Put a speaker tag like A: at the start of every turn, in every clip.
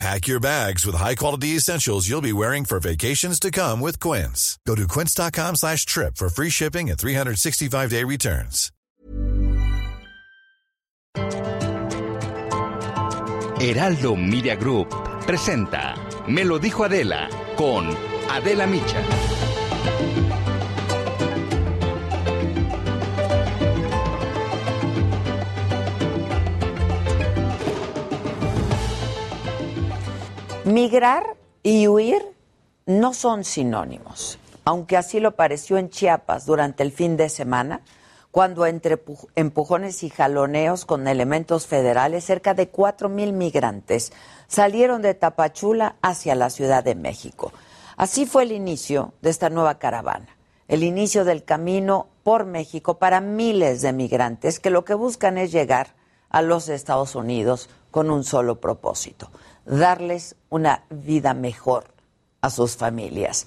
A: Pack your bags with high-quality essentials you'll be wearing for vacations to come with Quince. Go to quince.com slash trip for free shipping and 365-day returns.
B: Heraldo Media Group presenta Me lo dijo Adela con Adela Micha.
C: Migrar y huir no son sinónimos, aunque así lo pareció en Chiapas durante el fin de semana, cuando entre pu- empujones y jaloneos con elementos federales, cerca de 4.000 migrantes salieron de Tapachula hacia la Ciudad de México. Así fue el inicio de esta nueva caravana, el inicio del camino por México para miles de migrantes que lo que buscan es llegar a los Estados Unidos con un solo propósito, darles una vida mejor a sus familias.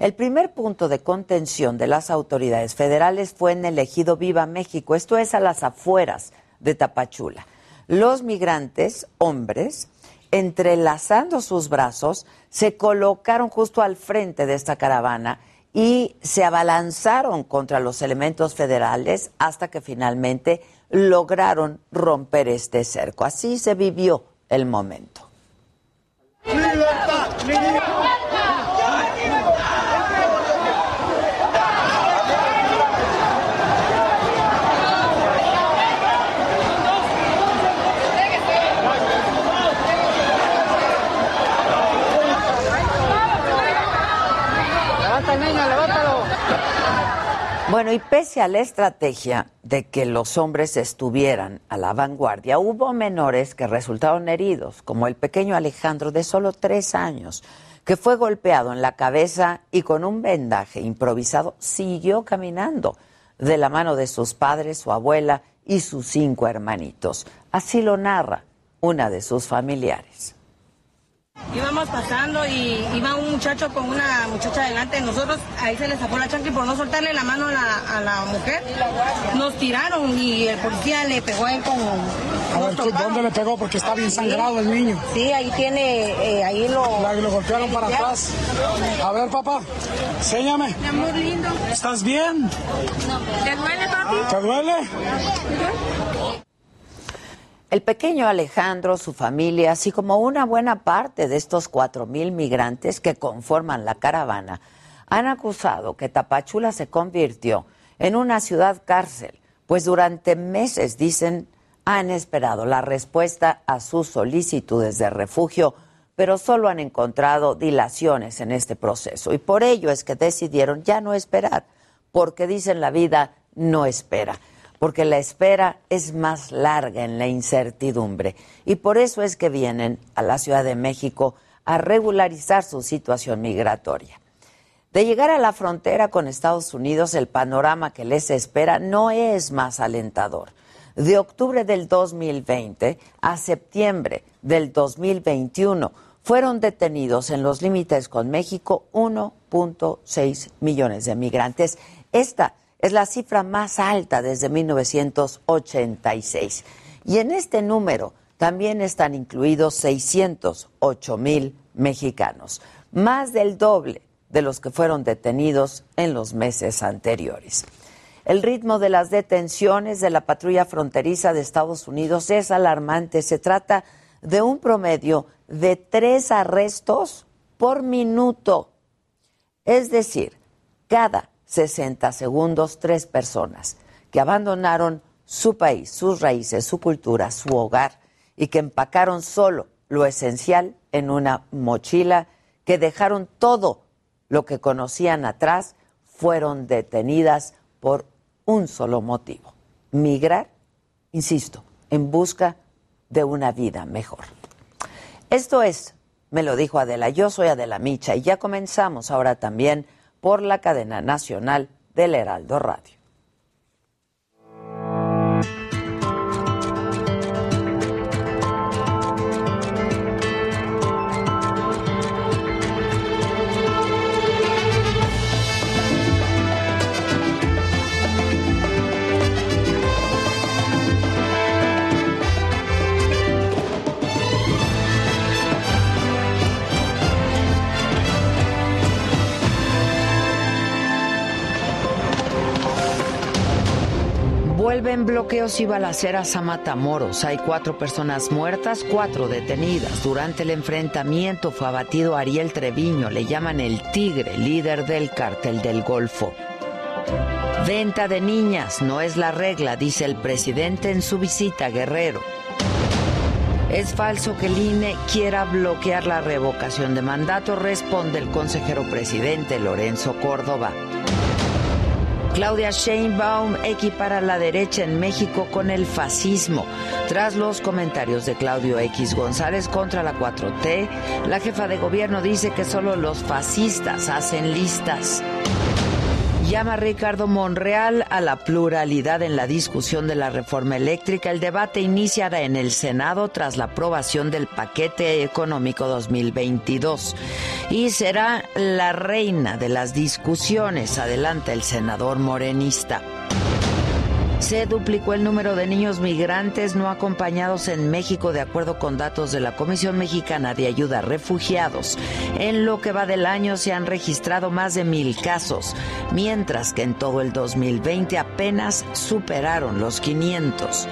C: El primer punto de contención de las autoridades federales fue en el ejido Viva México, esto es a las afueras de Tapachula. Los migrantes, hombres, entrelazando sus brazos, se colocaron justo al frente de esta caravana y se abalanzaron contra los elementos federales hasta que finalmente lograron romper este cerco. Así se vivió el momento.
D: ¡Libertad!
E: Levanta, niña, levántalo.
C: Bueno, y pese a la estrategia de que los hombres estuvieran a la vanguardia, hubo menores que resultaron heridos, como el pequeño Alejandro de solo tres años, que fue golpeado en la cabeza y con un vendaje improvisado siguió caminando de la mano de sus padres, su abuela y sus cinco hermanitos. Así lo narra una de sus familiares.
F: Íbamos pasando y iba un muchacho con una muchacha delante de nosotros, ahí se le sacó la chancla y por no soltarle la mano a la, a la mujer, nos tiraron y el policía le pegó a él con...
G: A ver, ¿qué- ¿dónde le pegó? Porque está bien sangrado el niño.
F: Sí, ahí tiene, eh, ahí lo...
G: La- lo golpearon para
F: Ya.
G: atrás. A ver, papá, enséñame. Mi amor lindo. ¿Estás bien?
F: ¿Te duele,
G: ¿Te duele?
C: El pequeño Alejandro, su familia, así como una buena parte de estos 4.000 migrantes que conforman la caravana, han acusado que Tapachula se convirtió en una ciudad cárcel, pues durante meses, dicen, han esperado la respuesta a sus solicitudes de refugio, pero solo han encontrado dilaciones en este proceso. Y por ello es que decidieron ya no esperar, porque dicen la vida no espera, porque la espera es más larga en la incertidumbre. Y por eso es que vienen a la Ciudad de México a regularizar su situación migratoria. De llegar a la frontera con Estados Unidos, el panorama que les espera no es más alentador. De octubre del 2020 a septiembre del 2021 fueron detenidos en los límites con México 1.6 millones de migrantes. Esta es la cifra más alta desde 1986. Y en este número también están incluidos 608 mil mexicanos, más del doble de los que fueron detenidos en los meses anteriores. El ritmo de las detenciones de la patrulla fronteriza de Estados Unidos es alarmante. Se trata de un promedio de tres arrestos por minuto. Es decir, cada 60 segundos, tres personas que abandonaron su país, sus raíces, su cultura, su hogar y que empacaron solo lo esencial en una mochila, que dejaron todo lo que conocían atrás, fueron detenidas por un solo motivo, migrar, insisto, en busca de una vida mejor. Esto es, me lo dijo Adela, yo soy Adela Micha y ya comenzamos ahora también por la cadena nacional del Heraldo Radio. Vuelven bloqueos y balaceras a Matamoros. Hay cuatro personas muertas, cuatro detenidas. Durante el enfrentamiento fue abatido Ariel Treviño, le llaman el Tigre, líder del cártel del Golfo. Venta de niñas no es la regla, dice el presidente en su visita a Guerrero. Es falso que el INE quiera bloquear la revocación de mandato, responde el consejero presidente Lorenzo Córdoba. Claudia Sheinbaum equipara la derecha en México con el fascismo. Tras los comentarios de Claudio X González contra la 4T, la jefa de gobierno dice que solo los fascistas hacen listas. Llama Ricardo Monreal a la pluralidad en la discusión de la reforma eléctrica. El debate iniciará en el Senado tras la aprobación del paquete económico 2022 y será la reina de las discusiones, adelanta el senador morenista. Se duplicó el número de niños migrantes no acompañados en México de acuerdo con datos de la Comisión Mexicana de Ayuda a Refugiados. En lo que va del año se han registrado más de mil casos, mientras que en todo el 2020 apenas superaron los 500.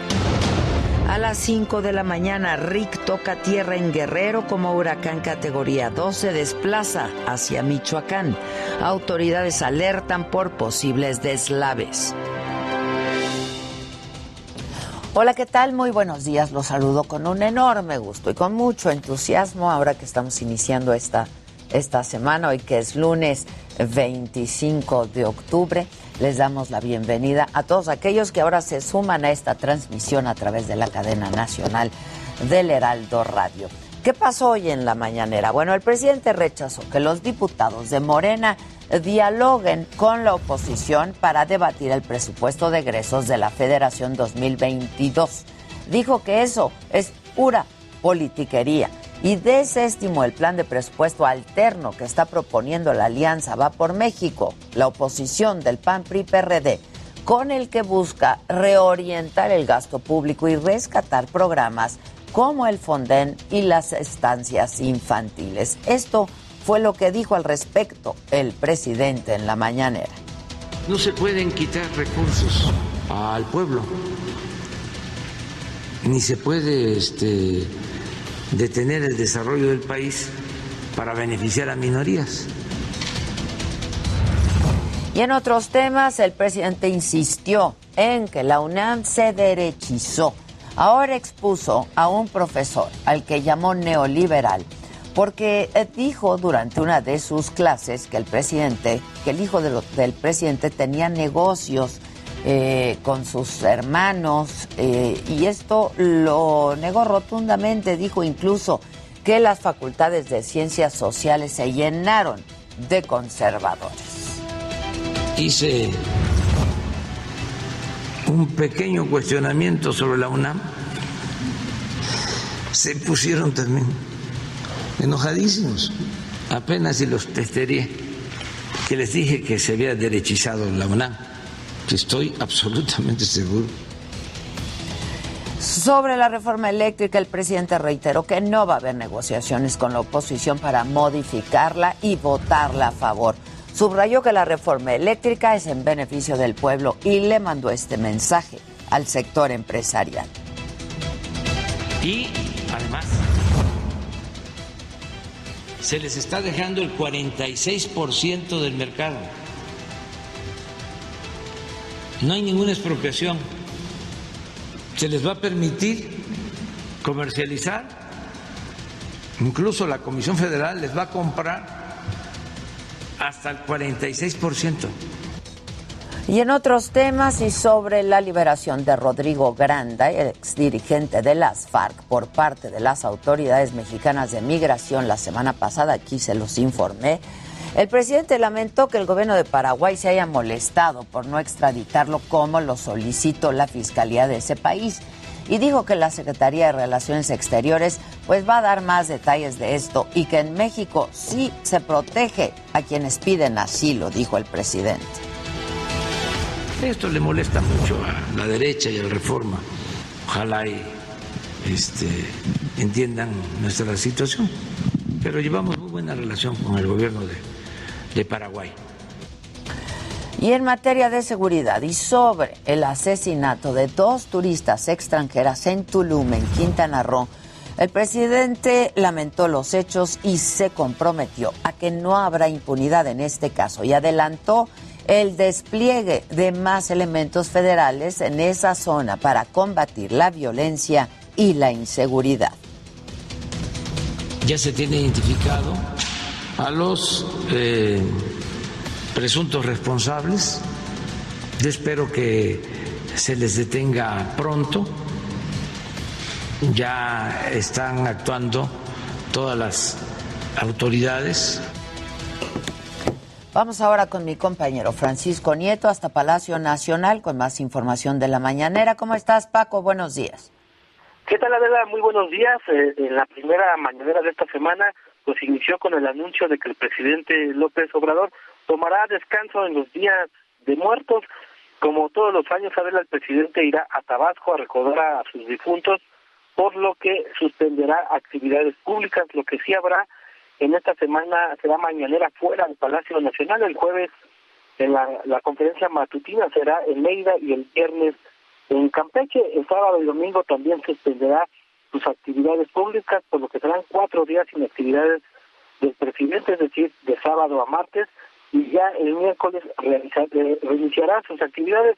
C: A las 5 de la mañana, Rick toca tierra en Guerrero como huracán categoría 2, se desplaza hacia Michoacán. Autoridades alertan por posibles deslaves. Hola, ¿qué tal? Muy buenos días. Los saludo con un enorme gusto y con mucho entusiasmo ahora que estamos iniciando esta, esta semana, hoy que es lunes 25 de octubre. Les damos la bienvenida a todos aquellos que ahora se suman a esta transmisión a través de la cadena nacional del Heraldo Radio. ¿Qué pasó hoy en la mañanera? Bueno, el presidente rechazó que los diputados de Morena dialoguen con la oposición para debatir el presupuesto de egresos de la Federación 2022. Dijo que eso es pura politiquería y desestimó el plan de presupuesto alterno que está proponiendo la Alianza Va por México, la oposición del PAN PRI PRD, con el que busca reorientar el gasto público y rescatar programas como el Fonden y las estancias infantiles. Esto fue lo que dijo al respecto el presidente en la mañanera.
D: No se pueden quitar recursos al pueblo, ni se puede este, detener el desarrollo del país para beneficiar a minorías.
C: Y en otros temas, el presidente insistió en que la UNAM se derechizó. Ahora expuso a un profesor al que llamó neoliberal porque eh, dijo durante una de sus clases que el presidente, que el hijo de lo, del presidente tenía negocios eh, con sus hermanos eh, y esto lo negó rotundamente, dijo incluso que las facultades de ciencias sociales se llenaron de conservadores.
D: Hice un pequeño cuestionamiento sobre la UNAM. Se pusieron también enojadísimos. Apenas si los testería, que les dije que se había derechizado la UNAM, que estoy absolutamente seguro.
C: Sobre la reforma eléctrica, el presidente reiteró que no va a haber negociaciones con la oposición para modificarla y votarla a favor. Subrayó que la reforma eléctrica es en beneficio del pueblo y le mandó este mensaje al sector empresarial.
D: Y además se les está dejando el 46% del mercado. No hay ninguna expropiación. Se les va a permitir comercializar. Incluso la Comisión Federal les va a comprar hasta el 46%.
C: Y en otros temas y sobre la liberación de Rodrigo Granda, ex dirigente de las FARC, por parte de las autoridades mexicanas de migración la semana pasada, aquí se los informé, el presidente lamentó que el gobierno de Paraguay se haya molestado por no extraditarlo como lo solicitó la fiscalía de ese país y dijo que la Secretaría de Relaciones Exteriores pues va a dar más detalles de esto y que en México sí se protege a quienes piden asilo, dijo el presidente.
D: Esto le molesta mucho a la derecha y a la reforma. Ojalá y, este, entiendan nuestra situación. Pero llevamos muy buena relación con el gobierno de, de Paraguay.
C: Y en materia de seguridad y sobre el asesinato de dos turistas extranjeras en Tulum, en Quintana Roo, el presidente lamentó los hechos y se comprometió a que no habrá impunidad en este caso y adelantó el despliegue de más elementos federales en esa zona para combatir la violencia y la inseguridad.
D: Ya se tiene identificado a los eh, presuntos responsables. Yo espero que se les detenga pronto. Ya están actuando todas las autoridades.
C: Vamos ahora con mi compañero Francisco Nieto hasta Palacio Nacional con más información de la mañanera. ¿Cómo estás, Paco? Buenos días.
H: ¿Qué tal, Adela? Muy buenos días. Eh, en la primera mañanera de esta semana, pues inició con el anuncio de que el presidente López Obrador tomará descanso en los días de muertos. Como todos los años, Adela, el presidente irá a Tabasco a recordar a sus difuntos, por lo que suspenderá actividades públicas. Lo que sí habrá en esta semana será mañanera fuera del Palacio Nacional. El jueves en la, la conferencia matutina será en Mérida y el viernes en Campeche. El sábado y domingo también suspenderá sus actividades públicas, por lo que serán cuatro días sin actividades del presidente, es decir, de sábado a martes, y ya el miércoles realizar, eh, reiniciará sus actividades.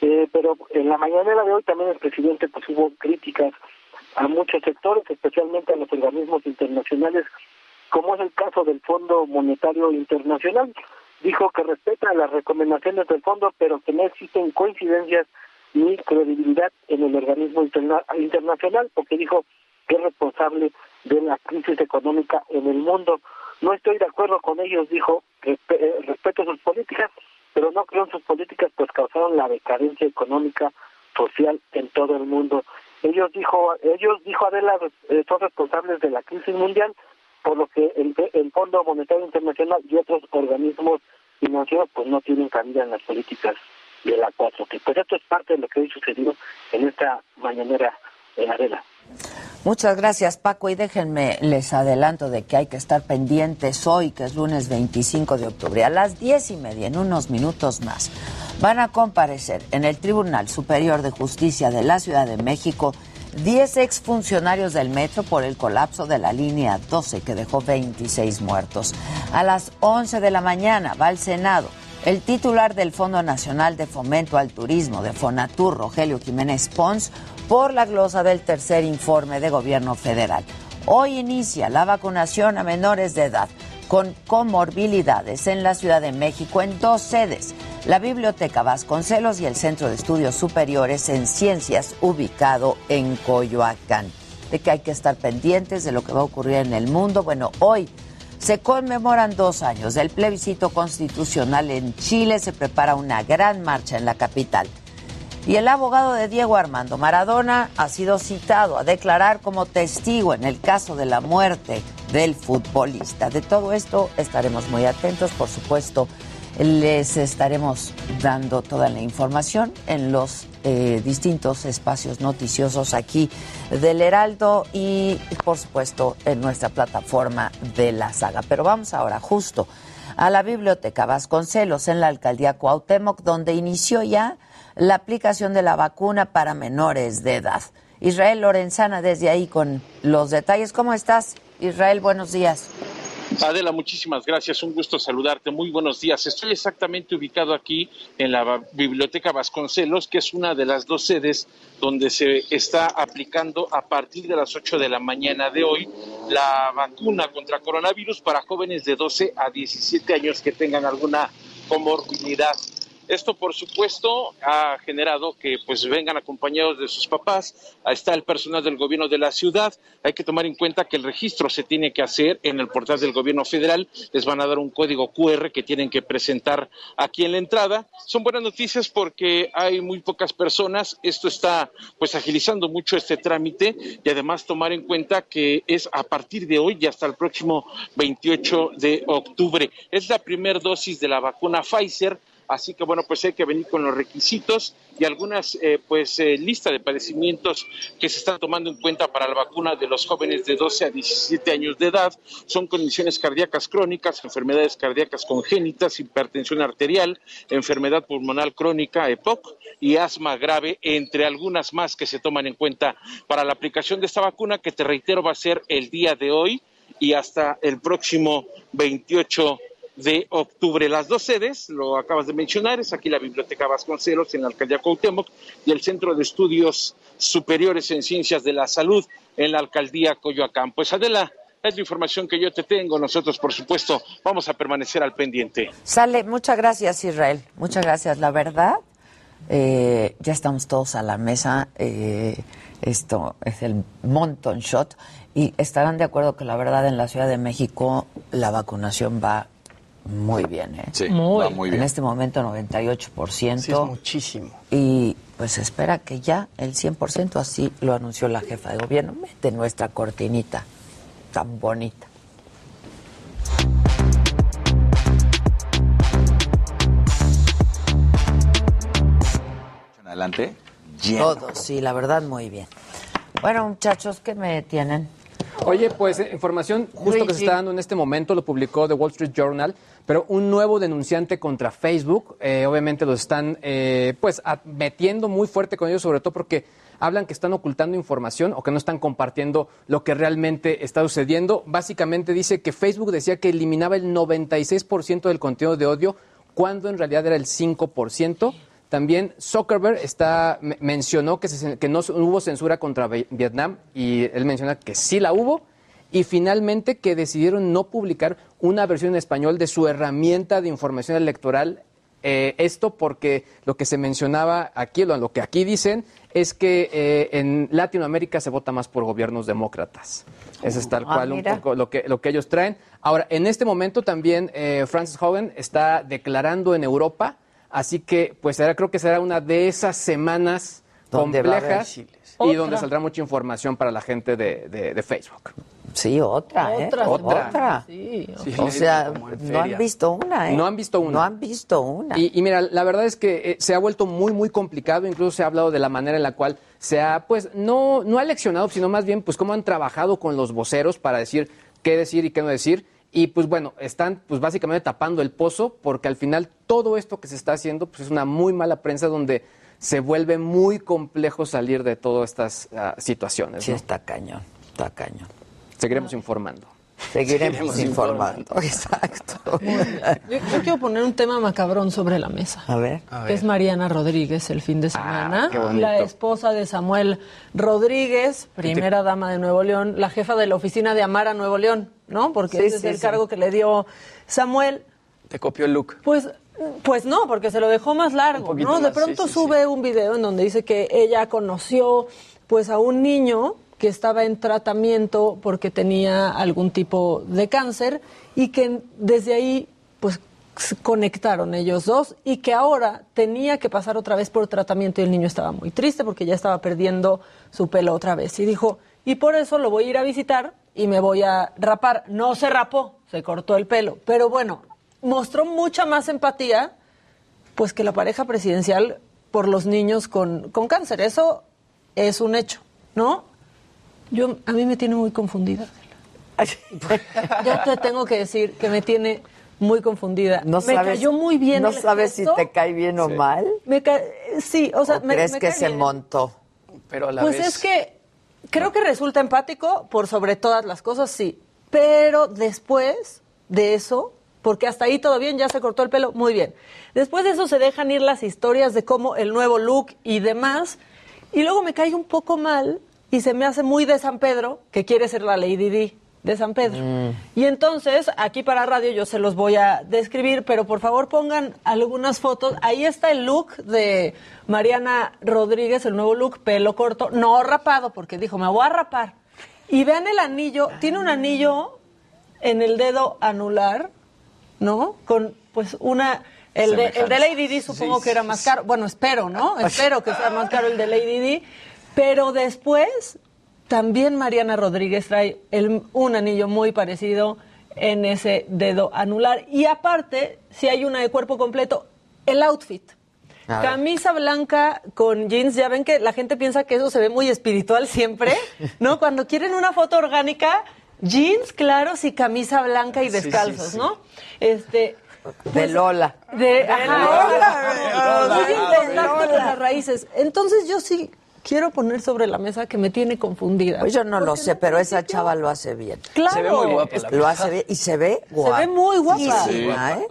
H: Eh, pero en la mañanera de hoy también el presidente pues, hubo críticas a muchos sectores, especialmente a los organismos internacionales como es el caso del Fondo Monetario Internacional. Dijo que respeta las recomendaciones del fondo, pero que no existen coincidencias ni credibilidad en el organismo interna internacional, porque dijo que es responsable de la crisis económica en el mundo. No estoy de acuerdo con ellos, dijo, eh, respeto sus políticas, pero no creo en sus políticas, pues causaron la decadencia económica, social en todo el mundo. Ellos dijo, ellos dijo Adela, eh, son responsables de la crisis mundial, por lo que el, el, Fondo Monetario Internacional y otros organismos financieros pues no tienen cabida en las políticas de la 4 que pues esto es parte de lo que hoy sucedió en esta mañanera en Arela.
C: Muchas gracias Paco y déjenme les adelanto de que hay que estar pendientes hoy que es lunes 25 de octubre a las 10 y media en unos minutos más van a comparecer en el Tribunal Superior de Justicia de la Ciudad de México 10 exfuncionarios del metro por el colapso de la línea 12 que dejó 26 muertos. A las 11 de la mañana va al Senado el titular del Fondo Nacional de Fomento al Turismo de Fonatur, Rogelio Jiménez Pons, por la glosa del tercer informe de gobierno federal. Hoy inicia la vacunación a menores de edad con comorbilidades en la Ciudad de México en dos sedes, la Biblioteca Vasconcelos y el Centro de Estudios Superiores en Ciencias ubicado en Coyoacán. De que hay que estar pendientes de lo que va a ocurrir en el mundo. Bueno, hoy se conmemoran dos años del plebiscito constitucional en Chile, se prepara una gran marcha en la capital. Y el abogado de Diego Armando Maradona ha sido citado a declarar como testigo en el caso de la muerte del futbolista. De todo esto estaremos muy atentos, por supuesto. Les estaremos dando toda la información en los eh, distintos espacios noticiosos aquí del Heraldo y, por supuesto, en nuestra plataforma de la saga. Pero vamos ahora justo a la Biblioteca Vasconcelos en la Alcaldía Cuauhtémoc, donde inició ya la aplicación de la vacuna para menores de edad. Israel Lorenzana desde ahí con los detalles. ¿Cómo estás, Israel? Buenos días.
I: Adela, muchísimas gracias, un gusto saludarte, muy buenos días. Estoy exactamente ubicado aquí en la Biblioteca Vasconcelos, que es una de las dos sedes donde se está aplicando a partir de las 8 de la mañana de hoy la vacuna contra coronavirus para jóvenes de 12 a 17 años que tengan alguna comorbilidad. Esto, por supuesto, ha generado que pues vengan acompañados de sus papás. Ahí está el personal del gobierno de la ciudad. Hay que tomar en cuenta que el registro se tiene que hacer en el portal del gobierno federal. Les van a dar un código QR que tienen que presentar aquí en la entrada. Son buenas noticias porque hay muy pocas personas. Esto está pues agilizando mucho este trámite y además tomar en cuenta que es a partir de hoy y hasta el próximo 28 de octubre. Es la primera dosis de la vacuna Pfizer
J: Así que bueno, pues hay que venir con los requisitos y algunas eh, pues eh, lista de padecimientos que se están tomando en cuenta para la vacuna de los jóvenes de 12 a 17 años de edad. Son condiciones cardíacas crónicas, enfermedades cardíacas congénitas, hipertensión arterial, enfermedad pulmonar crónica, E EPOC y asma grave, entre algunas más que se toman en cuenta para la aplicación de esta vacuna que te reitero va a ser el día de hoy y hasta el próximo 28 de octubre. Las dos sedes, lo acabas de mencionar, es aquí la Biblioteca Vasconcelos en la Alcaldía Cuauhtémoc y el Centro de Estudios Superiores en Ciencias de la Salud en la Alcaldía Coyoacán. Pues Adela, es la información que yo te tengo. Nosotros, por supuesto, vamos a permanecer al pendiente.
C: Sale, muchas gracias Israel, muchas gracias. La verdad, eh, ya estamos todos a la mesa. eh, esto es el Monton Shot. Y estarán de acuerdo que la verdad en la Ciudad de México la vacunación va muy bien. ¿eh?
K: Sí, Muy. va muy bien.
C: En este momento 98%.
K: Sí, es muchísimo.
C: Y pues se espera que ya el 100%, así lo anunció la jefa de gobierno de nuestra cortinita tan bonita.
K: Adelante.
C: Todos, sí, la verdad muy bien. Bueno, muchachos, ¿qué me tienen?
L: Oye, pues eh, información justo que se está dando en este momento, lo publicó The Wall Street Journal, pero un nuevo denunciante contra Facebook, eh, obviamente los están eh, pues a- metiendo muy fuerte con ellos, sobre todo porque hablan que están ocultando información o que no están compartiendo lo que realmente está sucediendo. Básicamente dice que Facebook decía que eliminaba el 96% del contenido de odio cuando en realidad era el 5%. También Zuckerberg está, me- mencionó que, se- que no hubo censura contra Vi- Vietnam y él menciona que sí la hubo. Y finalmente que decidieron no publicar una versión en español de su herramienta de información electoral. Eh, esto porque lo que se mencionaba aquí, lo, lo que aquí dicen, es que eh, en Latinoamérica se vota más por gobiernos demócratas. Ese es tal
M: Ah,
L: cual un
M: mira.
L: poco lo que, lo que ellos traen. Ahora, en este momento también eh, Francis Hogan está declarando en Europa, así que pues será, creo que será una de esas semanas
C: Donde va a haber
L: complejas y
C: chiles.
L: donde
C: Otra.
L: saldrá mucha información para la gente de, de- de Facebook.
C: Sí, otra, ¿eh?
L: Otra,
C: Otra.
L: otra. Sí,
C: o sea,
L: como en
C: no han
L: feria.
C: visto una, ¿eh?
L: No han visto una.
C: No han visto una.
L: Y, y mira, la verdad es que eh, se ha vuelto muy, muy complicado. Incluso se ha hablado de la manera en la cual se ha, pues, no, no ha leccionado, sino más bien, pues, cómo han trabajado con los voceros para decir qué decir y qué no decir. Y, pues, bueno, están, pues, básicamente tapando el pozo porque al final todo esto que se está haciendo, pues, es una muy mala prensa donde se vuelve muy complejo salir de todas estas ah, situaciones.
C: Sí, está cañón, está cañón.
L: Seguiremos informando.
C: Seguiremos, pues, informando. Exacto.
N: Yo, yo quiero poner un tema macabrón sobre la mesa.
C: A ver. A
N: Que es Mariana Rodríguez el
O: Ah,
N: fin de semana.
C: qué bonito.
N: la esposa de Samuel Rodríguez, primera dama de Nuevo León, la jefa de la oficina de Amara Nuevo León, ¿no? Porque
O: Sí,
N: ese
O: sí,
N: es el
O: sí.
N: cargo que le dio Samuel.
O: Te copió el look.
N: Pues, pues no, porque se lo dejó más largo,
O: poquito
N: ¿no? De
O: más, sí,
N: pronto
O: sí,
N: sube un video en donde dice que ella conoció, pues, a un niño que estaba en tratamiento porque tenía algún tipo de cáncer y que desde ahí, pues, se conectaron ellos dos y que ahora tenía que pasar otra vez por tratamiento y el niño estaba muy triste porque ya estaba perdiendo su pelo otra vez y dijo, y por eso lo voy a ir a visitar y me voy a rapar. No se rapó, se cortó el pelo, pero bueno, mostró mucha más empatía pues que la pareja presidencial por los niños con, con cáncer. Eso es un hecho, ¿no? Yo, a mí me tiene muy confundida. Adela. Yo te tengo que decir que me tiene muy confundida.
C: No
N: me
C: sabes,
N: cayó muy bien.
C: No
N: el
C: sabes si
N: gesto.
C: te cae bien o
N: Sí.
C: mal.
N: Me ca- sí, o sea, me-
C: ¿Crees
N: me
C: que
N: cae
C: se
N: bien.
C: montó?
O: Pero a
N: Pues es que creo que resulta empático por sobre todas las cosas, sí. Pero después de eso, porque hasta ahí todo bien, ya se cortó el pelo, muy bien. Después de eso se dejan ir las historias de cómo el nuevo look y demás. Y luego me cae un poco mal y se me hace muy de San Pedro, que quiere ser la Lady Di de San Pedro. Y entonces, aquí para radio yo se los voy a describir, pero por favor pongan algunas fotos. Ahí está el look de Mariana Rodríguez, el nuevo look, pelo corto, no rapado, porque dijo, me voy a rapar. Y vean el anillo, tiene un anillo en el dedo anular, ¿no? Con pues una... El de, el de Lady Di supongo que era más caro. Bueno, espero, ¿no? Espero que sea más caro el de Lady Di. Pero después también Mariana Rodríguez trae el- un anillo muy parecido en ese dedo anular. Y aparte, si hay una de cuerpo completo, El outfit.
C: A ver.
N: Camisa blanca con jeans, ya ven que la gente piensa que eso se ve muy espiritual siempre, ¿no? Cuando quieren una foto orgánica, jeans claros y camisa blanca y
C: Sí, sí,
N: descalzos,
C: sí.
N: ¿no? Este
C: De Lola.
N: de ajá,
C: Lola,
N: Lola,
C: güey.
N: sí, sí,
C: Lola.
N: contacto con las raíces. Entonces yo sí quiero poner sobre la mesa que me tiene confundida.
C: Pues yo no lo sé, pero esa chava lo hace bien.
N: Claro. Se ve muy
L: guapa, la
C: Lo
L: verdad.
C: hace bien y se ve ¿eh? guapa.
L: Sí.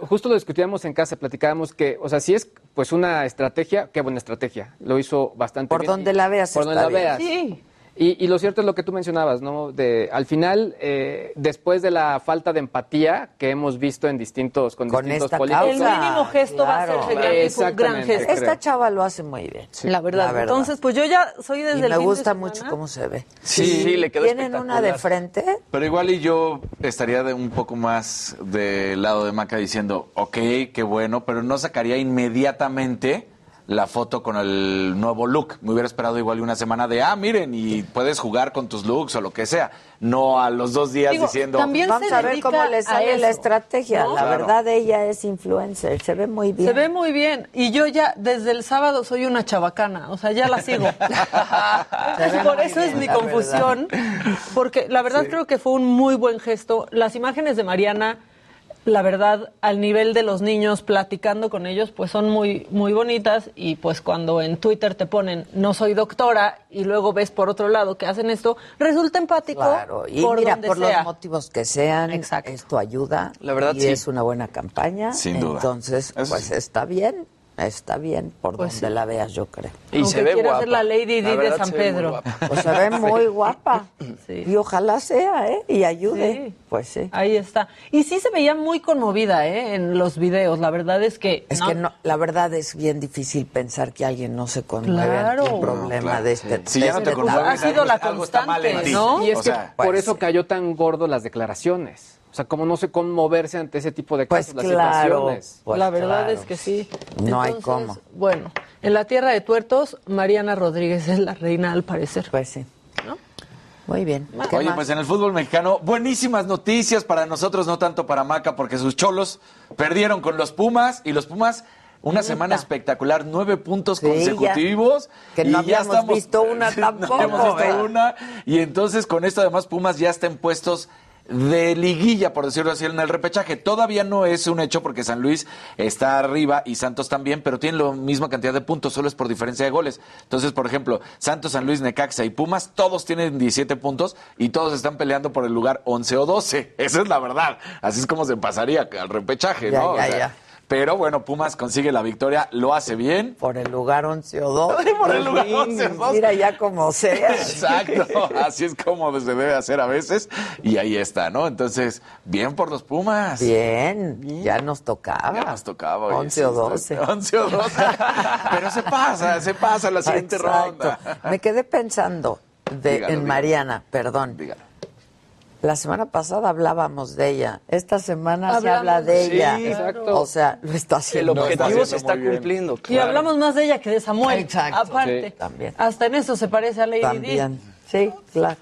L: Justo lo discutíamos en casa, platicábamos que, o sea, si es pues una estrategia, qué buena estrategia. Lo hizo bastante
C: Por
L: bien.
C: donde la veas
L: Por donde
C: está
L: la
C: bien.
L: veas. Y, y lo cierto es lo que tú mencionabas, ¿no? De, al final, eh, después de la falta de empatía que hemos visto en distintos, con, distintos
C: esta
L: políticos.
C: causa, El mínimo gesto va a
N: ser regalar, tipo, un gran
L: Exactamente,
N: gesto.
L: creo.
C: Esta chava lo hace muy bien.
N: La verdad. Entonces, pues yo ya soy desde
C: Y
N: el
C: me
N: fin de
C: gusta
N: semana.
C: mucho cómo se ve.
K: Sí, sí, le quedó
C: ¿Tienen una de
K: espectacular.
C: frente?
K: Pero igual y yo estaría de un poco más del lado de Maca diciendo, ok, qué bueno, pero no sacaría inmediatamente la foto con el nuevo look. Me hubiera esperado igual y una semana de, ah, miren, y puedes jugar con tus looks o lo que sea. No a los dos días
C: Digo,
K: diciendo...
C: también Vamos se a ver dedica cómo le a sale la eso, estrategia. ¿no? La verdad, ella es influencer, se ve muy bien.
N: Se ve muy bien. Y yo ya desde el sábado soy una chabacana, o sea, ya la sigo. Entonces, por eso es mi
C: la
N: confusión, porque la verdad creo que fue un muy buen gesto. Las imágenes de Mariana, la verdad, al nivel de los niños, platicando con ellos, pues son muy, muy bonitas. Y pues cuando en Twitter te ponen, no soy doctora, y luego ves por otro lado que hacen esto, resulta empático.
C: Claro, y
N: por
C: mira,
N: donde
C: por
N: sea.
C: los motivos que sean, esto ayuda.
N: La verdad,
C: y
N: sí.
C: es una buena campaña.
K: Sin duda.
C: Entonces, pues está bien, está bien por donde la veas, yo creo.
N: Y se Pues Aunque ve quiera ser guapa. la Lady La Di de verdad, San se ve muy Pedro. guapa.
C: Pues se ve muy guapa. Y ojalá sea, ¿eh? Y ayude.
N: Sí.
C: Pues sí.
N: Ahí está. Y sí se veía muy conmovida, ¿eh? En los videos. La verdad es que.
C: Es que no, la verdad es bien difícil pensar que alguien no se conmueve
N: Claro.
C: ante un problema
K: claro,
C: de este
K: Si ya no
C: de
K: te
C: esta-
K: conmueves,
L: pues, Ha sido la
K: algo está mal en ti.
L: Y es
K: O
L: que
K: sea,
N: pues.
L: por eso cayó tan gordo las declaraciones. O sea, como no sé conmoverse ante ese tipo de
C: Pues
L: cosas, las
C: claro,
L: situaciones.
C: pues
N: la verdad es que sí.
C: No hay
N: Entonces,
C: cómo.
N: Bueno, en la tierra de tuertos, Mariana Rodríguez es la reina al parecer.
C: Pues sí. Muy bien. ¿Qué
K: Oye,
C: más?
K: pues en el fútbol mexicano, buenísimas noticias para nosotros, no tanto para Maca, porque sus cholos perdieron con los Pumas y los Pumas. Una semana espectacular, nueve puntos
C: Sí, ya.
K: consecutivos.
C: Que no
K: y ya
C: habíamos
K: estamos-
C: visto una
K: Sí,
C: tampoco,
K: No habíamos visto
C: ¿eh?
K: una. Y entonces con esto además Pumas ya está en puestos de liguilla, por decirlo así, en el repechaje. Todavía no es un hecho porque San Luis está arriba y Santos también, pero tienen la misma cantidad de puntos, solo es por diferencia de goles. Entonces, por ejemplo, Santos, San Luis, Necaxa y Pumas, todos tienen 17 puntos y todos están peleando por el lugar 11 o 12. Esa es la verdad. Así es como se pasaría al repechaje,
C: Ya,
K: ¿no? O
C: ya,
K: sea,
C: ya.
K: Pero bueno, Pumas consigue la victoria, lo hace bien.
C: Por el lugar 11 o 12.
K: Por el lugar 11 o 12.
C: Mira ya como sea.
K: Exacto, así es como se debe hacer a veces y ahí está, ¿no? Entonces, bien por los Pumas.
C: Bien, ya nos tocaba.
K: Ya nos tocaba. oye,
C: 11 o 12.
K: 11 o 12. Pero se pasa, se pasa la siguiente
C: Exacto.
K: ronda.
C: Me quedé pensando de,
K: Dígalo,
C: en
K: dígalo.
C: Mariana, perdón. La semana pasada hablábamos de ella. Esta semana se
N: Hablamos
C: habla
N: de
C: de ella.
N: ella. Sí, exacto.
C: O sea, lo está haciendo.
O: El objetivo
C: lo
O: se
C: haciendo
O: está
C: muy bien.
O: cumpliendo.
N: Y hablamos más de ella que de Samuel.
C: Exacto.
N: Aparte.
C: Sí, también.
N: Hasta en eso se parece a Lady Di.
C: También. Sí, claro.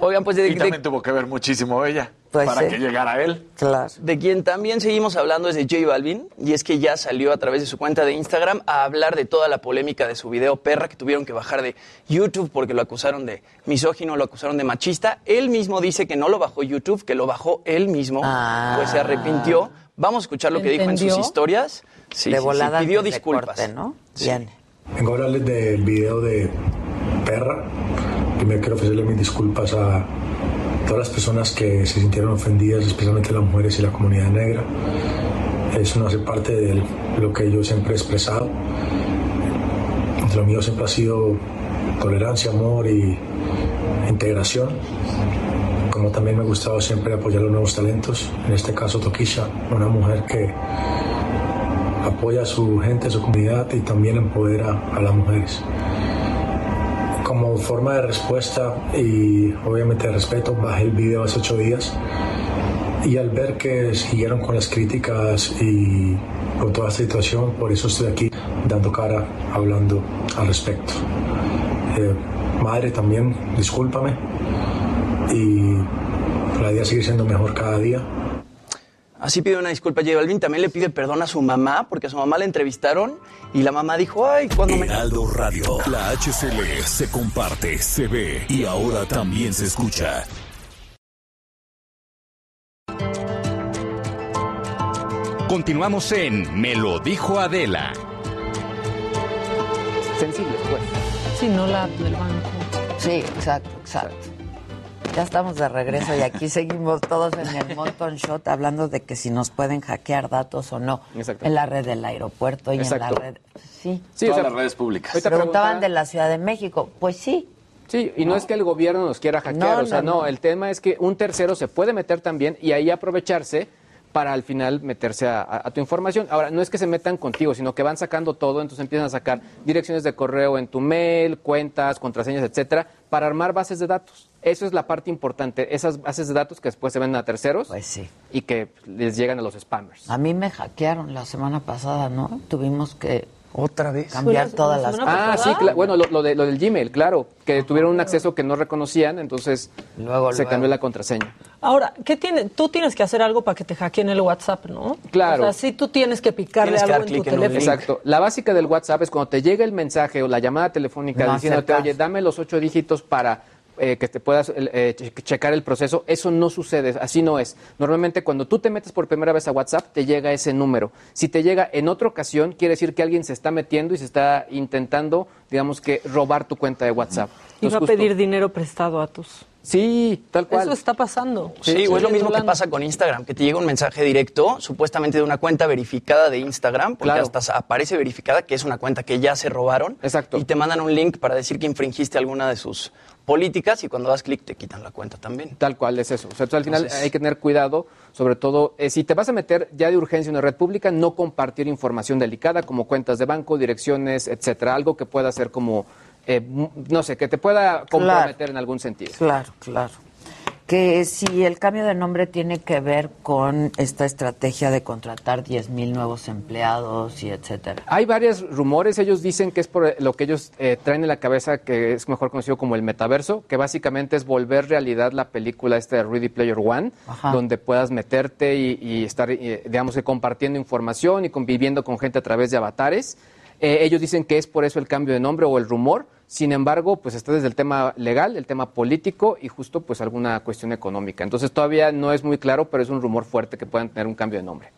O: Oigan, pues de,
K: Y
O: de-
K: también tuvo que ver muchísimo ella
O: Pues
K: para
O: sí.
K: que llegara él.
C: Claro.
O: de quien también seguimos hablando es de J Balvin, y es que ya salió a través de su cuenta de Instagram a hablar de toda la polémica de su video perra que tuvieron que bajar de YouTube porque lo acusaron de misógino, lo acusaron de machista. Él mismo dice que no lo bajó YouTube, que lo bajó él mismo,
C: Ah.
O: pues se arrepintió. Vamos a escuchar lo que dijo en
C: ¿Entendió?
O: sus historias. Sí,
C: de
O: sí, sí,
C: volada
O: pidió
C: antes de
O: disculpas.
C: corte, ¿no?
O: Sí.
C: Bien.
M: Vengo a hablarles del video de Perra. Primero quiero ofrecerle mis disculpas a todas las personas que se sintieron ofendidas, especialmente las mujeres y la comunidad negra. Eso no hace parte de lo que yo siempre he expresado. Entre lo mío siempre ha sido tolerancia, amor y integración. Como también me ha gustado siempre apoyar los nuevos talentos, en este caso Toquisha, una mujer que apoya a su gente, a su comunidad y también empodera a las mujeres. Como forma de respuesta y obviamente de respeto, bajé el video hace ocho días y al ver que siguieron con las críticas y con toda esta situación, por eso estoy aquí dando cara, hablando al respecto. Eh, madre también, discúlpame y la idea es seguir siendo mejor cada día.
O: Así pide una disculpa a J Balvin. También le pide perdón a su mamá, porque a su mamá la entrevistaron y la mamá dijo, ay, cuando me...
P: Heraldo Radio, la HCL se comparte, se ve y ahora también se escucha.
B: Continuamos en Me lo dijo Adela.
L: Sensibles, pues.
Q: Sí, no la del banco.
C: Sí, exacto, exacto. Ya estamos de regreso y aquí seguimos todos en el Monton Shot hablando de que si nos pueden hackear datos o no.
K: Exacto.
C: En la red del aeropuerto y en
K: Exacto.
C: la red. Sí.
K: Sí, Todas o sea, las redes públicas. ahorita
C: Preguntaban
K: preguntaba-
C: de la Ciudad de México. Pues sí.
L: Sí, y no, es que el gobierno nos quiera hackear,
C: No,
L: o sea,
C: no,
L: no,
C: no.
L: el tema es que un tercero se puede meter también y ahí aprovecharse para al final meterse a, a- a tu información. Ahora, no es que se metan contigo, sino que van sacando todo, entonces empiezan a sacar direcciones de correo en tu mail, cuentas, contraseñas, etcétera, para armar bases de datos. Eso es la parte importante, esas bases de datos que después se venden a terceros
C: Pues
L: y que les llegan a los spammers.
C: A mí me hackearon la semana pasada, ¿no? Tuvimos que
O: otra vez
C: cambiar todas las
L: Ah, sí, cla- bueno, lo, lo de, lo del Gmail, claro, que tuvieron un acceso que no reconocían, entonces se
N: luego.
L: cambió la contraseña.
N: Ahora, ¿qué tiene? Tú tienes que hacer algo para que te hackeen el WhatsApp, ¿no?
L: Claro.
N: O sea, sí tú tienes que picarle algo en tu teléfono.
L: Exacto. La básica del WhatsApp es cuando te llega el mensaje o la llamada telefónica
K: No
L: diciéndote,
K: aceptas.
L: oye, dame los ocho dígitos para eh, que te puedas el, eh, che- checar el proceso. Eso no sucede, así no es. Normalmente cuando tú te metes por primera vez a WhatsApp, te llega ese número. Si te llega en otra ocasión, quiere decir que alguien se está metiendo y se está intentando, digamos que, robar tu cuenta de WhatsApp.
N: Y va
L: Entonces,
N: a
L: justo-
N: pedir dinero prestado a tus.
L: Sí, tal cual.
N: Eso está pasando.
O: Sí, o es lo mismo que pasa con Instagram, que te llega un mensaje directo, supuestamente de una cuenta verificada de Instagram, porque
L: Claro.
O: hasta sa- aparece verificada, que es una cuenta que ya se robaron. Exacto. Y te mandan un link para decir que infringiste alguna de sus políticas y cuando das clic te quitan la cuenta también.
L: Tal cual es eso. O sea, tú al final
O: Entonces-
L: hay que tener cuidado, sobre todo eh, si te vas a meter ya de urgencia en una red pública, no compartir información delicada como cuentas de banco, direcciones, etcétera, algo que pueda ser como, eh, m- no sé, que te pueda comprometer en algún sentido.
C: Claro, claro. Que si el cambio de nombre tiene que ver con esta estrategia de contratar 10.000 nuevos empleados y etcétera.
L: Hay varios rumores, ellos dicen que es por lo que ellos eh, traen en la cabeza, que es mejor conocido como el metaverso, que básicamente es volver realidad la película esta de Ready Player One,
K: Ajá.
L: donde puedas meterte y, y estar, eh, digamos que compartiendo información y conviviendo con gente a través de avatares. Eh, ellos dicen que es por eso el cambio de nombre o el rumor, sin embargo, pues está desde el tema legal, el tema político y justo pues alguna cuestión económica. Entonces todavía no es muy claro, pero es un rumor fuerte que puedan tener un cambio de nombre.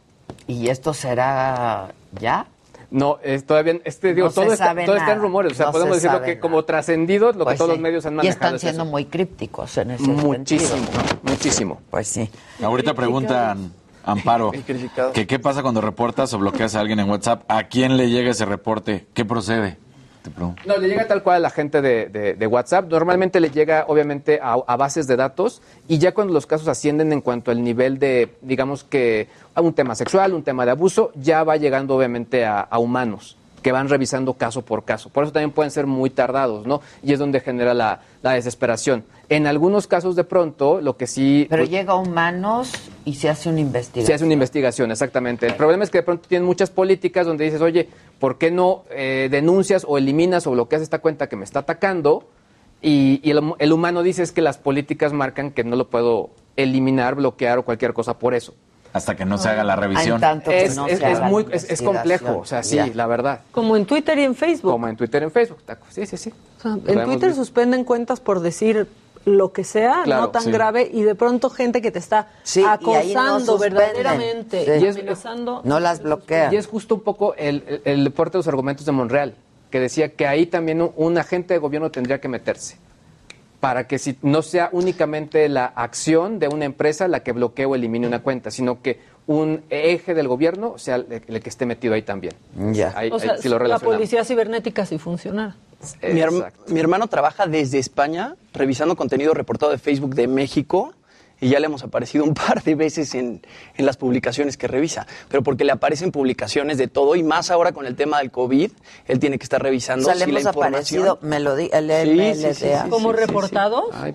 C: ¿Y esto será ya?
L: No, es todavía este digo
C: No se
L: todo está,
C: sabe
L: todo está en
C: nada,
L: rumores, o sea,
C: no se
L: podemos decirlo
C: sabe
L: que
C: nada.
L: como trascendido lo que
C: Pues
L: todos
C: sí.
L: los medios han
C: Y
L: manejado.
C: están
L: es eso.
C: siendo muy crípticos en ese
L: Muchísimo,
C: sentido.
L: muchísimo.
C: Pues sí.
I: Ahorita preguntan, Amparo, que qué pasa cuando reportas o bloqueas a alguien en WhatsApp. ¿A quién le llega ese reporte? ¿Qué procede? Te pregunto.
L: No, le llega tal cual a la gente de, de- de WhatsApp. Normalmente le llega, obviamente, a, a bases de datos y ya cuando los casos ascienden en cuanto al nivel de, digamos que, a un tema sexual, un tema de abuso, ya va llegando, obviamente, a, a humanos que van revisando caso por caso. Por eso también pueden ser muy tardados, ¿no? Y es donde genera la, la desesperación. En algunos casos, de pronto, lo que sí...
C: Pero
L: pues,
C: llega a humanos y se hace una investigación.
L: Se hace una investigación, exactamente. El problema es que de pronto tienen muchas políticas donde dices, oye, ¿por qué no eh, denuncias o eliminas o bloqueas esta cuenta que me está atacando? Y, y el, hum- el humano dice es que las políticas marcan que no lo puedo eliminar, bloquear o cualquier cosa por eso.
I: Hasta que no se haga la revisión.
L: es, es- es muy, es, es complejo, o sea, sí,
I: Ya.
L: la verdad.
N: Como en Twitter y en Facebook.
L: Como en Twitter, en Facebook, taco. sí, sí, sí.
N: O sea,
L: Lo
N: en
L: hemos
N: Twitter
L: visto.
N: suspenden cuentas por decir lo que sea,
L: Claro,
N: no tan
L: sí.
N: grave, y de pronto gente que te está
C: ahí no
N: acosando
C: suspenden.
N: verdaderamente,
C: Sí.
N: y amenazando.
C: bloquea.
L: Y es justo un poco el, el, el reporte de los argumentos de Monreal, que decía que ahí también un, un agente de gobierno tendría que meterse. Para que si no sea únicamente la acción de una empresa la que bloquee o elimine una cuenta, sino que un eje del gobierno sea el, el que esté metido ahí también.
C: Ya.
L: Ahí,
N: O
L: ahí
N: sea,
L: sí lo
N: la
L: relacionamos.
N: policía cibernética si funcionara.
O: Mi, herm- mi hermano trabaja desde España revisando contenido reportado de Facebook de México y ya le hemos aparecido un par de veces en, en las publicaciones que revisa, pero porque le aparecen publicaciones de todo y más ahora con el tema del COVID, él tiene que estar
C: O
O: revisando
C: sea, le
O: si la
C: hemos aparecido
O: información...
C: melodía, el
O: Sí, sí, sí,
C: MLDA.
O: sí, sí, sí,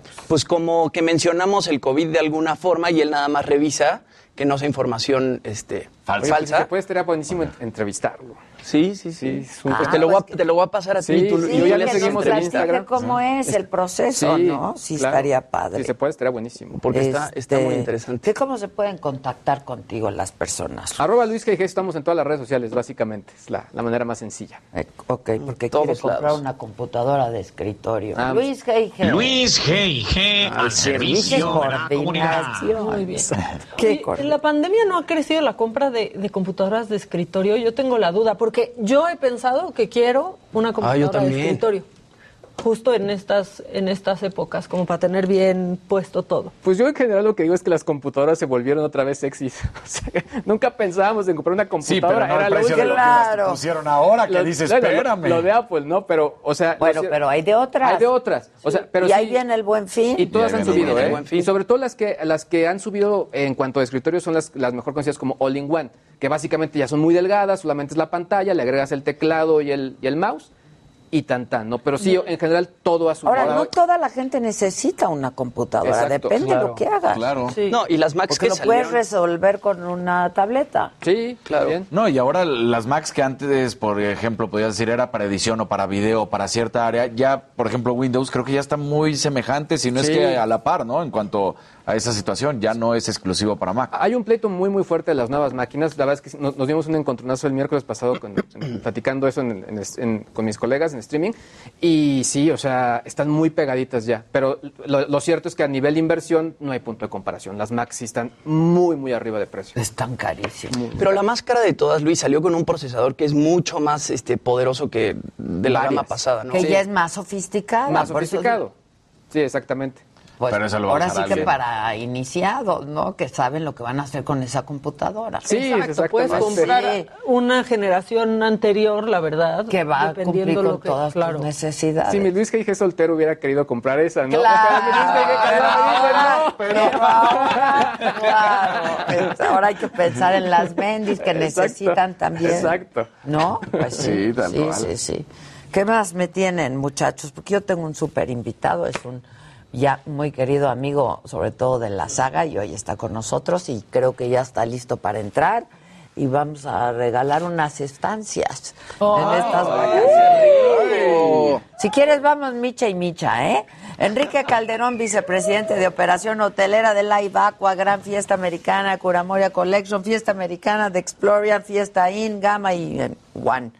O: sí. Pues como que mencionamos el COVID de alguna forma y él nada más revisa que no sea información este,
L: Oye,
O: falsa.
L: pues, Después estaría buenísimo en- entrevistarlo.
O: Sí, sí, sí.
C: Ah,
O: Pues te, lo voy a, te lo voy a pasar a ti. y tú, y tú
L: ya
O: le
L: le
O: haces
L: seguimos en
O: entrevista.
L: Instagram.
C: cómo es el proceso,
L: Sí,
C: ¿no? Sí,
L: claro.
C: estaría padre.
L: Si se puede, estaría buenísimo.
O: Porque está- está muy
C: interesante. ¿Cómo se pueden contactar contigo las personas?
L: Arroba Luis GG, estamos en todas las redes sociales, básicamente. Es la, la manera más sencilla.
C: Eh, ok, porque quiere comprar una computadora de escritorio.
L: Ah,
C: Luis G.I.G.
R: Luis G&G
C: Ah,
R: al servicio de la comunidad.
C: coordinación.
N: Muy bien.
C: Qué
N: Oye,
C: correcto.
N: en la pandemia no ha crecido la compra de, de computadoras de escritorio. Yo tengo la duda, porque yo he pensado que quiero
C: Ah,
N: una computadora de
O: también.
N: escritorio. Justo en estas, en estas épocas, como para tener bien puesto todo.
L: Pues yo en general lo que digo es que las computadoras se volvieron otra vez sexys. O sea, nunca pensábamos en comprar una
I: Sí, pero
L: computadora.
I: no
L: era
I: el
L: lo
I: precio de
L: último.
I: lo que las pusieron ahora, que
L: Lo-
I: dices,
L: bueno, lo-
I: espérame.
L: Lo, de Apple, ¿no, pero, o sea...
C: Bueno,
L: lo-
C: pero hay de otras.
L: Hay de otras. O sea, pero
C: y
L: sí-
C: ahí viene el buen fin.
L: Y todas han subido,
C: el
L: ¿eh?
C: buen
L: Y sobre todo las que, las que han subido en cuanto a escritorio son las, las mejor conocidas como All in One, que básicamente ya son muy delgadas, solamente es la pantalla, le agregas el teclado y el, y el mouse y tan tan, ¿no? Pero sí, en general todo ha subido.
C: Ahora, no toda la gente necesita una computadora,
L: Exacto,
C: depende de
L: claro,
C: lo que hagas.
I: claro.
O: No, y las Macs
C: Porque
O: que
C: lo
O: salieron.
C: puedes resolver con una tableta.
L: Sí,
O: claro.
I: No, y ahora las Macs que antes, por ejemplo, podías decir era para edición o para video o para cierta área, ya, por ejemplo, Windows creo que ya está muy semejante, si no es
L: Sí.
I: que a la par, ¿no? En cuanto a esa situación, ya no es exclusivo para Mac.
L: Hay un pleito muy, muy fuerte de las nuevas máquinas. La verdad es que nos, nos dimos un encontronazo el miércoles pasado con- en- platicando eso en el- en el- en- con mis colegas en streaming. Y sí, o sea, están muy pegaditas ya. Pero lo, lo cierto es que a nivel de inversión no hay punto de comparación. Las Macs sí están muy, muy arriba de precio.
C: Están carísimas.
O: Pero la máscara de todas, Luis, salió con un procesador que es mucho más este, poderoso que de la
L: Varias.
O: gama pasada, ¿no?
C: Que ya es más sofisticada.
L: Más
C: por eso-
L: sofisticado. Sí, exactamente.
C: Pues,
L: Pero eso lo va a
C: ahora
L: usar
C: sí que
L: alguien.
C: para iniciados, ¿no? Que saben lo que van a hacer con esa computadora. Pues
N: Exacto, puedes comprar una generación anterior, la verdad.
C: Que va a cumplir
N: dependiendo
C: con
N: lo que-
C: todas
N: claro.
C: tus necesidades.
L: Si mi Luis que dije soltero hubiera querido comprar esa, ¿no?
C: Claro, pero ahora, claro, Pues ahora hay que pensar en las bendis que
L: Exacto,
C: necesitan también.
L: exacto.
C: ¿No? Pues sí,
L: Sí, tal
C: sí,
L: cual.
C: sí, sí. ¿Qué más me tienen, muchachos? Porque yo tengo un súper invitado, es un ya muy querido amigo, sobre todo de la saga, y hoy está con nosotros y creo que ya está listo para entrar. Y vamos a regalar unas estancias en estas vacaciones. Si quieres, vamos Micha y Micha, ¿eh? Enrique Calderón, vicepresidente de Operación Hotelera de Live Aqua, Gran Fiesta Americana, Curamoria Collection, Fiesta Americana, de Explorian, Fiesta In, Gama y eh, One.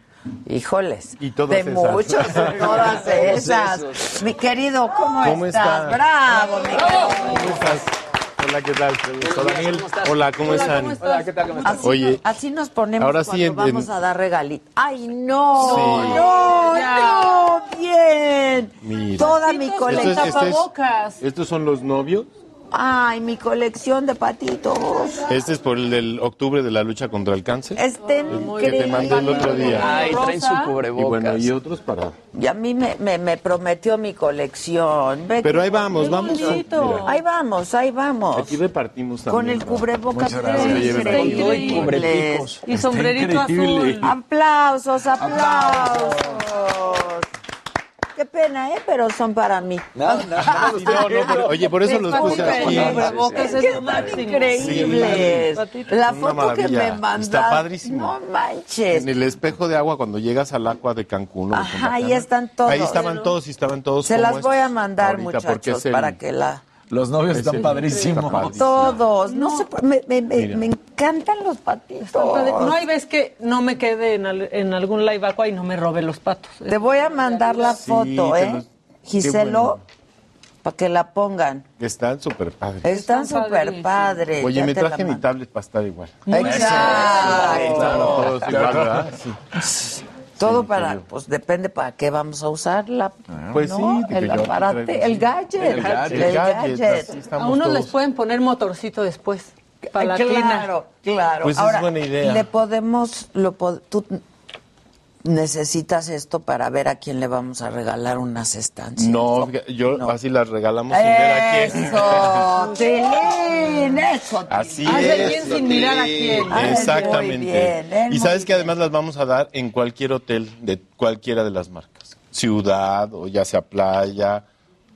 C: Híjoles. Y
S: todas
C: de
S: esas.
C: muchos, de todas ¿eh?
S: Todos
C: esas.
S: esos.
C: Mi querido, ¿cómo,
S: ¿Cómo
C: estás?
S: está?
C: Bravo, mi querido.
S: ¿Cómo estás? Hola, ¿qué tal? Qué gusto, Daniel. Hola, ¿cómo están?
L: Hola, ¿qué tal? ¿Cómo
C: Así,
S: Oye,
C: así nos ponemos
S: ahora sí
C: cuando
S: en-
C: vamos
S: en-
C: a dar regalitos. ¡Ay, no!
S: Sí.
C: ¡No, no! ¡Bien!
S: Mira.
C: Toda mi
S: Esto es-
C: colección.
S: esto es- estos son los novios.
C: ¡Ay, mi colección de patitos!
S: Este es por el del octubre de la lucha contra el cáncer.
C: Este
S: el que te mandé el otro día.
C: Ay, traen su
S: Y
C: cubrebocas.
S: bueno, y otros para.
C: Y a mí me, me, me prometió mi colección. Ve
S: Pero
C: qué
S: ahí vamos,
C: qué
S: vamos.
C: bonito.
S: Mira.
C: Ahí vamos, ahí vamos.
S: Aquí repartimos también.
C: Con el cubrebocas.
S: Muchas gracias.
C: Miren,
S: Oye,
C: increíbles.
S: con todo y cubrepicos.
C: Y
S: Está sombrerito increíble. azul.
C: Aplausos, aplausos. Qué pena, ¿eh? Pero son para mí.
S: Sí, no, no, pero- oye, por eso los puse aquí.
C: Es que están increíbles.
S: Sí.
C: La
S: Una
C: foto que me
S: maravilla.
C: mandaste.
S: Está padrísimo.
C: No manches.
S: En el espejo de agua cuando llegas al agua de Cancún. o de Punta
C: Ajá, ahí
S: Cana.
C: están todos.
S: Ahí estaban todos y estaban todos.
C: Se
S: como
C: las voy a
S: estos
C: mandar,
S: Pues, ahorita, porque
C: muchachos,
S: es el-
C: para que la...
I: Los novios están
S: Ese-
I: padrísimos.
S: está padrísimo.
C: Todos. No, sé, me, me- me-
S: Mira.
C: me encantan los patitos.
N: No hay vez que no me quede en, al- en algún live aqua y no me robe los patos.
C: Te voy a mandar la
S: Sí,
C: foto,
S: te
C: ¿eh?
S: los-
C: Giselo,
S: bueno.
C: para que la pongan.
S: Están súper padres.
C: Están súper padres.
S: Oye,
C: ya
S: me
C: te la
S: traje mi
C: mando. Ah.
S: tablet para estar igual.
C: Exacto.
S: Claro, todos igual, ¿verdad?
C: Todo para, pues depende para qué vamos a usar la,
S: Pues
C: Ah, ¿no?
S: sí, digo
C: el
S: yo, aquí
C: aparato,
S: traigo,
C: el
S: sí.
C: gadget,
S: El gadget, el gadget, así
N: A
S: estamos
N: unos les
S: todos.
N: pueden poner motorcito después.
Q: Eh,
N: Para la
C: Claro, claro.
S: Pues es
C: Ahora,
S: buena idea.
C: Le podemos, lo pod- tú necesitas esto para ver a quién le vamos a regalar unas estancias.
S: No, fíjate, yo así las regalamos sin ver a quién.
C: Eso, Tilín, eso.
S: Así
C: Haz de
S: es.
C: quién sin mirar a quién.
S: Tilín. Exactamente.
C: Muy bien, él muy
S: y sabes que además las vamos a dar en cualquier hotel de cualquiera de las marcas. Ciudad, o ya sea playa,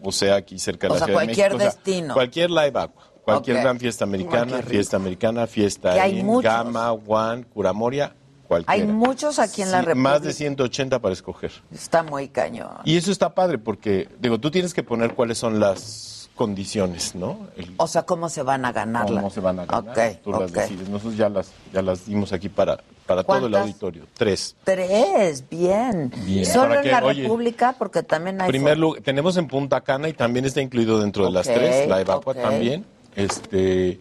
S: o sea aquí cerca de
C: O
S: la
C: sea,
S: Ciudad de
C: cualquier
S: México. O sea,
C: destino.
S: cualquier live aqua. Cualquier
C: Ok.
S: gran fiesta americana,
C: Ay, qué rico.
S: fiesta americana,
C: Que
S: fiesta
C: hay
S: en
C: muchos.
S: Gama, One, Curamoria, cualquiera.
C: Hay muchos aquí en la
S: Sí, Más de
C: República.
S: 180 para escoger.
C: Está muy cañón.
S: Y eso está padre porque, digo, tú tienes que poner cuáles son las condiciones, ¿no? El-
C: O sea, ¿cómo se van a ganar?
S: cómo
C: la-
S: se van a ganar,
C: Ok,
S: tú las
C: ok.
S: decides. Nosotros ya las, ya las dimos aquí para, para todo el
C: ¿Cuántas?
S: auditorio. Tres.
C: Tres, bien.
S: Bien.
C: Solo
S: Para
C: en
S: que,
C: la
S: oye,
C: República, porque también hay...
S: primer lugar, tenemos en Punta Cana y también está incluido dentro de las
C: Ok,
S: tres, la evapua
C: ok.
S: también. Este,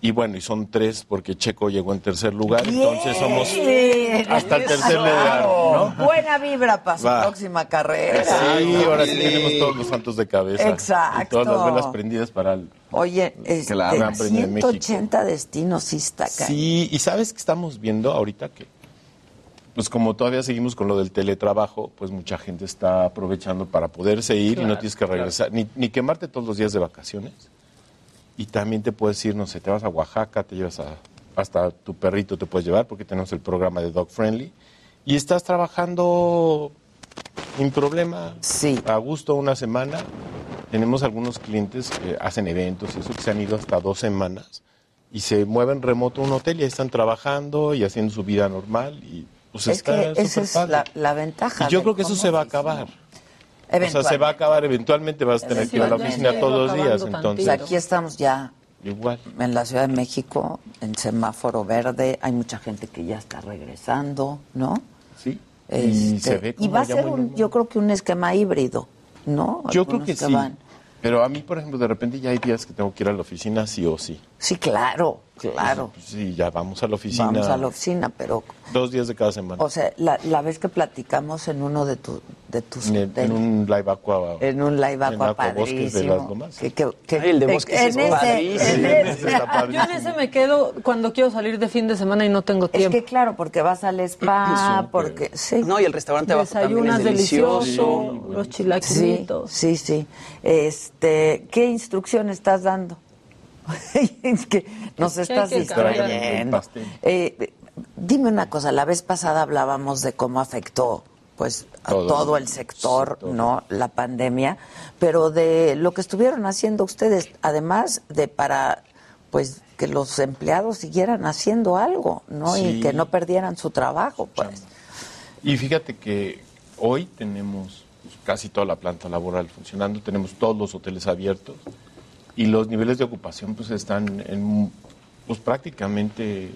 S: y bueno, y son tres porque Checo llegó en tercer lugar, entonces somos
C: Bien.
S: hasta el tercer lugar,
C: Claro.
S: ¿no?
C: Oh, Buena vibra para su
S: Va.
C: próxima carrera.
S: Sí, ahora sí tenemos todos los santos de cabeza.
C: Exacto.
S: Y todas las velas prendidas para el
C: Oye, este,
S: Claro. Gran Premio de México.
C: 180 destinos, sí está cañón.
S: Sí, y sabes que estamos viendo ahorita que, pues como todavía seguimos con lo del teletrabajo, pues mucha gente está aprovechando para poderse ir y no
T: Claro,
S: tienes que regresar, ni, ni quemarte todos los días de vacaciones. Y también te puedes ir, no sé, te vas a Oaxaca, te llevas a, hasta tu perrito te puedes llevar porque tenemos el programa de Dog Friendly. Y estás trabajando sin problema, a gusto una semana. Tenemos algunos clientes que hacen eventos y eso que se han ido hasta dos semanas y se mueven remoto a un hotel y ahí están trabajando y haciendo su vida normal y pues
C: es
S: está
C: que esa
S: súper
C: es
S: padre.
C: la, la ventaja.
S: Y yo
C: del
S: creo que eso
C: home
S: se va a
C: office,
S: acabar.
C: ¿no?
S: O sea, se va a acabar eventualmente, vas a tener que ir a la
C: Eventualmente.
S: oficina todos los días. Entonces,
C: Pues aquí estamos ya
S: igual.
C: en la Ciudad de México, en semáforo verde. Hay mucha gente que ya está regresando, ¿no?
S: Sí.
C: Este,
S: y se ve como
C: y va a
S: ya
C: ser,
S: muy
C: un, yo creo que un esquema híbrido, ¿no?
S: Yo creo
C: Algunos
S: que sí.
C: van.
S: Pero a mí, por ejemplo, de repente ya hay días que tengo que ir a la oficina sí o sí.
C: Sí, claro, claro.
S: Pues, sí, ya vamos a la oficina.
C: Vamos a la oficina, pero...
S: Dos días de cada semana.
C: O sea, la, la vez que platicamos en uno de, tu- de tus...
S: en, el-
C: de-
S: en un live aqua.
C: en un live
S: en
C: aqua
S: Aquabosques de
C: padrísimo.
S: las Lomas.
C: Que- que- que-
S: Ay, el de Bosques
C: en
S: es
C: ese-
S: padrísimo.
C: en
S: Sí,
C: ese-
S: está
Q: Yo en ese me quedo cuando quiero salir de fin de semana y no tengo tiempo.
C: Es que claro, porque vas al spa, porque sí.
O: No, y el restaurante abajo también
Q: Desayunas
O: es delicioso.
Q: delicioso, los
C: Sí,
Q: chilaquilitos.
C: sí, sí. Este, ¿qué instrucción estás dando? es que nos
Q: Que hay
C: estás
Q: que cambiar.
C: distrayendo. Eh, dime una cosa, la vez pasada hablábamos de cómo afectó pues a
Q: Todo.
C: todo el sector, ¿no? La pandemia, pero de lo que estuvieron haciendo ustedes, además de para pues que los empleados siguieran haciendo algo, ¿no?
S: Sí.
C: Y que no perdieran su trabajo, pues.
S: Y fíjate que hoy tenemos pues, casi toda la planta laboral funcionando, tenemos todos los hoteles abiertos y los niveles de ocupación pues están en, pues prácticamente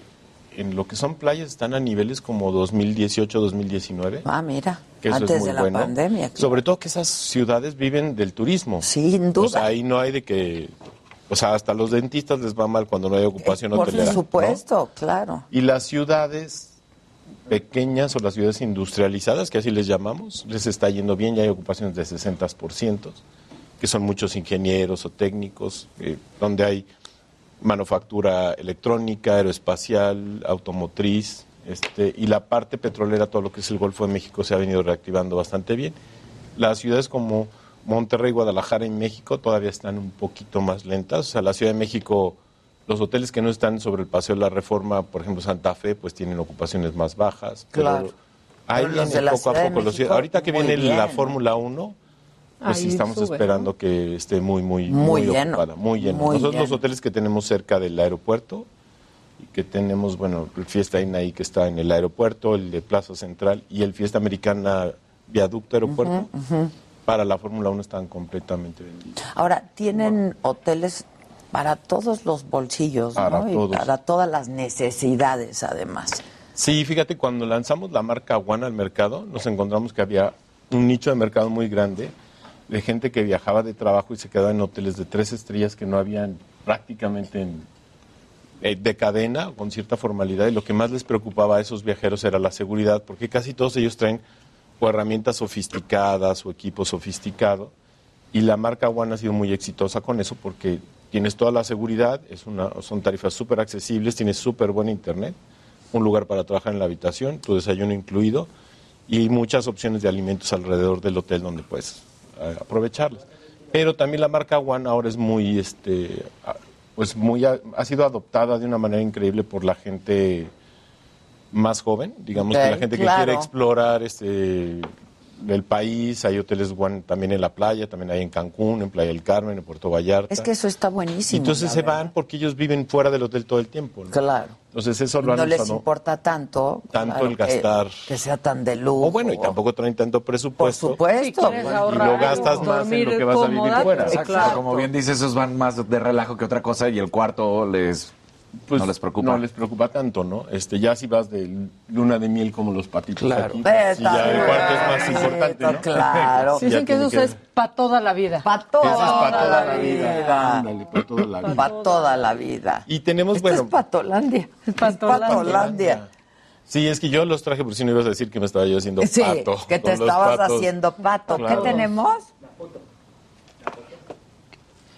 S: en lo que son playas están a niveles como 2018-2019.
C: Ah, mira,
S: que eso es
C: antes
S: muy
C: de la
S: bueno.
C: pandemia. claro.
S: Sobre todo que esas ciudades viven del turismo.
C: Sin duda.
S: O sea, ahí no hay de que... O sea, hasta los dentistas les va mal cuando no hay ocupación
C: Eh, Por
S: hotelera. ¿no?
C: supuesto, claro.
S: Y las ciudades pequeñas o las ciudades industrializadas, que así les llamamos, les está yendo bien, ya hay ocupaciones de 60%, que son muchos ingenieros o técnicos, eh, donde hay manufactura electrónica, aeroespacial, automotriz, este, y la parte petrolera, todo lo que es el Golfo de México, se ha venido reactivando bastante bien. Las ciudades como Monterrey, Guadalajara y México todavía están un poquito más lentas. O sea, la Ciudad de México, los hoteles que no están sobre el Paseo de la Reforma, por ejemplo Santa Fe, pues tienen ocupaciones más bajas. pero
C: Claro.
S: Ahí
C: Pero los
S: viene
C: de la
S: poco a
C: Ciudad de
S: poco. los-
C: México,
S: ahorita que
C: muy
S: viene la
C: bien.
S: Fórmula 1, pues
C: Ahí
S: sí estamos
C: sube, ¿no?
S: esperando que esté muy, muy,
C: Muy
S: muy,
C: lleno.
S: ocupada, muy lleno.
C: Muy
S: Nosotros los
C: lleno.
S: hoteles que tenemos cerca del aeropuerto y que tenemos, bueno, el Fiesta Inn ahí que está en el aeropuerto, el de Plaza Central y el Fiesta Americana Viaducto Aeropuerto,
C: Ujú.
S: para la Fórmula 1 están completamente vendidos.
C: Ahora, tienen hoteles para todos los bolsillos,
S: Para
C: ¿no? Y
S: todos.
C: para todas las necesidades, además.
S: Sí, fíjate, cuando lanzamos la marca One al mercado, nos encontramos que había un nicho de mercado muy grande de gente que viajaba de trabajo y se quedaba en hoteles de tres estrellas que no habían prácticamente en, eh, de cadena, con cierta formalidad, y lo que más les preocupaba a esos viajeros era la seguridad, porque casi todos ellos traen o herramientas sofisticadas o equipo sofisticado, y la marca One ha sido muy exitosa con eso porque tienes toda la seguridad, es una, son tarifas súper accesibles, tienes súper buen internet, un lugar para trabajar en la habitación, tu desayuno incluido, y muchas opciones de alimentos alrededor del hotel donde puedes eh, aprovecharlas. Pero también la marca One ahora es muy, este, a- pues muy, a- ha sido adoptada de una manera increíble por la gente más joven, digamos
T: Ok,
S: que la gente que
T: claro.
S: quiere explorar este del país, hay hoteles guan- también en la playa, también hay en Cancún, en Playa del Carmen, en Puerto Vallarta.
C: Es que eso está
S: Y
C: buenísimo.
S: entonces
C: la
S: se
C: verdad.
S: van porque ellos viven fuera del hotel todo el tiempo. ¿no?
C: Claro.
S: Entonces eso lo han
C: No les
S: usado
C: importa tanto.
S: tanto
C: claro,
S: el
C: que-
S: gastar.
C: Que, sea tan de lujo.
S: O bueno, y tampoco traen tanto presupuesto.
C: Por supuesto.
S: Y lo gastas más en lo que vas a vivir fuera.
K: Exacto. Como bien dices, esos van más de relajo que otra cosa y el cuarto les
S: Pues,
K: no les preocupa.
S: No les preocupa tanto, ¿no? Este, ya si vas de luna de miel como los patitos
K: Claro.
S: aquí, pues,
K: Vete,
S: sí, ya el cuarto es más
K: Beto,
S: importante, ¿no?
N: claro.
S: Ya
Q: Dicen que eso
S: tiene
Q: es para toda la vida.
C: Para
N: toda
S: Eso es pa'
N: la
S: toda la
N: vida.
S: vida. Ándale, pa' toda la vida.
C: Para toda la vida.
S: Y tenemos, bueno...
C: Patolandia. Es Patolandia.
S: Sí, es que yo los traje por si no ibas a decir que me estaba yo haciendo
C: Sí,
S: pato.
C: que te
S: con los
C: estabas
S: patos.
C: haciendo pato.
S: Claro.
C: ¿Qué tenemos?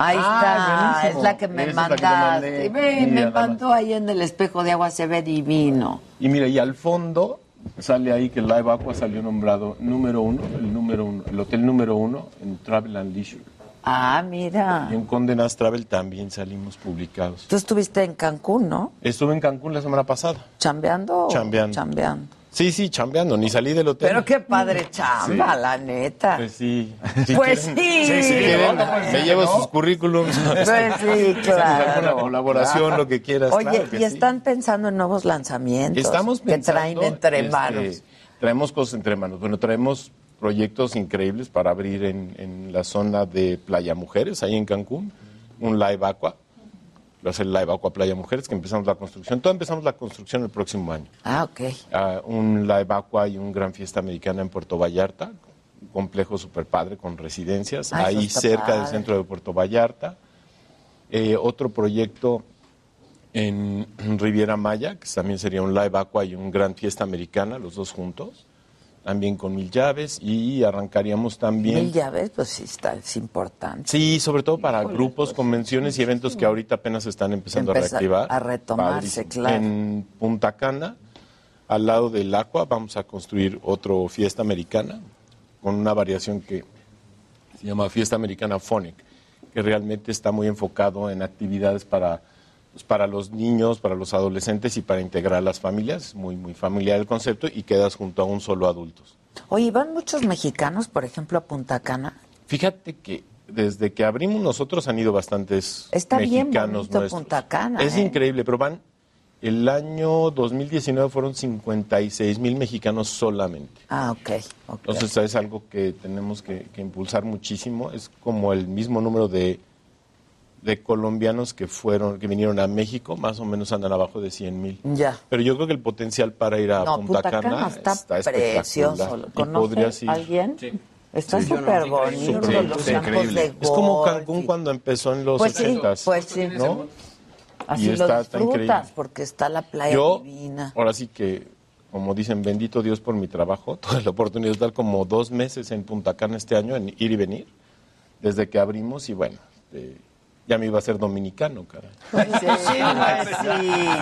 C: Ahí
S: Ah,
C: está,
S: buenísimo.
C: es la que me
S: Esa es la que te
C: mandaste.
S: mandé.
C: Ve,
S: Mira,
C: me
S: nada
C: mandó ahí en el espejo de agua, se ve divino.
S: Y mira, y al fondo sale ahí que Live Aqua salió nombrado número uno, el número uno, el hotel número uno en Travel and Leisure.
C: Ah, mira.
S: Y en Condé Nast Travel también salimos publicados.
C: Tú estuviste en Cancún, ¿no?
S: Estuve en Cancún la semana pasada.
C: ¿Chambeando? o
S: Chambeando.
C: Chambeando.
S: Sí, sí, chambeando, ni salí del hotel.
C: Pero qué padre chamba,
S: Mm. Sí.
C: la neta.
S: Pues sí.
C: Pues sí.
S: si
C: Sí,
S: quieren, Pues,
C: no, no puede
S: me
C: ser,
S: llevo
C: ¿no?
S: sus currículums.
C: Pues sí, claro.
S: Alguna colaboración,
C: Claro.
S: lo que quieras.
C: Oye,
S: claro que
C: y
S: sí.
C: están pensando en nuevos lanzamientos.
S: Estamos
C: Que
S: pensando,
C: traen entre
S: este,
C: manos.
S: Traemos cosas entre manos. Bueno, traemos proyectos increíbles para abrir en, en la zona de Playa Mujeres, ahí en Cancún, un live aqua. Va a ser live aqua Playa Mujeres, que empezamos la construcción. Todo empezamos la construcción el próximo año.
C: Ah, ok.
S: Ah, un live aqua y un gran fiesta americana en Puerto Vallarta, un complejo super padre con residencias,
T: Ah, eso
S: ahí
T: está
S: cerca del
T: padre.
S: centro de Puerto Vallarta. Eh, otro proyecto en Riviera Maya, que también sería un live aqua y un gran fiesta americana, los dos juntos, también con mil llaves y arrancaríamos también...
C: Mil llaves, pues sí, está, es importante. pues,
S: Sí, sobre todo para grupos, convenciones y eventos que ahorita apenas están empezando
C: Empeza-
S: a reactivar.
C: a retomarse, claro.
S: En Punta Cana, al lado del Aqua, vamos a construir otro fiesta americana con una variación que se llama fiesta americana phonic, que realmente está muy enfocado en actividades para pues, para los niños, para los adolescentes y para integrar las familias, muy muy familiar el concepto y quedas junto a un solo adulto.
C: Oye, ¿van muchos mexicanos, por ejemplo, a Punta Cana?
S: Fíjate que desde que abrimos nosotros han ido bastantes
C: Está bien
S: mexicanos
C: bonito
S: nuestros.
C: Punta Cana.
S: Es
C: ¿eh?
S: increíble, pero van, el año 2019 fueron 56 mil mexicanos solamente.
C: Ah, ok. ok.
S: Entonces es algo que tenemos que, que impulsar muchísimo. Es como el mismo número de, de colombianos que fueron, que vinieron a México, más o menos andan abajo de 100 mil.
C: Ya.
S: Pero yo creo que el potencial para ir a
C: No,
S: Punta,
C: Punta
S: Cana,
C: Cana está
S: espectacular.
C: precioso. ¿Lo
S: Y
C: conoces
S: podrías ir.
C: alguien? Sí. Está
S: Sí, yo no,
C: súper
S: sí,
C: bonito.
S: sí,
C: los
S: sí,
C: campos
S: increíble.
C: de
S: Es como
C: golf.
S: Cancún cuando empezó en los
C: Pues sí,
S: 80
C: pues sí.
S: ¿no?
C: Así
S: Y
C: lo
S: está- está
C: disfrutas,
S: increíble.
C: porque está la playa
S: Yo,
C: divina.
S: ahora sí que, como dicen, bendito Dios por mi trabajo, tuve la oportunidad de estar como dos meses en Punta Cana este año, en ir y venir, desde que abrimos y bueno, este, ya me iba a ser dominicano, cara.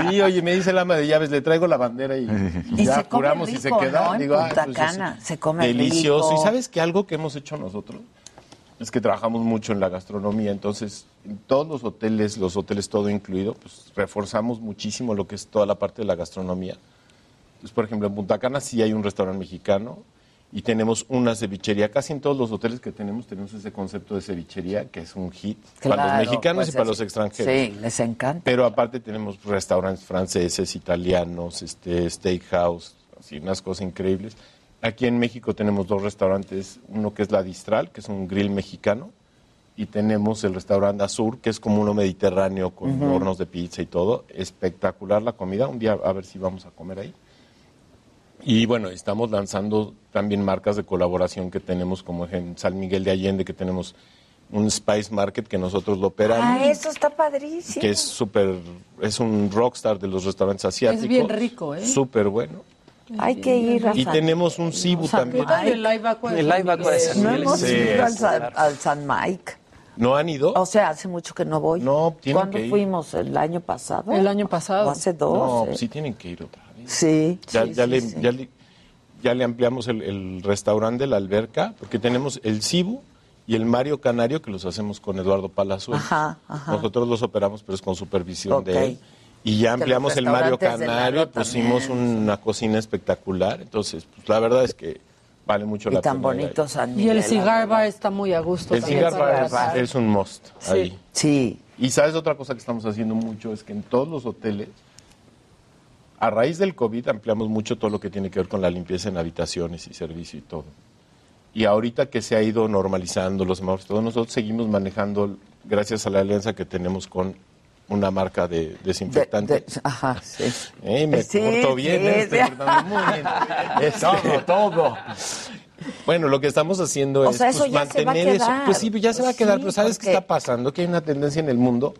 S: Sí, oye, me dice el ama de llaves, le traigo la bandera y,
C: Y
S: ya
C: se come
S: curamos y se
C: rico,
S: queda.
C: ¿no? En
S: Digo, "Ay,
C: Punta
S: pues,
C: Cana,
S: es
C: se come
S: Delicioso.
C: rico.
S: ¿Y sabes que algo que hemos hecho nosotros? Es que trabajamos mucho en la gastronomía, entonces en todos los hoteles, los hoteles todo incluido, pues reforzamos muchísimo lo que es toda la parte de la gastronomía. Entonces, por ejemplo, en Punta Cana sí hay un restaurante mexicano y tenemos una cevichería. Casi en todos los hoteles que tenemos tenemos ese concepto de cevichería que es un hit para
C: Claro,
S: los mexicanos
C: pues
S: y para
C: es-
S: los extranjeros.
C: Sí, les encanta.
S: Pero aparte tenemos restaurantes franceses, italianos, este steakhouse, así unas cosas increíbles. Aquí en México tenemos dos restaurantes, uno que es La Distral, que es un grill mexicano, y tenemos el restaurante Azur, que es como uno mediterráneo con
T: Ujú.
S: hornos de pizza y todo. Espectacular la comida. Un día a ver si vamos a comer ahí. Y bueno, estamos lanzando también marcas de colaboración que tenemos, como en San Miguel de Allende, que tenemos un Spice Market que nosotros lo operamos
C: Ah, eso está padrísimo.
S: que es súper, es un rockstar de los restaurantes asiáticos.
Q: bien rico, ¿eh?
S: Súper bueno.
C: Hay que ir a
S: Y
C: San-
S: tenemos un Cibu también.
Q: Ay, el live
N: Pues,
Q: aqua de
O: el live
Q: San
O: aqua de
Q: Miguel.
O: San
C: No
O: Miguel.
C: hemos
S: Sí,
C: ido al
S: es-
C: San, al San Mike.
S: ¿No han ido?
C: O sea, hace mucho que no voy. No,
S: tienen
C: ¿Cuándo
S: que ir.
C: fuimos? ¿El año pasado?
Q: El año pasado.
C: O hace
S: No, pues
C: dos. eh.
S: sí tienen que ir otra vez.
C: Sí.
S: Ya,
C: sí,
S: ya
C: sí,
S: le,
C: sí.
S: Ya, le, ya le ampliamos el, el restaurante de la alberca, porque tenemos el Cibu y el Mario Canario, que los hacemos con Eduardo Palazuelos.
C: Ajá, ajá.
S: Nosotros los operamos, pero es con supervisión
C: Ok.
S: de él. Y
C: Que
S: ya
C: los
S: ampliamos el Mario
C: restaurantes del
S: Canario,
C: Lalo
S: pusimos
C: también.
S: una cocina espectacular. Entonces, pues, la verdad es que Vale mucho
C: Y
S: la
C: tan
S: pena. ir ahí.
C: bonito San
Q: Y
C: Miguel,
Q: el
C: la
Q: cigar bar está muy a gusto.
S: El
Q: también.
S: cigar bar es, es un must
Q: Sí.
S: ahí.
C: Sí.
S: Y sabes otra cosa que estamos haciendo mucho es que en todos los hoteles, a raíz del COVID, ampliamos mucho todo lo que tiene que ver con la limpieza en habitaciones y servicio y todo. Y ahorita que se ha ido normalizando los semáforos, y todo, nosotros seguimos manejando, gracias a la alianza que tenemos con una marca de desinfectante. Eh,
C: ajá, sí.
S: me
C: Sí,
S: porto bien,
C: sí,
S: este,
C: sí.
S: Fernando, muy bien. Este,
I: todo.
S: Bueno, lo que estamos haciendo
C: O
S: es
C: sea, eso
S: pues,
C: ya se va a
S: mantener eso.
C: quedar.
S: Pues sí, pues ya se va a
C: Sí,
S: quedar, pero ¿sabes qué
C: porque-
S: está pasando? Que hay una tendencia en el mundo.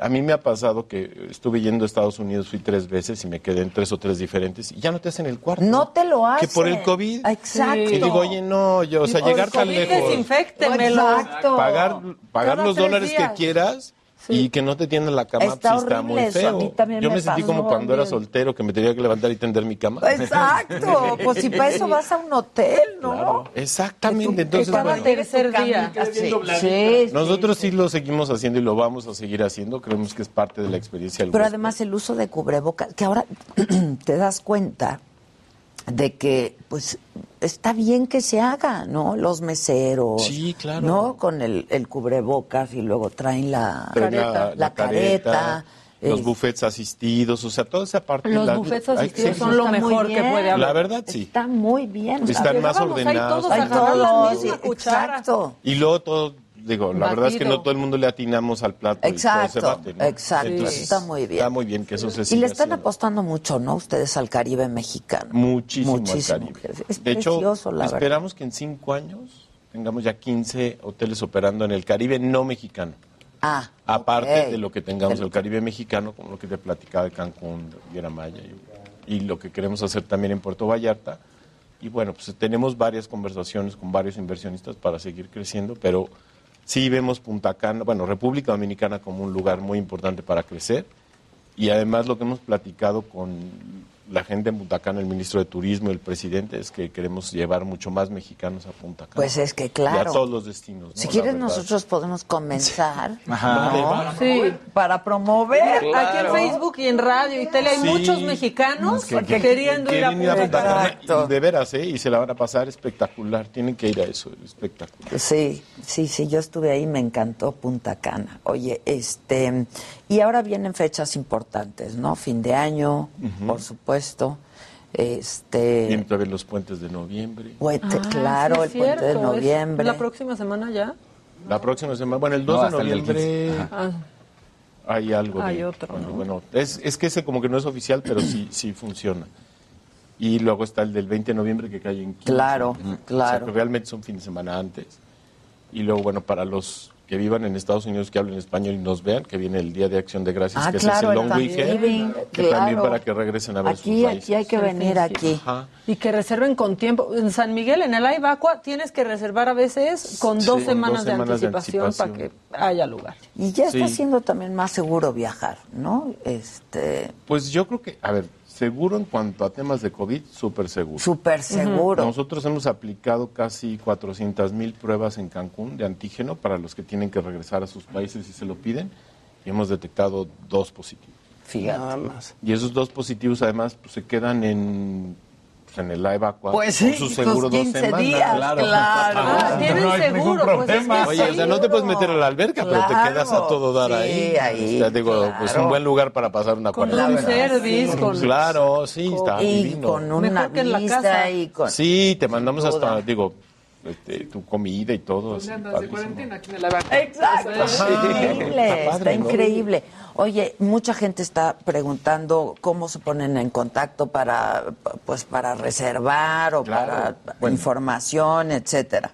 S: A mí me ha pasado que estuve yendo a Estados Unidos, fui tres veces y me quedé en tres o tres diferentes y ya no te hacen el cuarto.
C: No te lo hacen.
S: Que por el COVID.
C: Exacto.
S: Y digo, oye, no, yo, o sea,
C: Por el
S: llegar tan
C: COVID
S: lejos.
C: desinféctemelo. Exacto.
S: Pagar, pagar
C: Cada
S: los
C: tres
S: dólares
C: días.
S: que quieras y que no te tiendan la cama,
C: Está
S: pues, está
C: horrible
S: muy
C: eso, a
S: feo.
C: mí también
S: yo
C: me
S: me, sentí
C: pasó
S: como cuando era
C: también.
S: soltero que me tenía que levantar y tender mi cama.
C: Exacto, pues si para eso vas a un hotel, ¿no?
S: Exactamente, entonces bueno.
N: tercer día.
C: Sí,
S: Nosotros sí lo seguimos haciendo y lo vamos a seguir haciendo. Creemos que es parte de la experiencia del
C: Pero
S: huésped.
C: además el uso de cubrebocas, que ahora te das cuenta de que, pues, está bien que se haga, ¿no? Los meseros.
S: Sí, claro.
C: ¿No? Con el, el cubrebocas y luego traen la,
S: Traen la-
C: la,
S: la
C: careta. eh,
S: los
C: es-
S: buffets asistidos, o sea, toda esa parte.
N: Los
S: la-
N: buffets
S: Ay,
N: asistidos
S: sí,
N: son lo
S: está muy
N: mejor que
S: bien.
N: puede haber.
S: La verdad, sí.
C: Está muy bien.
S: Están
N: Llegábamos
S: más
N: ahí
S: ordenados.
N: todos
S: Hay
N: a agarrar la
C: todos,
N: misma
C: sí,
N: cuchara.
C: Exacto.
S: Y luego todo, digo, la verdad es que
C: Batido.
S: no todo el mundo le atinamos al plato. y todo
C: Exacto,
S: se bate, ¿no?
C: exacto, está muy bien.
S: Está muy bien que eso se
C: Y le
S: siga
C: están
S: haciendo.
C: apostando mucho, ¿no? Ustedes al Caribe mexicano.
S: Muchísimo, al
C: Muchísimo.
S: Caribe.
C: Es
S: de hecho,
C: precioso, la verdad.
S: esperamos que en cinco años tengamos ya 15 hoteles operando en el Caribe no mexicano.
C: Ah,
S: Aparte
C: ok.
S: de lo que tengamos el Caribe mexicano, como lo que te platicaba de Cancún, de Riviera Maya, y, y lo que queremos hacer también en Puerto Vallarta. Y bueno, pues tenemos varias conversaciones con varios inversionistas para seguir creciendo, pero sí vemos Punta Cana, bueno, República Dominicana como un lugar muy importante para crecer. Y además lo que hemos platicado con la gente en Punta Cana, el ministro de Turismo, el presidente, es que queremos llevar mucho más mexicanos a Punta Cana.
C: Pues es que
S: Y a
C: claro.
S: todos los destinos. ¿no?
C: Si
S: La
C: quieres,
S: verdad.
C: nosotros podemos comenzar.
S: Ajá.
C: ¿no?
S: Vale,
N: Sí.
C: Para promover.
N: Aquí en Facebook y en radio y tele hay
S: Sí.
N: muchos mexicanos
S: Que- que-
N: queriendo
S: que
N: ir a
S: quieren ir a
N: Punta
S: Punta
N: Cana.
S: Cana. Y De veras, ¿eh? Y se la van a pasar espectacular. Tienen que ir a eso, espectacular.
C: Sí, sí, sí, yo estuve ahí, me encantó Punta Cana. Oye, este, y ahora vienen fechas importantes, ¿no? Fin de año, por supuesto. Este,
S: Tienen todavía los puentes de noviembre.
C: puente,
N: Ah,
C: claro,
N: sí,
C: el
N: es
C: puente de
N: cierto, es
C: noviembre.
N: La próxima semana ya.
S: La próxima semana, bueno, el
I: No,
S: 2 de
I: hasta el del
S: noviembre
I: 15.
N: Ah,
S: hay algo. de-
N: Hay otro,
S: Bueno,
N: ¿no?
S: bueno, es, es que ese como que no es oficial, pero sí, sí funciona. Y luego está el del 20 de noviembre que cae en 15.
C: Claro,
S: Ujú. O sea,
C: claro.
S: que realmente son fin de semana antes. Y luego, bueno, para los que vivan en Estados Unidos, que hablen español y nos vean, que viene el Día de Acción de Gracias,
C: Ah,
S: que
C: claro,
S: es el
C: el
S: Long
C: Thanksgiving,
S: Weekend, que también
N: claro.
S: para que regresen a ver sus
N: Aquí, aquí
S: países.
N: hay que venir aquí.
S: Ajá.
N: Y que reserven con tiempo. En San Miguel, en el Aibacua, tienes que reservar a veces con
S: Sí,
N: dos
S: con
N: semanas,
S: dos
N: de,
S: semanas de
N: anticipación
S: anticipación.
N: para que haya lugar.
C: Y ya está
S: Sí.
C: siendo también más seguro viajar, ¿no? Este,
S: Pues yo creo que, a ver, seguro en cuanto a temas de COVID, súper seguro.
C: Súper seguro. Ujú.
S: Nosotros hemos aplicado casi 400 mil pruebas en Cancún de antígeno para los que tienen que regresar a sus países si se lo piden y hemos detectado dos positivos.
C: Fíjate. Nada
O: más.
S: Y esos dos positivos además pues, se quedan en, pues, en el live aqua
C: Pues sí,
S: con su
C: sus
S: seguro dos
C: 15
S: semanas.
C: días, claro. Ah, tienen No hay ningún seguro, pues, es que problema.
S: Oye, o sea, no te puedes meter a la alberca, pero te
C: Claro,
S: quedas a todo dar
C: sí,
S: ahí.
C: ahí,
S: O sea, digo, pues
C: claro.
S: un buen lugar para pasar una
C: Con
S: cuarentena.
C: un service,
S: Sí,
C: con-
S: Claro, sí, está
C: y
S: divino.
C: con una
N: Mejor que en la
C: vista
N: casa.
C: y con...
S: Sí, te mandamos
C: duda.
S: hasta, digo, este, tu comida y todo. así, padrísimo.
C: Exacto.
S: Sí.
C: Increíble,
S: Está
C: está,
S: padre, ¿no?
C: increíble. Oye, mucha gente está preguntando cómo se ponen en contacto para pues para reservar o para información, etcétera.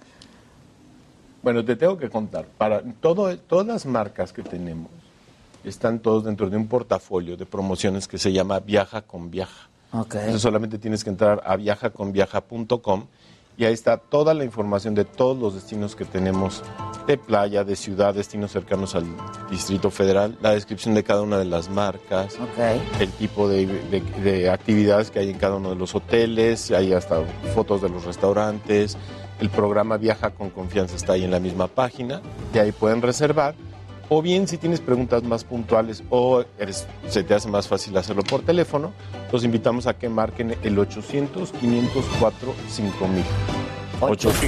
S: Bueno, te tengo que contar. Para todo, todas las marcas que tenemos están todos dentro de un portafolio de promociones que se llama Viaja con Viaja. Entonces solamente tienes que entrar a viajaconviaja.com y ahí está toda la información de todos los destinos que tenemos de playa, de ciudad, destinos cercanos al Distrito Federal, la descripción de cada una de las marcas, el tipo de, de- de actividades que hay en cada uno de los hoteles, hay hasta fotos de los restaurantes, el programa Viaja con Confianza está ahí en la misma página, de ahí pueden reservar. O bien si tienes preguntas más puntuales o eres- se te hace más fácil hacerlo por teléfono, los invitamos a que marquen el 800-504-5000.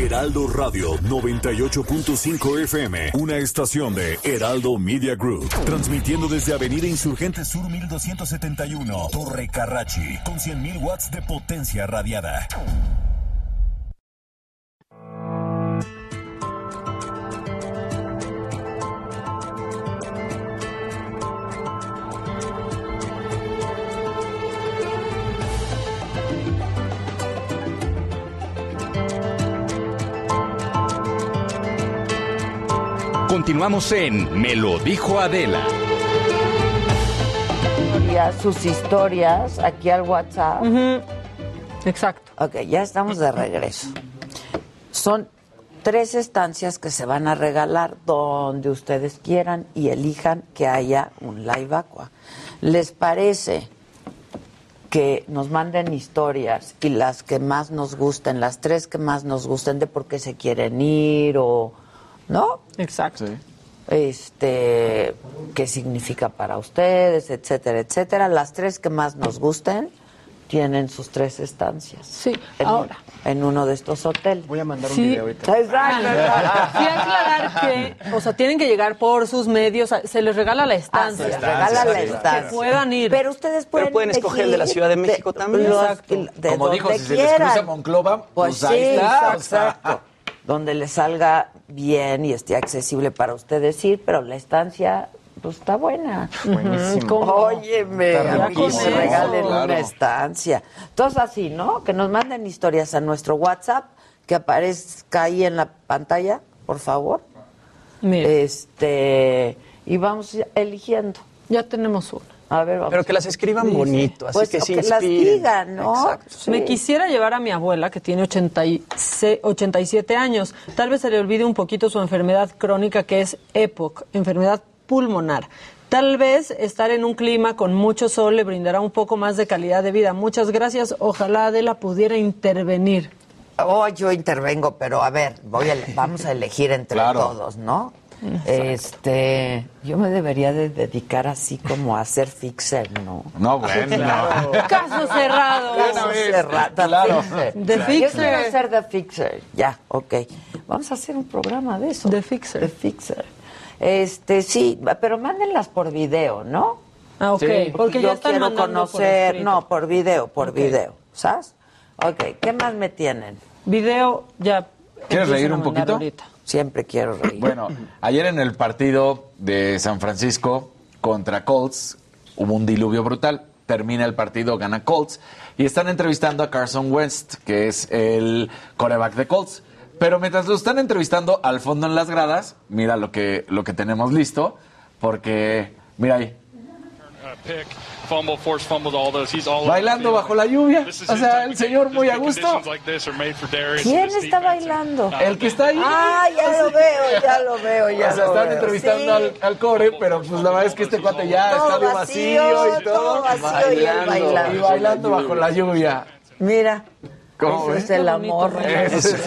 P: Heraldo Radio 98.5 FM, una estación de Heraldo Media Group, transmitiendo desde Avenida Insurgente Sur 1271, Torre Carrachi, con 100.000 watts de potencia radiada.
B: Continuamos en Me lo dijo Adela.
C: historias, sus historias aquí al WhatsApp.
N: Exacto.
C: Ok, ya estamos de regreso. Son tres estancias que se van a regalar donde ustedes quieran y elijan que haya un live aqua. ¿Les parece que nos manden historias y las que más nos gusten, las tres que más nos gusten de por qué se quieren ir o... ¿No?
N: Exacto.
C: Este, qué significa para ustedes, etcétera, etcétera. Las tres que más nos gusten tienen sus tres estancias. Sí. En,
N: ahora.
C: en uno de estos hoteles. Voy a mandar
N: un Sí. video ahorita.
C: Exacto. exacto.
N: Sí, aclarar que, o sea, tienen que llegar por sus medios, a- se les regala
C: Ah,
N: la estancia.
C: se les regala la
N: Que
C: estancia.
N: puedan ir.
C: Pero ustedes pueden,
O: pueden escoger de la Ciudad de México también. Exacto.
K: Como dijo, si se les cruza Monclova, pues,
C: Pues
K: ahí
C: sí,
K: está.
C: exacto. Donde les salga bien y esté accesible para ustedes ir, pero la estancia pues, está buena.
E: Buenísimo. ¿Cómo?
C: Óyeme,
E: Está
C: a mí que me
E: riquísimo.
C: regalen
E: Claro.
C: una estancia. Entonces así, ¿no? Que nos manden historias a nuestro WhatsApp que aparezca ahí en la pantalla, por favor. Este y vamos eligiendo.
N: Ya tenemos una.
C: A ver, vamos.
O: Pero que las escriban bonito, así
C: Pues,
O: que
C: o
O: se
C: que las
O: inspiren.
C: digan, ¿no?
O: Exacto.
C: Sí.
N: Me quisiera llevar a mi abuela, que tiene 86, 87 años. Tal vez se le olvide un poquito su enfermedad crónica, que es EPOC, enfermedad pulmonar. Tal vez estar en un clima con mucho sol le brindará un poco más de calidad de vida. Muchas gracias. Ojalá Adela pudiera intervenir.
C: Oh, yo intervengo, pero a ver, voy a- vamos a elegir entre todos, ¿no? Este, yo me debería de dedicar así como a ser fixer, ¿no?
K: No, bueno.
N: Caso cerrado.
C: Caso cerrado.
N: Claro. The
C: Yo
N: Fixer.
C: quiero ser The Fixer. Ya, ok. Vamos a hacer un programa de eso. The Fixer. The Fixer. Este, sí, pero mándenlas por video, ¿no?
N: Ah, ok. Sí. Porque
C: yo
N: ya están
C: quiero
N: mandando por
C: conocer,
N: escrito.
C: no, por video, por
N: Ok.
C: video, ¿sabes? Ok, ¿qué más me tienen?
N: Video ya.
K: ¿Quieres
N: empiezan
K: reír
N: a
K: un
N: mandar
K: poquito?
N: ahorita.
C: Siempre quiero reír.
K: Bueno, ayer en el partido de San Francisco contra Colts hubo un diluvio brutal. Termina el partido, gana Colts. Y están entrevistando a Carson Wentz, que es el coreback de Colts. Pero mientras lo están entrevistando al fondo en las gradas, mira lo que, lo que tenemos listo, porque mira ahí.
T: Uh, pick, fumble, force fumble, all those. He's all over the
K: Bailando
T: field.
K: bajo la lluvia.
T: This is
K: O
T: his
K: sea,
T: type
K: el
T: of
K: señor
T: game.
K: muy a
T: Just the
K: gusto.
T: conditions like this are made for Darius and
C: ¿Quién
T: this
C: está
T: defense.
C: bailando?
K: El que está ahí.
C: Ah, ya lo veo, ya lo veo, ya
K: O sea,
C: lo
K: están
C: veo.
K: entrevistando al, al core, pero pues la verdad es que este cuate ya
C: Todo
K: está bien
C: vacío,
K: vacío y todo.
C: todo vacío y él bailando.
K: Y bailando bajo la lluvia.
C: Mira.
K: ¿Cómo
C: Ese
K: ves?
C: es el amor,
K: Ese
C: ese
K: es-
C: es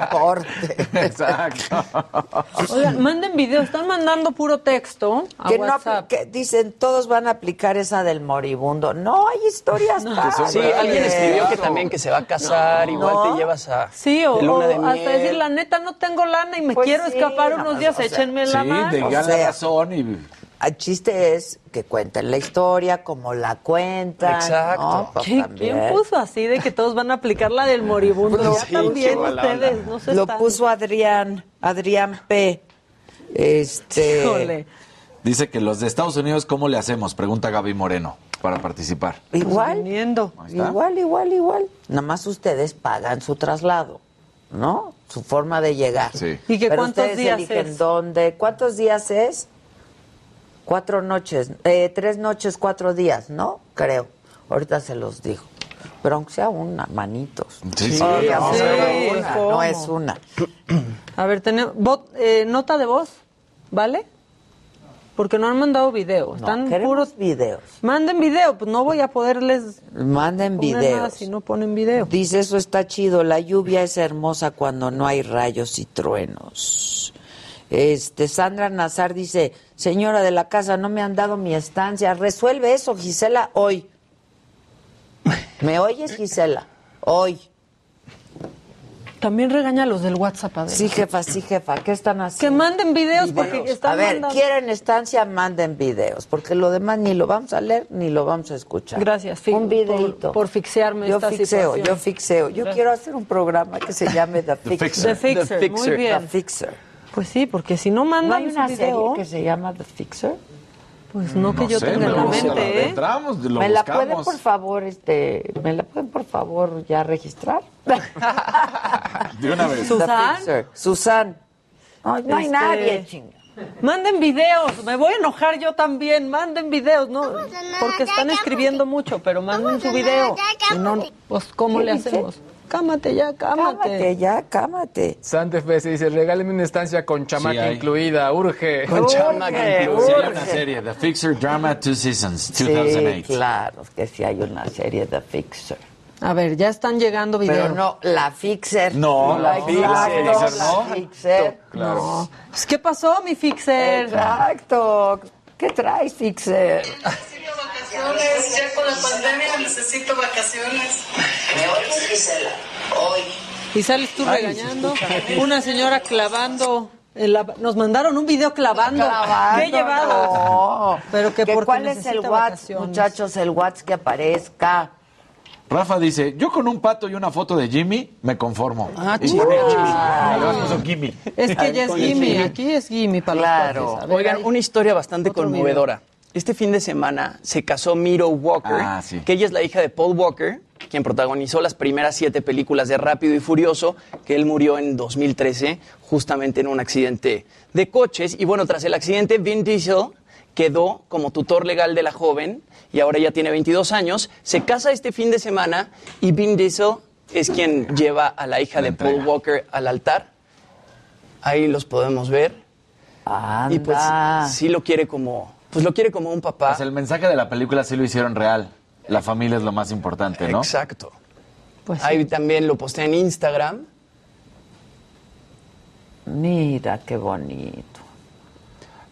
C: deporte.
K: Exacto.
N: Oigan, manden video, están mandando puro texto a
C: Que no,
N: WhatsApp.
C: que dicen, todos van a aplicar esa del moribundo. No, hay historias padres.
O: Sí, alguien escribió que también que se va a casar,
C: No.
O: igual
C: No.
O: te llevas a
N: Sí, o,
O: de luna
N: o
O: de miel.
N: hasta decir, la neta, no tengo lana y me quiero
C: Pues sí,
N: escapar
C: nada
N: unos
C: más,
N: días,
C: o sea,
N: échenme la mano.
C: O
K: gana
C: sea,
K: razón y...
C: El chiste es que cuenten la historia, como la cuentan.
N: Exacto.
C: ¿no? Pues
N: ¿Qui-
C: también.
N: ¿Quién puso así de que todos van a aplicar la del moribundo? ya también
C: puso-
N: ustedes, no se
C: Lo
N: están-
C: puso Adrián, Adrián P. Este.
N: Híjole.
K: Dice que los de Estados Unidos, ¿cómo le hacemos? Pregunta Gaby Moreno para participar.
C: Igual.
K: está.
C: Igual, igual, igual. Nada más ustedes pagan su traslado, ¿no? Su forma de llegar.
K: Sí.
N: ¿Y que
C: Pero
N: cuántos
C: ustedes
N: días
C: eligen
N: es?
C: dónde. ¿Cuántos días es? Cuatro noches. eh, tres noches, cuatro días, ¿no? Creo. Ahorita se los digo. Pero aunque sea una, manitos.
K: Sí, Ah, sí.
C: Aunque sea
N: Sí,
C: una,
N: ¿cómo?
C: no es una.
N: A ver, tenemos vot- eh, nota de voz, ¿vale? Porque no han mandado video, están puros
C: videos.
N: Manden video, pues no voy a poderles
C: Manden
N: poner nada
C: videos.
N: si no ponen video.
C: Dice, eso está chido, la lluvia es hermosa cuando no hay rayos y truenos. Este, Sandra Nazar dice, señora de la casa, no me han dado mi estancia, resuelve eso, Gisela, hoy. ¿Me oyes, Gisela? Hoy.
N: También regaña a los del WhatsApp, Adela.
C: Sí, jefa, sí, jefa. ¿Qué están haciendo?
N: Que manden videos, porque
C: Videos.
N: están
C: a ver,
N: mandando-
C: quieren estancia, manden videos, porque lo demás ni lo vamos a leer ni lo vamos a escuchar.
N: Gracias, Fi,
C: Un videito.
N: por, por fixearme
C: Yo
N: esta
C: fixeo,
N: situación.
C: yo fixeo. Yo
N: Gracias.
C: quiero hacer un programa que se llame The Fixer.
N: Fixer. The Fixer, muy bien.
C: The Fixer.
N: Pues sí, porque si no
C: ¿No
N: mandan
C: hay una
N: su
C: serie
N: video,
C: que se llama The Fixer?
N: pues no que yo
I: sé,
N: tenga
I: me
N: en la
I: lo- se lo
N: mente, ¿eh?
I: encontramos, lo
C: ¿Me la
I: buscamos.
C: pueden, por favor, este, me la pueden, por favor, ya registrar?
I: De una vez.
N: ¿Susan?
C: The Fixer. Susan. Ay, no hay
N: Este,
C: nadie, chinga.
N: Manden videos, me voy a enojar yo también, manden videos, ¿no? Porque están escribiendo mucho, pero manden su video. Si no, pues ¿cómo
L: ¿Qué
N: le
L: dice?
N: hacemos? Cámate ya, cámate.
L: Cámate
C: ya, cámate.
L: Santa Fe se dice, regálenme una estancia con chamaca
I: hay.
L: incluida, urge.
I: Con chamaca incluida. Sí, hay una
L: urge.
I: serie, The Fixer Drama Two Seasons,
C: Sí,
I: 2008.
C: claro, que sí hay una serie The Fixer.
N: A ver, ya están llegando videos.
C: Pero no, la Fixer.
I: No, la
C: Exacto,
I: Fixer,
C: la
I: ¿no?
C: Fixer.
I: Claro.
N: No. Pues, ¿Qué pasó, mi fixer?
C: Exacto. ¿Qué traes, fixer?
E: vacaciones, ya con la pandemia necesito vacaciones. ¿Me oyes, Gisela? Hoy.
N: Y sales tú
E: Ay,
N: regañando.
E: se escucha.
N: Una señora clavando. en la- Nos mandaron un video clavando.
C: Clavando,
N: ¿Qué llevado?
C: no.
N: Pero que
C: ¿Que
N: porque
C: ¿Cuál es el
N: necesita
C: WhatsApp,
N: vacaciones.
C: muchachos? El WhatsApp que aparezca.
I: Rafa dice, yo con un pato y una foto de Jimmy me conformo.
N: Ah,
I: Y
N: chido.
I: pone Jimmy.
N: Ay.
I: Y luego puso Jimmy.
N: Es que ya es
I: Con el
N: gimme,
I: Jimmy.
N: aquí es gimme para
O: Claro.
N: los cuates. A ver,
O: Oigan,
N: ahí.
O: una historia bastante
N: Otro
O: conmovedora. Este fin de semana se casó Miro Walker,
I: Ah, sí.
O: que ella es la hija de Paul Walker, quien protagonizó las primeras siete películas de Rápido y Furioso, que él murió en 2013 justamente en un accidente de coches. Y bueno, tras el accidente, Vin Diesel quedó como tutor legal de la joven y ahora ya tiene 22 años. Se casa este fin de semana y Vin Diesel es quien lleva a la hija de Paul Walker al altar. Ahí los podemos ver. Y pues sí lo quiere como, pues lo quiere como un papá.
I: O sea, el mensaje de la película sí lo hicieron real. La familia es lo más importante, ¿no?
O: Exacto. Ahí también lo posté en Instagram.
C: Mira, qué bonito.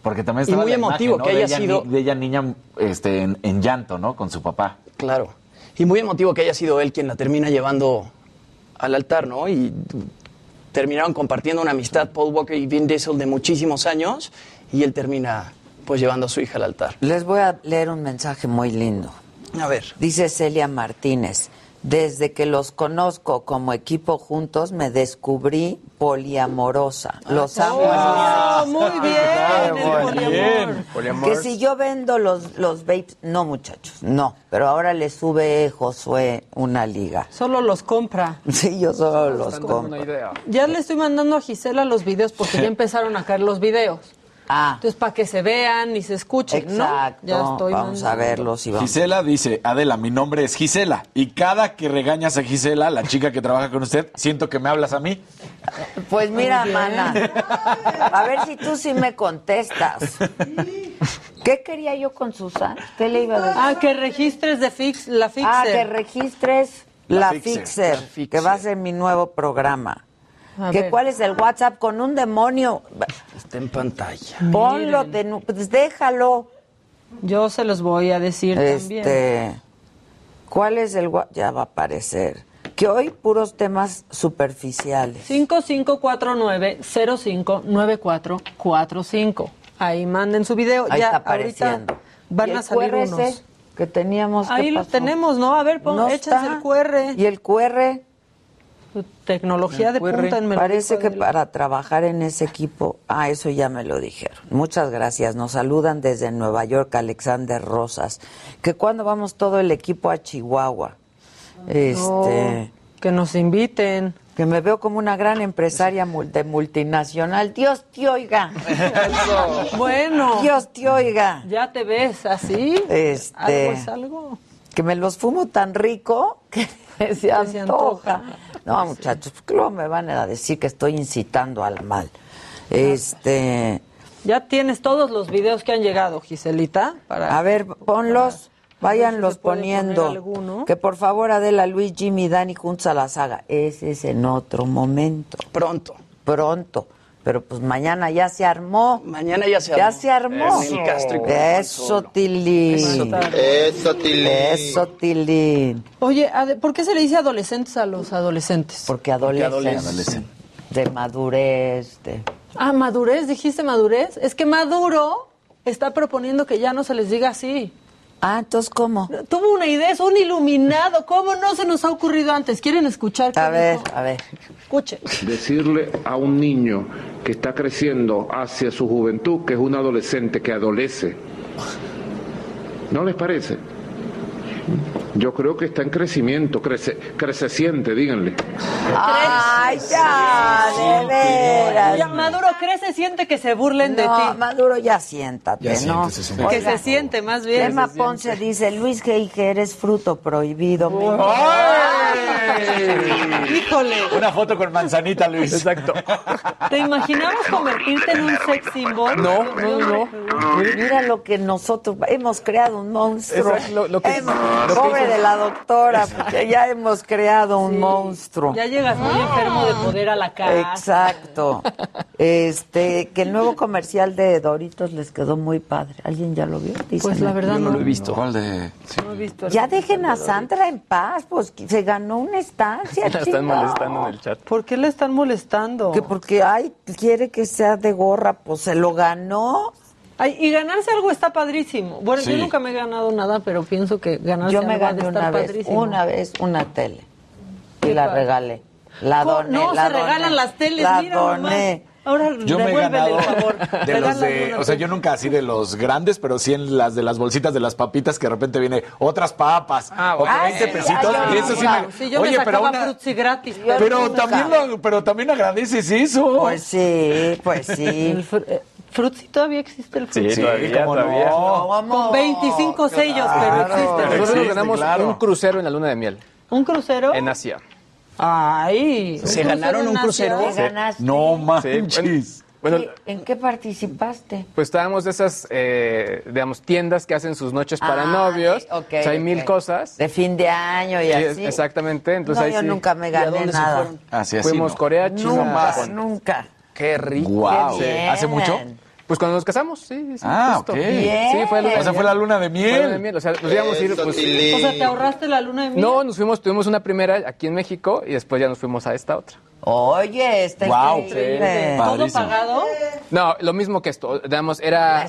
I: Porque también estaba
O: Y muy
I: la
O: emotivo
I: imagen, ¿no?
O: que
I: de
O: haya
I: ella ni-
O: sido-
I: de ella niña este, en, en llanto, ¿no? Con su papá.
O: Claro. Y muy emotivo que haya sido él quien la termina llevando al altar, ¿no? Y terminaron compartiendo una amistad Paul Walker y Vin Diesel de muchísimos años y él termina pues llevando a su hija al altar.
C: Les voy a leer un mensaje muy lindo.
O: A ver.
C: Dice Celia Martínez, desde que los conozco como equipo juntos me descubrí poliamorosa. Los amo.
N: Ah, muy bien, el
C: Bien. Que si yo vendo los, los vapes, no muchachos, no. Pero ahora le sube Josué una liga.
N: Solo los compra.
C: Sí, yo solo los
N: Están dando
C: compro.
N: Ya le estoy mandando a Gisela los videos porque ya empezaron a caer los videos.
C: Ah.
N: Entonces, para que se vean y se escuchen,
C: Exacto.
N: ¿no? Ya estoy
C: Vamos a
N: mandando.
C: verlos y vamos.
I: Gisela dice, Adela, mi nombre es Gisela. Y cada que regañas a Gisela, la chica que trabaja con usted, siento que me hablas a mí.
C: Pues mira,
N: Muy bien.
C: mana, a ver si tú sí me contestas. ¿Qué quería yo con Susan? ¿Qué le iba a decir?
N: Ah, que registres de fix, la fixer.
C: Ah, que registres la,
N: La
C: fixer,
N: Fixer.
C: que va a ser mi nuevo programa.
N: A
C: ¿Que
N: ver.
C: ¿Cuál es el WhatsApp con un demonio?
O: Está en pantalla.
C: Ponlo, de nu- pues déjalo.
N: Yo se los voy a decir también.
C: Este, ¿Cuál es el WhatsApp? Ya va a aparecer. Que hoy puros temas superficiales.
N: 5549-059445. Ahí manden su video.
C: Ahí está
N: ya ahorita
C: apareciendo.
N: van
C: ¿Y
N: a
C: el
N: salir
C: QRC
N: unos.
C: que teníamos.
N: Ahí
C: ¿qué
N: lo
C: pasó?
N: tenemos, ¿no? A ver, pon,
C: No
N: échense
C: está.
N: el QR.
C: ¿Y el QR?
N: Pues, Tecnología de punta en Melodía
C: Parece que
N: Adela.
C: para trabajar en ese equipo, ah, eso ya me lo dijeron. Muchas gracias. Nos saludan desde Nueva York, Alexander Rosas. Que cuando vamos todo el equipo a Chihuahua, este,
N: No, que nos inviten.
C: que me veo como una gran empresaria mul- de multinacional. Dios te oiga.
N: Bueno.
C: Dios te oiga.
N: Ya te ves así.
C: Este.
N: Algo es algo.
C: Que me los fumo tan rico que se antoja. No, muchachos, pues, luego me van a decir que estoy incitando al mal. Este.
N: Ah, Ya tienes todos los videos que han llegado, Giselita. Para...
C: A ver, ponlos,
N: Pues,
C: váyanlos poniendo.
N: alguno.
C: Que por favor Adela, Luis, Jimmy, Dani juntos a la saga. Ese es en otro momento.
O: Pronto.
C: Pronto. Pero pues mañana ya se armó.
O: Mañana ya se
C: Ya
O: armó.
C: se armó.
O: En el Castro y
C: Eso, Tilín.
O: Eso, Tilín.
C: Eso, Tilín.
N: Oye, ade- ¿por qué se le dice adolescentes a los adolescentes?
C: Porque adolescentes. De madurez, de...
N: Ah, madurez, dijiste madurez. Es que Maduro está proponiendo que ya no se les diga así.
C: Ah, entonces, ¿cómo?
N: Tuvo una idea, es un iluminado. ¿Cómo no se nos ha ocurrido antes? ¿Quieren escuchar? A ver,
C: a ver.
N: Escuchen.
U: Decirle a un niño que está creciendo hacia su juventud que es un adolescente que adolece. ¿No les parece? Yo creo que está en crecimiento, crece, crececiente, díganle.
C: Ay, ya, de veras.
N: Ya Maduro crece, siente que se burlen de
C: No,
N: ti.
C: Maduro, ya siéntate,
N: Ya
C: ¿no?
N: siéntese, señor. Que se siente, más bien.
C: Emma
N: Que se siente.
C: Ponce dice, Luis Geiger eres fruto prohibido. mi
N: Híjole.
K: Una foto con manzanita, Luis. Exacto.
N: ¿Te imaginabas convertirte en un sex symbol?
C: No, no, no. Mira lo que nosotros hemos creado un monstruo.
N: Eso es lo- lo que-
C: Hemos-
N: lo que-
C: pobre de la doctora, porque ya hemos creado un monstruo.
N: Ya llegas muy enfermo de poder a la casa.
C: Exacto. Este, que el nuevo comercial de Doritos les quedó muy padre. ¿Alguien ya lo vio? Dicen
N: Pues la
C: aquí.
N: verdad Yo no lo no. he visto.
K: ¿Cuál de...?
N: No he visto el
C: Ya
N: comercial
C: dejen a
N: de
C: Sandra en paz, pues que se ganó una estancia.
N: La están
C: chingado.
N: molestando en el chat. ¿Por qué le están molestando?
C: Que porque, ay, quiere que sea de gorra, pues se lo ganó.
N: Ay, y ganarse algo está padrísimo. Bueno,
C: Sí.
N: yo nunca me he ganado nada, pero pienso que ganarse
C: Yo
N: algo
C: me
N: ha de
C: gané
N: estar
C: una vez,
N: padrísimo.
C: una vez, una tele. Y
N: Qué
C: la
N: padre.
C: regalé. La
N: ¿Cómo?
C: doné,
N: No,
C: la
N: se regalan
C: doné,
N: las teles,
C: La
N: mira
C: doné.
N: nomás. Ahora
K: Yo me he
N: devuélvele
K: ganado
N: el favor.
K: de los
N: Regálame
K: de,
N: una
K: o sea,
N: tele.
K: yo nunca así de los grandes, pero sí en las de las bolsitas de las papitas que de repente viene otras papas o que
N: Ah,
K: 20
N: sí,
K: pesitos
N: ya,
K: y
N: ya,
K: eso sí
N: ya.
K: me,
N: Sí, yo
K: Oye,
N: me
K: pero
N: sacaba
K: una-
N: frutzi gratis.
K: pero también lo- pero también agradeces eso.
C: Pues sí, pues sí.
N: El fr- eh, Frutzi todavía existe el
K: Sí,
N: Frutzi.
K: todavía, ¿cómo no? todavía.
N: Con 25 sellos, pero existe.
L: Nosotros
N: Nosotros
L: nos ganamos un crucero en la luna de miel,
N: ¿Un crucero?
L: en Asia.
N: Ay.
L: ¿Se ganaron un crucero?
C: ¿Te
L: Sí.
C: ganaste?
L: No
C: manches.
L: manches. Bueno,
C: ¿Qué- ¿En qué participaste?
L: Pues estábamos de esas, eh, digamos, tiendas que hacen sus noches para
C: Ah,
L: novios.
C: ok,
L: O sea, hay mil
C: ok.
L: cosas.
C: De fin de año y
L: Sí,
C: así.
L: Exactamente. Entonces
C: No,
L: ahí
C: yo
L: sí.
C: nunca me ¿Y a gané dónde se nada. fueron?
K: Así, así,
L: Fuimos
K: ¿no?
L: Corea, China,
C: Nunca,
L: Japón.
C: nunca.
O: Qué rico.
K: Guau.
L: Sí.
K: ¿Hace mucho?
L: Pues cuando nos casamos, sí. sí
K: Ah,
L: justo.
K: ok.
L: Sí, fue la luna
K: O sea, fue la luna de
L: Fue la luna
K: miel.
L: de miel, O sea, nos íbamos a ir, pues,
N: O sea, ¿te ahorraste la luna de miel?
L: No, nos fuimos, tuvimos una primera aquí en México y después ya nos fuimos a esta otra.
C: Oye, está
L: Guau,
C: increíble.
L: sí,
N: ¿Todo
L: padrísimo.
N: pagado?
L: No, lo mismo que esto, digamos, era,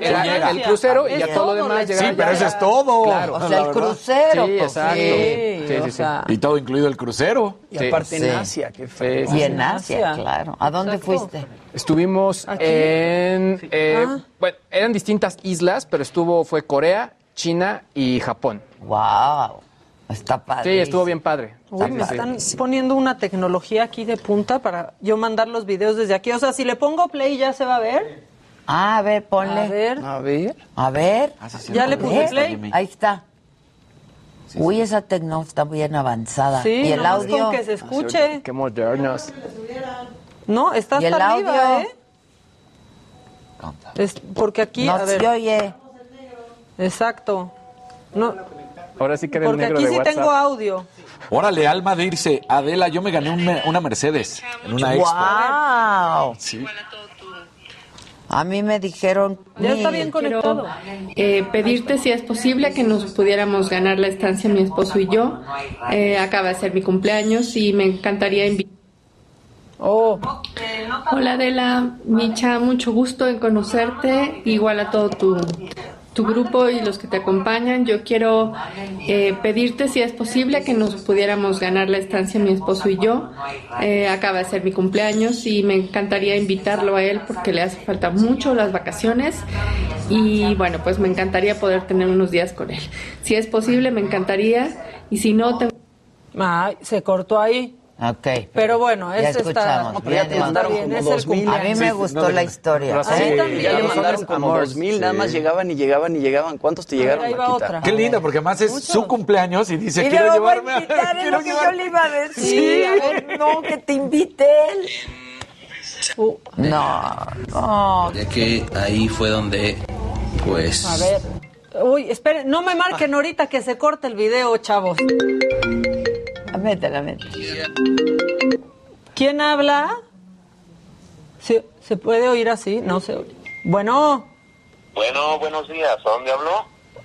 L: era
K: Sí, llega.
L: el crucero y
K: Es
L: ya todo lo
K: todo,
L: demás
K: sí,
L: llegaba.
K: pero
L: ya-
K: eso es todo.
L: Claro.
K: O sea, el
L: la verdad.
K: crucero,
L: Sí,
K: pues,
L: exacto.
K: sí,
L: Sí,
K: o
L: sí, sí.
K: sea. Y todo incluido el crucero.
O: Y aparte
L: Sí.
O: en Asia, qué
L: Sí,
O: feo.
L: sí, sí.
C: claro. ¿A dónde fuiste?
L: Estuvimos en... eh,
C: Ah.
L: Bueno, eran distintas islas, pero estuvo, fue Corea, China y Japón.
C: ¡Wow! Está padre.
L: Sí, estuvo bien padre.
N: Uy,
L: Sí,
N: me
L: sí, sí.
N: están poniendo una tecnología aquí de punta para yo mandar los videos desde aquí. O sea, si le pongo play ya se va a ver.
C: Ah, a ver, ponle.
N: A ver.
C: A ver. A ver.
N: sí, Ya no le lo puse vi. play.
C: Ahí está. Uy, esa tecno está bien avanzada.
N: Sí,
C: y el
N: nomás
C: audio.
N: con que se escuche.
L: Ah, Qué modernos.
N: No, está
C: ¿Y el
N: hasta arriba,
C: audio?
N: ¿eh? Es porque aquí,
C: No
N: a ver.
C: se oye.
N: Exacto. No,
L: Ahora sí que era el
N: porque
L: negro
N: aquí
L: de
N: sí
L: WhatsApp.
N: tengo audio.
K: Órale, Alma Dirce, Adela, yo me gané un me- una Mercedes en una expo.
C: ¡Wow!
K: Sí.
C: A mí me dijeron.
V: Ya está
C: "Ni-
V: bien conectado. Eh, pedirte si es posible que nos pudiéramos ganar la estancia mi esposo y yo. Eh, acaba de ser mi cumpleaños y me encantaría invitar.
C: Oh.
V: Hola Adela, Micha, mucho gusto en conocerte, igual a todo tu, tu grupo y los que te acompañan. Yo quiero eh, pedirte si es posible que nos pudiéramos ganar la estancia mi esposo y yo. Eh, acaba de ser mi cumpleaños y me encantaría invitarlo a él porque le hace falta mucho las vacaciones y bueno, pues me encantaría poder tener unos días con él. Si es posible, me encantaría y si no, te...
N: Ay, se cortó ahí.
C: Ok.
N: Pero bueno,
C: Ya
N: este está.
C: escuchamos. Bien,
N: está
C: mandaron
N: bien,
C: como
N: es el
C: 2000. A mí me
N: cumpleaños.
C: gustó la historia.
O: Sí, ya le mandaron como
K: amor,
O: dos mil, nada más
K: sí.
O: llegaban y llegaban y llegaban. ¿Cuántos te llegaron? Maquita?
K: Qué lindo, porque además es su cumpleaños y dice,
O: Y
K: quiero
O: luego va a
K: llevarme a...
C: Invitar, es lo que yo le iba a decir.
K: Sí.
C: A ver, no, que te invite él. No, Uh, no.
W: Ya que ahí fue donde, pues...
N: A ver. Uy, esperen, no me marquen ahorita que se corte el video, chavos.
C: Ah, Métela, métela.
N: ¿Quién habla? ¿Se, se puede oír así? No se oye. Bueno,
A: Bueno, buenos días. ¿A dónde habló?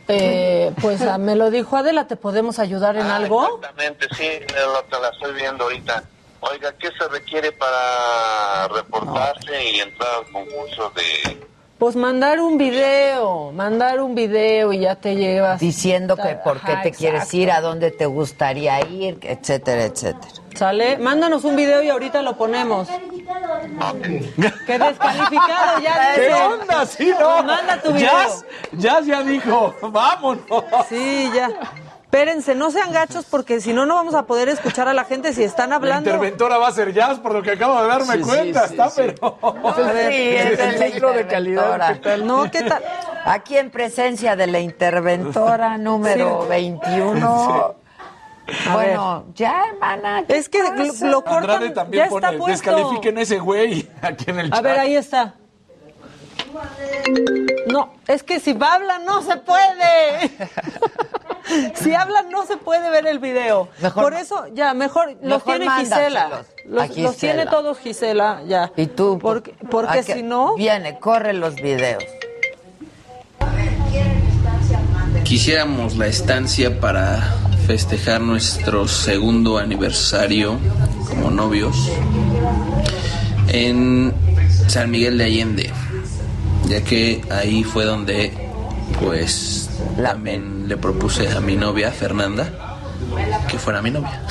N: eh, pues ah, me lo dijo Adela, ¿te podemos ayudar en algo?
A: Exactamente, sí, la, la- la estoy viendo ahorita. Oiga, ¿qué se requiere para reportarse y entrar al concurso de...
N: Pues mandar un video, mandar un video y ya te llevas.
C: Diciendo que por qué
N: Ajá,
C: te quieres
N: exacto.
C: ir, a dónde te gustaría ir, etcétera, etcétera.
N: Sale, mándanos un video y ahorita lo ponemos. Que descalificado ya.
K: ¿Qué
N: dice.
K: onda? Sí, no.
N: Manda tu video.
K: Jazz, Jazz ya dijo, vámonos.
N: Sí, ya. Espérense, no sean gachos porque si no, no vamos a poder escuchar a la gente si están
K: La
N: hablando.
K: interventora va a ser Jazz, por lo que acabo de darme
N: Sí, sí,
K: cuenta.
N: sí,
K: está, pero.
N: A ver.
C: interventora.
N: No, ¿qué tal?
C: Aquí en presencia de la interventora número
N: Sí.
C: 21.
N: A
C: Bueno, ya, hermana.
N: Es que lo- lo cortan,
K: Andrade también
N: ya está
K: pone,
N: puesto.
K: descalifiquen a ese güey aquí en el chat.
N: A ver, ahí está. No, es que si habla no se puede. si habla no se puede ver el video.
C: Mejor-
N: Por eso, ya, mejor,
C: Mejor
N: los tiene Gisela.
C: mándaselos
N: Los,
C: a
N: los
C: Gisela.
N: tiene todos Gisela, ya.
C: Y tú. pues,
N: Porque, porque
C: Aquí-
N: si no...
C: Viene, corre los videos.
W: Quisiéramos la estancia para festejar nuestro segundo aniversario como novios en San Miguel de Allende, ya que ahí fue donde pues también le propuse a mi novia Fernanda que fuera mi novia.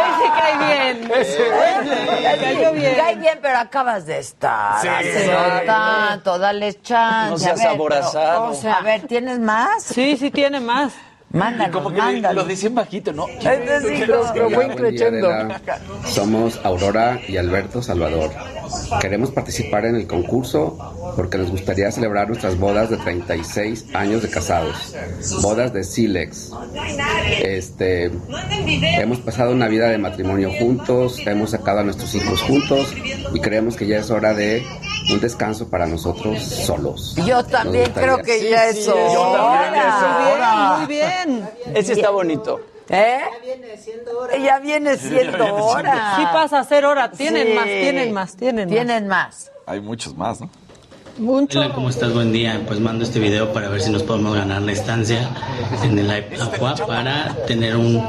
N: Ese cae bien.
C: Ese
N: Ese cayó bien.
C: Cae bien, pero acabas de estar.
N: Sí,
C: hazlo
N: sí.
C: tanto, dale chance.
N: No seas
C: a ver, pero,
K: aborazado.
C: o sea, a ver, ¿tienes más?
N: Sí, sí tiene más.
C: Mándanos,
K: Como que
C: mándanos.
K: lo dicen bajito, ¿no?
C: Entonces, sí, como-
F: Hola, buen día, Adela. Somos Aurora y Alberto Salvador. Queremos participar en el concurso porque nos gustaría celebrar nuestras bodas de 36 años de casados. Bodas de sílex. Este, hemos pasado una vida de matrimonio juntos, hemos sacado a nuestros hijos juntos y creemos que ya es hora de un descanso para nosotros solos.
C: Yo también
F: Nos
C: creo
F: gustaría-
C: que ya es hora.
N: Muy bien.
O: Ese está bonito.
C: ¿Eh? Ya viene siendo hora.
N: Sí pasa a ser hora. Tienen
C: Sí.
N: más, tienen más, tienen más.
C: Tienen más.
G: Hay muchos más, ¿no?
N: Un
G: Hola, ¿cómo estás? Buen día. Pues mando este video para ver si nos podemos ganar la estancia en el Aqua para tener un,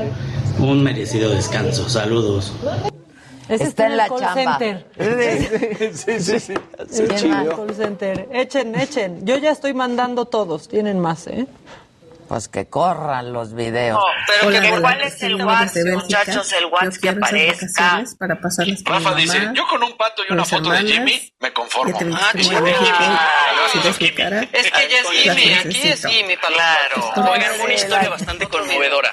G: un merecido descanso. Saludos.
N: Ese
C: Está en la
N: call
C: chamba.
N: center.
K: Sí, sí, sí.
N: Sí, tiene más call center. Echen, echen. Yo ya estoy mandando todos. Tienen más, ¿eh?
C: Pues que corran los videos.
E: pero
C: que
E: que
C: cuál
E: es el WhatsApp, muchachos, el WhatsApp que aparezca.
F: Para pasarlas con
E: Rafa
F: mi
E: dice,
F: mamá,
E: yo con un pato y
F: con
E: una
F: mis
E: foto de
F: hermanas,
E: Jimmy me conformo.
F: que te
E: Ah,
F: bendiga,
E: Jimmy,
F: Jimmy,
E: Jimmy.
F: si ves mi cara,
E: Es que ya es
F: las
E: Jimmy, aquí es
F: necesito.
E: Jimmy, claro. Oigan, una historia bastante conmovedora.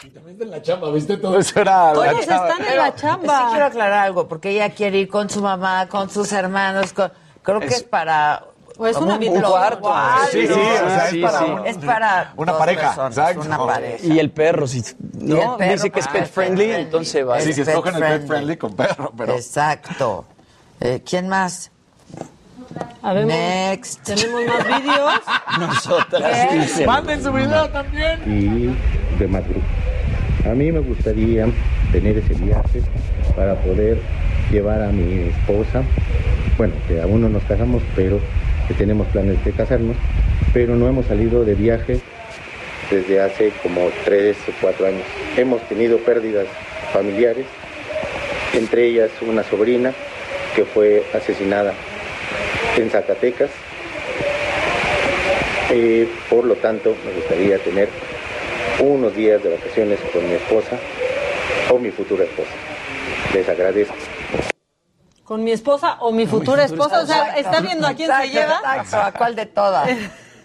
K: La chamba, ¿viste? Todo eso era. la
C: Todos
K: chamba.
C: están en la chamba. Sí quiero aclarar algo, porque ella quiere ir con su mamá, con sus hermanos, con- creo que es para...
N: Pues Es una
C: un
N: habitación.
C: cuarto.
K: Sí, sí, o sea, es para un-
C: Es para
K: una
C: dos
K: pareja,
C: personas,
K: exacto.
C: Una pareja.
O: Y el perro, si no,
C: el perro,
O: dice que es
C: ah,
O: pet
C: pet
O: friendly,
C: friendly.
O: entonces va.
C: Sí, si
O: se
C: Es pet escogen el pet friendly. friendly
K: con perro, pero-
C: Exacto. Eh, ¿Quién más?
N: A ver,
C: Next.
N: ¿Tenemos más vídeos?
O: Nosotras.
J: ¿Eh?
F: Dice-
K: ¿Eh? Manden su video también.
F: y de Madrid. A mí me gustaría tener ese viaje para poder llevar a mi esposa, bueno, que aún no nos casamos, pero que tenemos planes de casarnos, pero no hemos salido de viaje desde hace como tres o cuatro años. Hemos tenido pérdidas familiares, entre ellas una sobrina que fue asesinada en Zacatecas. Eh, por lo tanto, me gustaría tener unos días de vacaciones con mi esposa o mi futura esposa. Les agradezco.
N: ¿Con mi esposa o mi futura esposa? O sea, está viendo a quién se
C: Exacto,
N: lleva.
C: Exacto, a cuál de todas.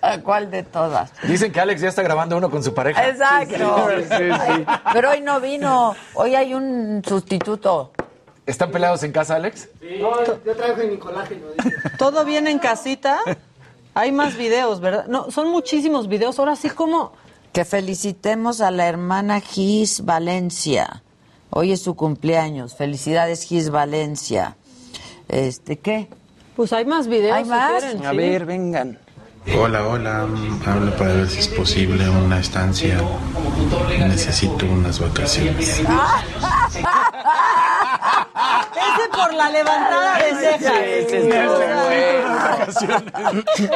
C: A cuál de todas.
K: Dicen que Alex ya está grabando uno con su pareja.
C: Exacto.
K: Sí, sí, sí.
C: Pero hoy no vino, hoy hay un sustituto.
K: ¿Están pelados en casa, Alex?
Q: yo traigo mi colágeno.
N: Todo bien en casita. Hay más videos, ¿verdad? No, son muchísimos videos. Ahora sí, como
C: Que felicitemos a la hermana Gis Valencia. Hoy es su cumpleaños. Felicidades, Gis Valencia. Este, ¿qué?
N: Pues hay más videos.
C: ¿Hay
N: si
C: más?
N: quieren,
O: A
N: sí.
O: ver, vengan.
X: Hola, hola. Hablo para ver si es posible una estancia.
N: Ah.
X: Necesito unas vacaciones.
N: Ese por la levantada de cejas.
J: Ese es nuestro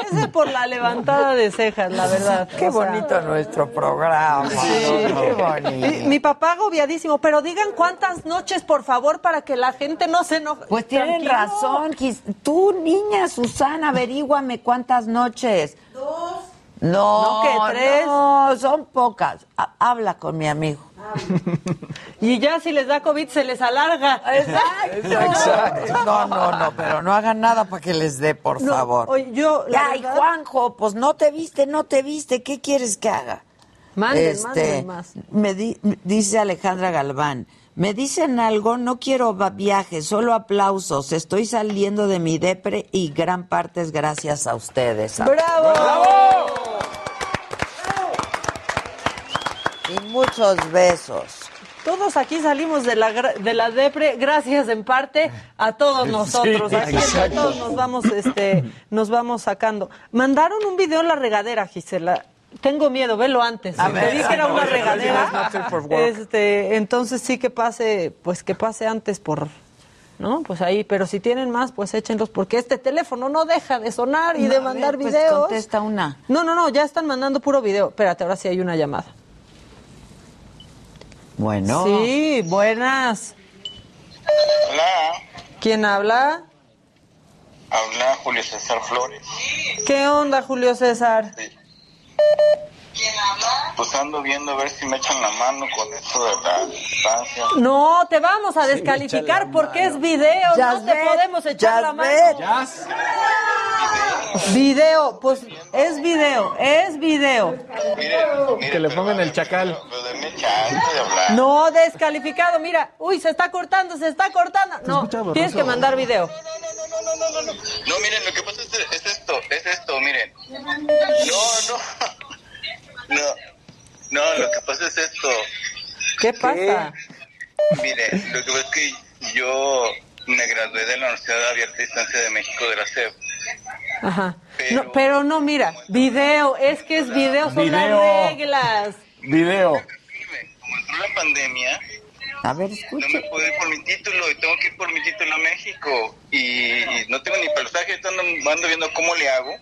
N: Ese por la levantada de cejas, la verdad.
C: Qué
N: O sea,
C: bonito nuestro programa. Qué
N: Mi,
C: bonito.
N: mi papá agobiadísimo, pero digan cuántas noches, por favor, para que la gente no se enoje.
C: Pues tienen
N: Tranquilo.
C: razón. Quis- Tú, niña Susana, averíguame cuántas noches. Dos. No,
N: No, que tres.
C: no, son pocas. Ha- Habla con mi amigo.
N: Y ya si les da COVID se les alarga.
C: Exacto. No, no, no, pero no hagan nada para que les dé, por
N: No,
C: favor.
N: oye, yo, la
C: Ay,
N: verdad-
C: Juanjo, pues no te viste, no te viste. ¿Qué quieres que haga? Este,
N: Manden, manden más.
C: Me di- dice Alejandra Galván. Me dicen algo, no quiero va- viajes, solo aplausos. Estoy saliendo de mi depre y gran parte es gracias a ustedes.
N: ¡Bravo!
C: Y muchos besos.
N: Todos aquí salimos de la, gra- de la depre gracias en parte a todos
C: Sí,
N: nosotros. Aquí entre
C: exacto.
N: todos nos vamos, este, nos vamos sacando. Mandaron un video en la regadera, Gisela. Tengo miedo, velo antes.
J: A
N: Te
J: ver.
N: dije que era una
J: Oye,
N: regadera.
J: it's not safe for work.
N: Este, entonces sí que pase, pues que pase antes por, ¿no? Pues ahí. Pero si tienen más, pues échenlos porque este teléfono no deja de sonar y
C: No,
N: de
C: a
N: mandar
C: ver, pues,
N: videos.
C: contesta una.
N: No, no, no. Ya están mandando puro video. Espérate, ahora sí hay una llamada.
C: Bueno.
N: Sí, buenas. Hola. ¿Quién habla?
E: Habla Julio César Flores.
N: ¿Qué onda, Julio César?
E: Pues ando viendo a ver si me echan la mano con eso de la distancia.
N: No, te vamos a
E: Sí, echa
N: descalificar
E: la
N: porque es video, no te
E: Jasbet,
N: podemos echar la mano. Video, pues es video, es video.
S: Que le pongan el chacal.
N: No descalificado, mira, uy, se está cortando, se está cortando. No,
E: escucha borroso.
N: tienes que mandar video.
E: No, miren, lo que pasa es, es esto, es esto, miren. No, no. No, no, lo que pasa es esto.
N: ¿Qué pasa?
E: Mire, lo que pasa es que yo me gradué de la Universidad Abierta y Distancia de México de la E CEP.
N: Ajá. No, pero no, mira, video, es que es video, son
E: Video.
N: las reglas.
E: Video. Como entró la pandemia,
C: A ver,
E: no
C: escucha.
E: me puedo ir por mi título y tengo que ir por mi título a México. Y, y no tengo ni pasaje, ahorita ando, ando viendo cómo le hago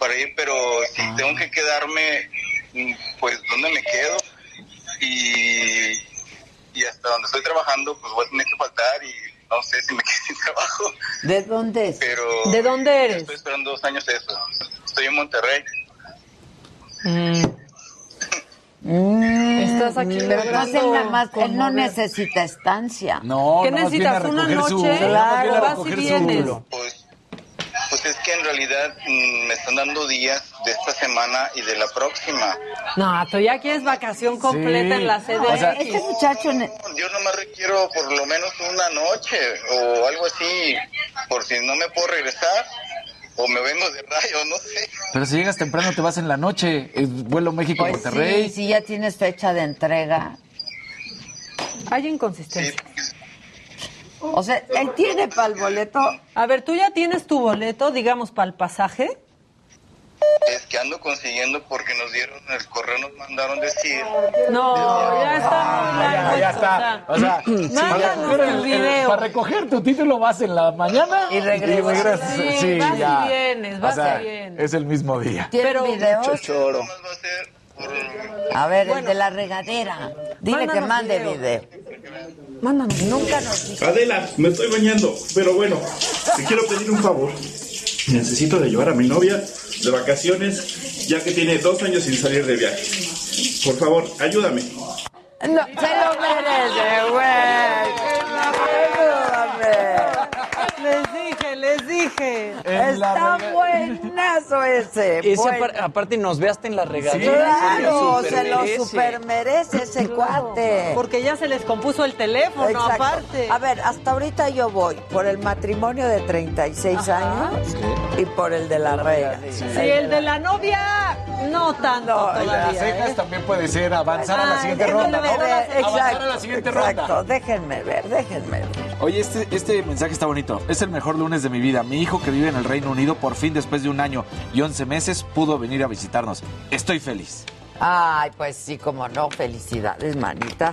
E: para ir, pero si tengo que quedarme, mm, pues ¿dónde me quedo? Y, y hasta donde estoy trabajando, pues voy a tener que faltar y no sé si me quedé sin trabajo.
C: ¿De dónde es?
E: Pero
N: ¿De dónde eres?
E: Estoy esperando dos años eso. Estoy en Monterrey.
N: Mm.
C: Estás
N: aquí
C: Pero no,
N: logrando
C: hace nada más, él no
N: conmover.
C: necesita estancia.
K: No,
N: ¿Qué nomás necesitas? viene a ¿Una recoger su- noche? nomás viene a Claro, vas y recoger su vienes. culo.
E: Pues es que en realidad mm, me están dando días de esta semana y de la próxima.
N: No, tú ya quieres vacación completa en la CDX.
C: este muchacho ne-
E: Yo nomás requiero por lo menos una noche o algo así, por si no me puedo regresar o me vengo de rayo, no sé.
K: Pero si llegas temprano te vas en la noche. Eh, vuelo
C: pues
K: México-Monterrey.
C: sí, sí, ya tienes fecha de entrega.
N: Hay inconsistencia.
C: O sea, él tiene para el boleto.
N: A ver, tú ya tienes tu boleto, digamos, para el pasaje.
E: Es que ando consiguiendo porque nos dieron el correo, nos mandaron decir.
N: No, ya está muy largo
E: ya
N: esto,
E: está.
N: o sea,
E: sí,
N: mándanos
E: para-
N: tu video.
K: Para recoger tu título vas en la mañana
C: Y regresas.
N: Sí, vas y vienes, vas y vienes.
K: Es el mismo día.
C: ¿Tiene
N: Pero-
C: videos?
N: Mucho
C: A ver, el
N: Bueno.
C: de la regadera. Dile que
N: Mándanos
C: mande video.
N: video. Mándanos.
C: Nunca nos dijo.
P: Adela, me estoy bañando, pero bueno, te quiero pedir un favor. Necesito de llevar a mi novia de vacaciones, ya que tiene dos años sin salir de viaje. Por favor, ayúdame.
C: No, se lo merece, güey.
N: Les dije, les dije.
C: Está buenazo ese.
O: Ese
C: bueno.
O: apar- aparte nos ve hasta en la regadera.
C: Claro,
O: se lo
C: se
O: supermerece.
C: lo super merece ese cuate.
N: Porque ya se les compuso el teléfono,
C: Exacto.
N: aparte.
C: A ver, hasta ahorita yo voy por el matrimonio de 36 años y por el de la reina.
N: Si el de la novia, no tanto
K: Las
N: todavía. ¿eh?
K: cejas también puede ser avanzar a la
N: Ay,
K: siguiente
N: déjame
K: ronda.
N: ver,
K: ¿no? Avanzar
C: Exacto,
K: a la siguiente
C: exacto.
K: ronda.
C: Déjenme ver, déjenme ver.
K: Oye, este, este mensaje está bonito. Es el mejor lunes de mi vida. Mi hijo que vive en el Reino Unido, por fin después de un año y 11 meses, pudo venir a visitarnos. Estoy feliz.
C: Ay, pues sí, como no, felicidades, manita.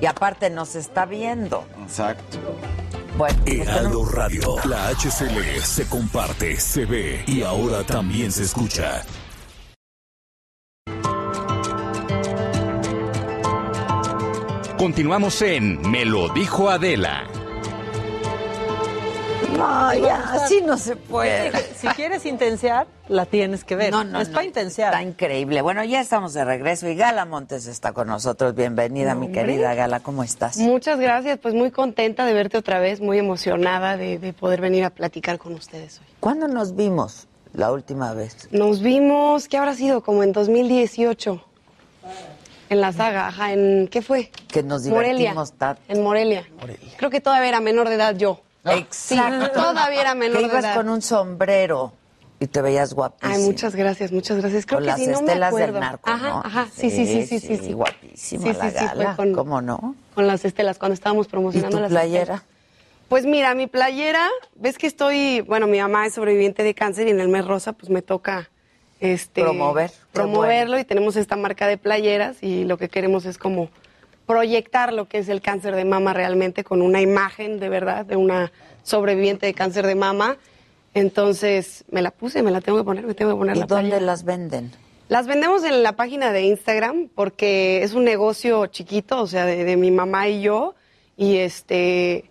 C: Y aparte nos está viendo.
K: Exacto.
P: Heraldo Radio, la HCL se comparte, se ve y ahora también se escucha.
B: Continuamos en Me lo dijo Adela.
N: No,
C: ya, así no se puede.
N: Si quieres intensear, la tienes que ver.
C: No, no,
N: es
C: no,
N: para intensear.
C: Está increíble. Bueno, ya estamos de regreso y Gala Montes está con nosotros. Bienvenida, mi
J: Hombre.
C: querida Gala. ¿Cómo estás?
J: Muchas gracias, pues muy contenta de verte otra vez, muy emocionada de, de poder venir a platicar con ustedes hoy.
C: ¿Cuándo nos vimos la última vez?
J: Nos vimos, ¿qué habrá sido? Como en 2018, en la saga, ajá, ¿en qué fue?
C: Que nos
J: Morelia,
C: divertimos tanto.
J: en Morelia. Creo que todavía era menor de edad yo. Sí, todavía era menor
C: Ah. Que
J: de
C: ibas
J: edad.
C: con un sombrero y te veías guapísima.
J: Ay, muchas gracias, muchas gracias. Creo
C: con
J: que
C: las
J: sí, no me
C: estelas
J: acuerdo.
C: del narco,
J: ajá,
C: ¿no?
J: ajá, sí, sí, sí, sí, sí, sí.
C: Guapísima
J: Sí,
C: la
J: sí, sí, fue
C: Gala.
J: con-
C: ¿Cómo no?
J: Con las estelas, cuando estábamos promocionando
C: ¿Y tu
J: las
C: playera?
J: estelas. Pues mira, mi playera, ves que estoy, bueno, mi mamá es sobreviviente de cáncer y en el mes rosa pues me toca este
C: Promover, qué
J: promoverlo y tenemos esta marca de playeras y lo que queremos es como proyectar lo que es el cáncer de mama realmente con una imagen de verdad de una sobreviviente de cáncer de mama. Entonces, me la puse, me la tengo que poner, me tengo que poner
C: ¿Y
J: la
C: dónde
J: playera.
C: las venden?
J: Las vendemos en la página de Instagram porque es un negocio chiquito, o sea, de, de mi mamá y yo, y este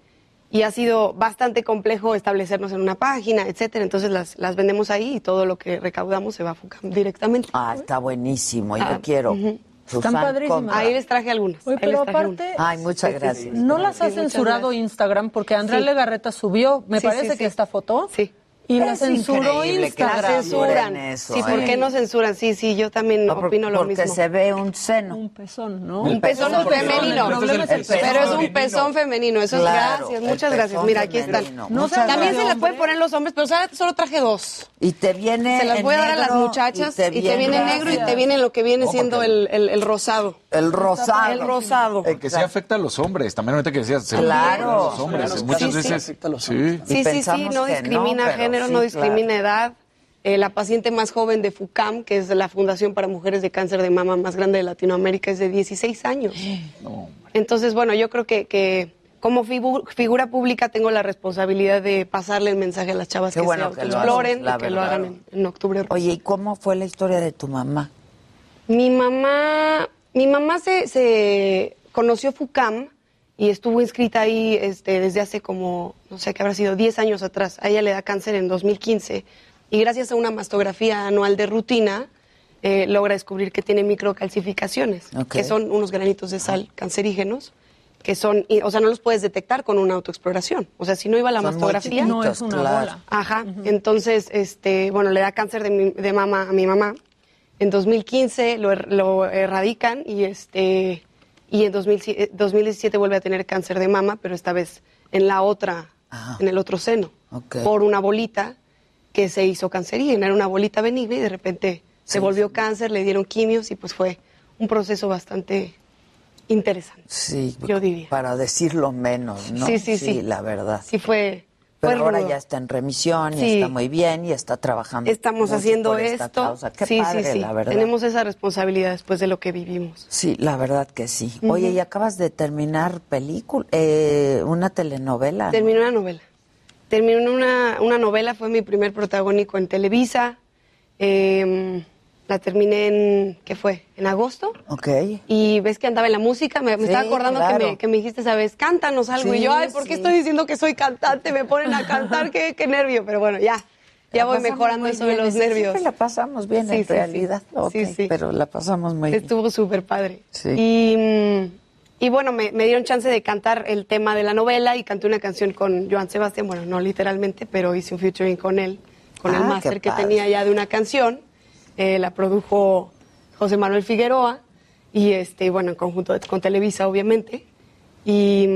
J: y ha sido bastante complejo establecernos en una página, etcétera. Entonces las, las vendemos ahí y todo lo que recaudamos se va a Fucam directamente.
C: Ah, está buenísimo, yo
J: Ah,
C: quiero.
J: ujú.
C: Susana, compra.
J: Ahí les traje algunas.
N: Oye,
J: ahí
N: pero
J: les traje
N: aparte-
J: unas.
C: Ay, muchas gracias.
N: este, ¿No las ha
J: Sí, muchas
N: censurado Instagram? Porque Andrea
J: Sí.
N: Legarreta subió, me
J: Sí,
N: parece
J: sí,
N: que
J: sí.
N: esta foto. Sí. Y la
J: Es
N: censuró
J: increíble que la
N: Instagram.
J: censuran. sí, ¿por qué no censuran? Sí, sí, yo también
C: ¿eh? No, por-
J: opino lo
C: porque
J: mismo.
C: se ve un seno.
N: Un
J: Pues,
N: pezón, ¿no?
J: Un pezón femenino, pero es un pezón femenino, eso
C: Claro,
J: es gracias,
C: el
J: muchas gracias.
C: pezón
J: Mira, aquí están.
C: femenino.
J: No
C: Muchas
J: También se
C: gracias.
J: las pueden poner los hombres, pero ¿sabes? solo traje dos.
C: Y te viene
J: Se las
C: en
J: voy a dar a las
C: negro
J: muchachas y te viene negro y te viene lo que viene siendo el, el- el rosado.
C: El rosado.
J: El rosado.
K: Eh, que sí afecta a los hombres, también ahorita que decías, se
J: Claro.
K: afecta a los hombres,
J: Claro,
K: muchas
J: sí, sí.
K: veces
J: Afecta a los
K: sí.
J: Sí, sí, sí, no discrimina género, no discrimina edad. Eh, la paciente más joven de FUCAM, que es la Fundación para Mujeres de Cáncer de Mama más grande de Latinoamérica, es de 16 años. Entonces, bueno, yo creo que, que como figu- figura pública tengo la responsabilidad de pasarle el mensaje a las chavas
C: Qué
J: que
C: bueno
J: se
C: que lo
J: exploren
C: haces, la
J: y que lo
C: verdad.
J: hagan en, en octubre.
C: Oye, ¿y cómo fue la historia de tu mamá?
J: Mi mamá, mi mamá se, se conoció FUCAM y estuvo inscrita ahí este, desde hace como, no sé, que habrá sido 10 años atrás. A ella le da cáncer en 2015 y gracias a una mastografía anual de rutina eh, logra descubrir que tiene microcalcificaciones,
Q: Ok.
J: que son unos granitos de sal cancerígenos, que son, y- o sea, no los puedes detectar con una autoexploración. O sea, si no iba a la
Q: Son muy
J: mastografía...
Q: chiquitos, No es una claro. bola.
J: Ajá, entonces, este, bueno, le da cáncer de, mi- de mama a mi mamá. En 2015 lo, er- lo erradican y este y en 2000 eh, 2017 vuelve a tener cáncer de mama, pero esta vez en la otra, en el otro seno,
C: Ok.
J: por una bolita que se hizo cancerígena, era una bolita benigna y de repente se volvió cáncer, le dieron quimios y pues fue un proceso bastante interesante.
C: Sí, yo diría. Para decirlo menos, ¿no?
J: Sí, sí, sí.
C: la verdad.
J: Sí fue fue
C: Pero ahora
J: rudo.
C: ya está en remisión y
J: Sí.
C: está muy bien y está trabajando.
J: Estamos
C: mucho
J: haciendo
C: por esta
J: esto.
C: causa. Qué
J: sí,
C: padre,
J: sí, sí.
C: la verdad.
J: Tenemos esa responsabilidad después de lo que vivimos.
C: Sí, la verdad que sí.
J: Ujú.
C: Oye, y acabas de terminar película, eh, una telenovela. ¿no?
J: Terminé una novela. Terminé una, una novela, fue mi primer protagónico en Televisa. Em, la terminé en, ¿qué fue? En agosto.
C: Ok.
J: Y ves que andaba en la música, me, me
C: Sí,
J: estaba acordando que,
C: claro.
J: me, que me dijiste, ¿sabes? Cántanos algo. y
C: Sí,
J: yo, ay, ¿por
C: sí.
J: qué estoy diciendo que soy cantante? Me ponen a cantar, qué, qué nervio. Pero bueno, ya, ya
C: La
J: voy
C: pasamos
J: mejorando
C: muy
J: eso de
C: bien,
J: los
C: sí, siempre
J: nervios.
C: la pasamos bien
J: Sí,
C: en
J: sí, sí.
C: realidad. ok, Pero la pasamos muy bien.
J: Estuvo súper padre.
C: Sí.
J: Y, mm, y bueno, me, me dieron chance de cantar el tema de la novela y canté una canción con Joan Sebastián, bueno, no literalmente, pero hice un featuring con él, con
C: Ah,
J: el
C: qué
J: máster que
C: padre.
J: tenía ya de una canción. Eh, la produjo José Manuel Figueroa y este, bueno, en conjunto de- con Televisa, obviamente. Y,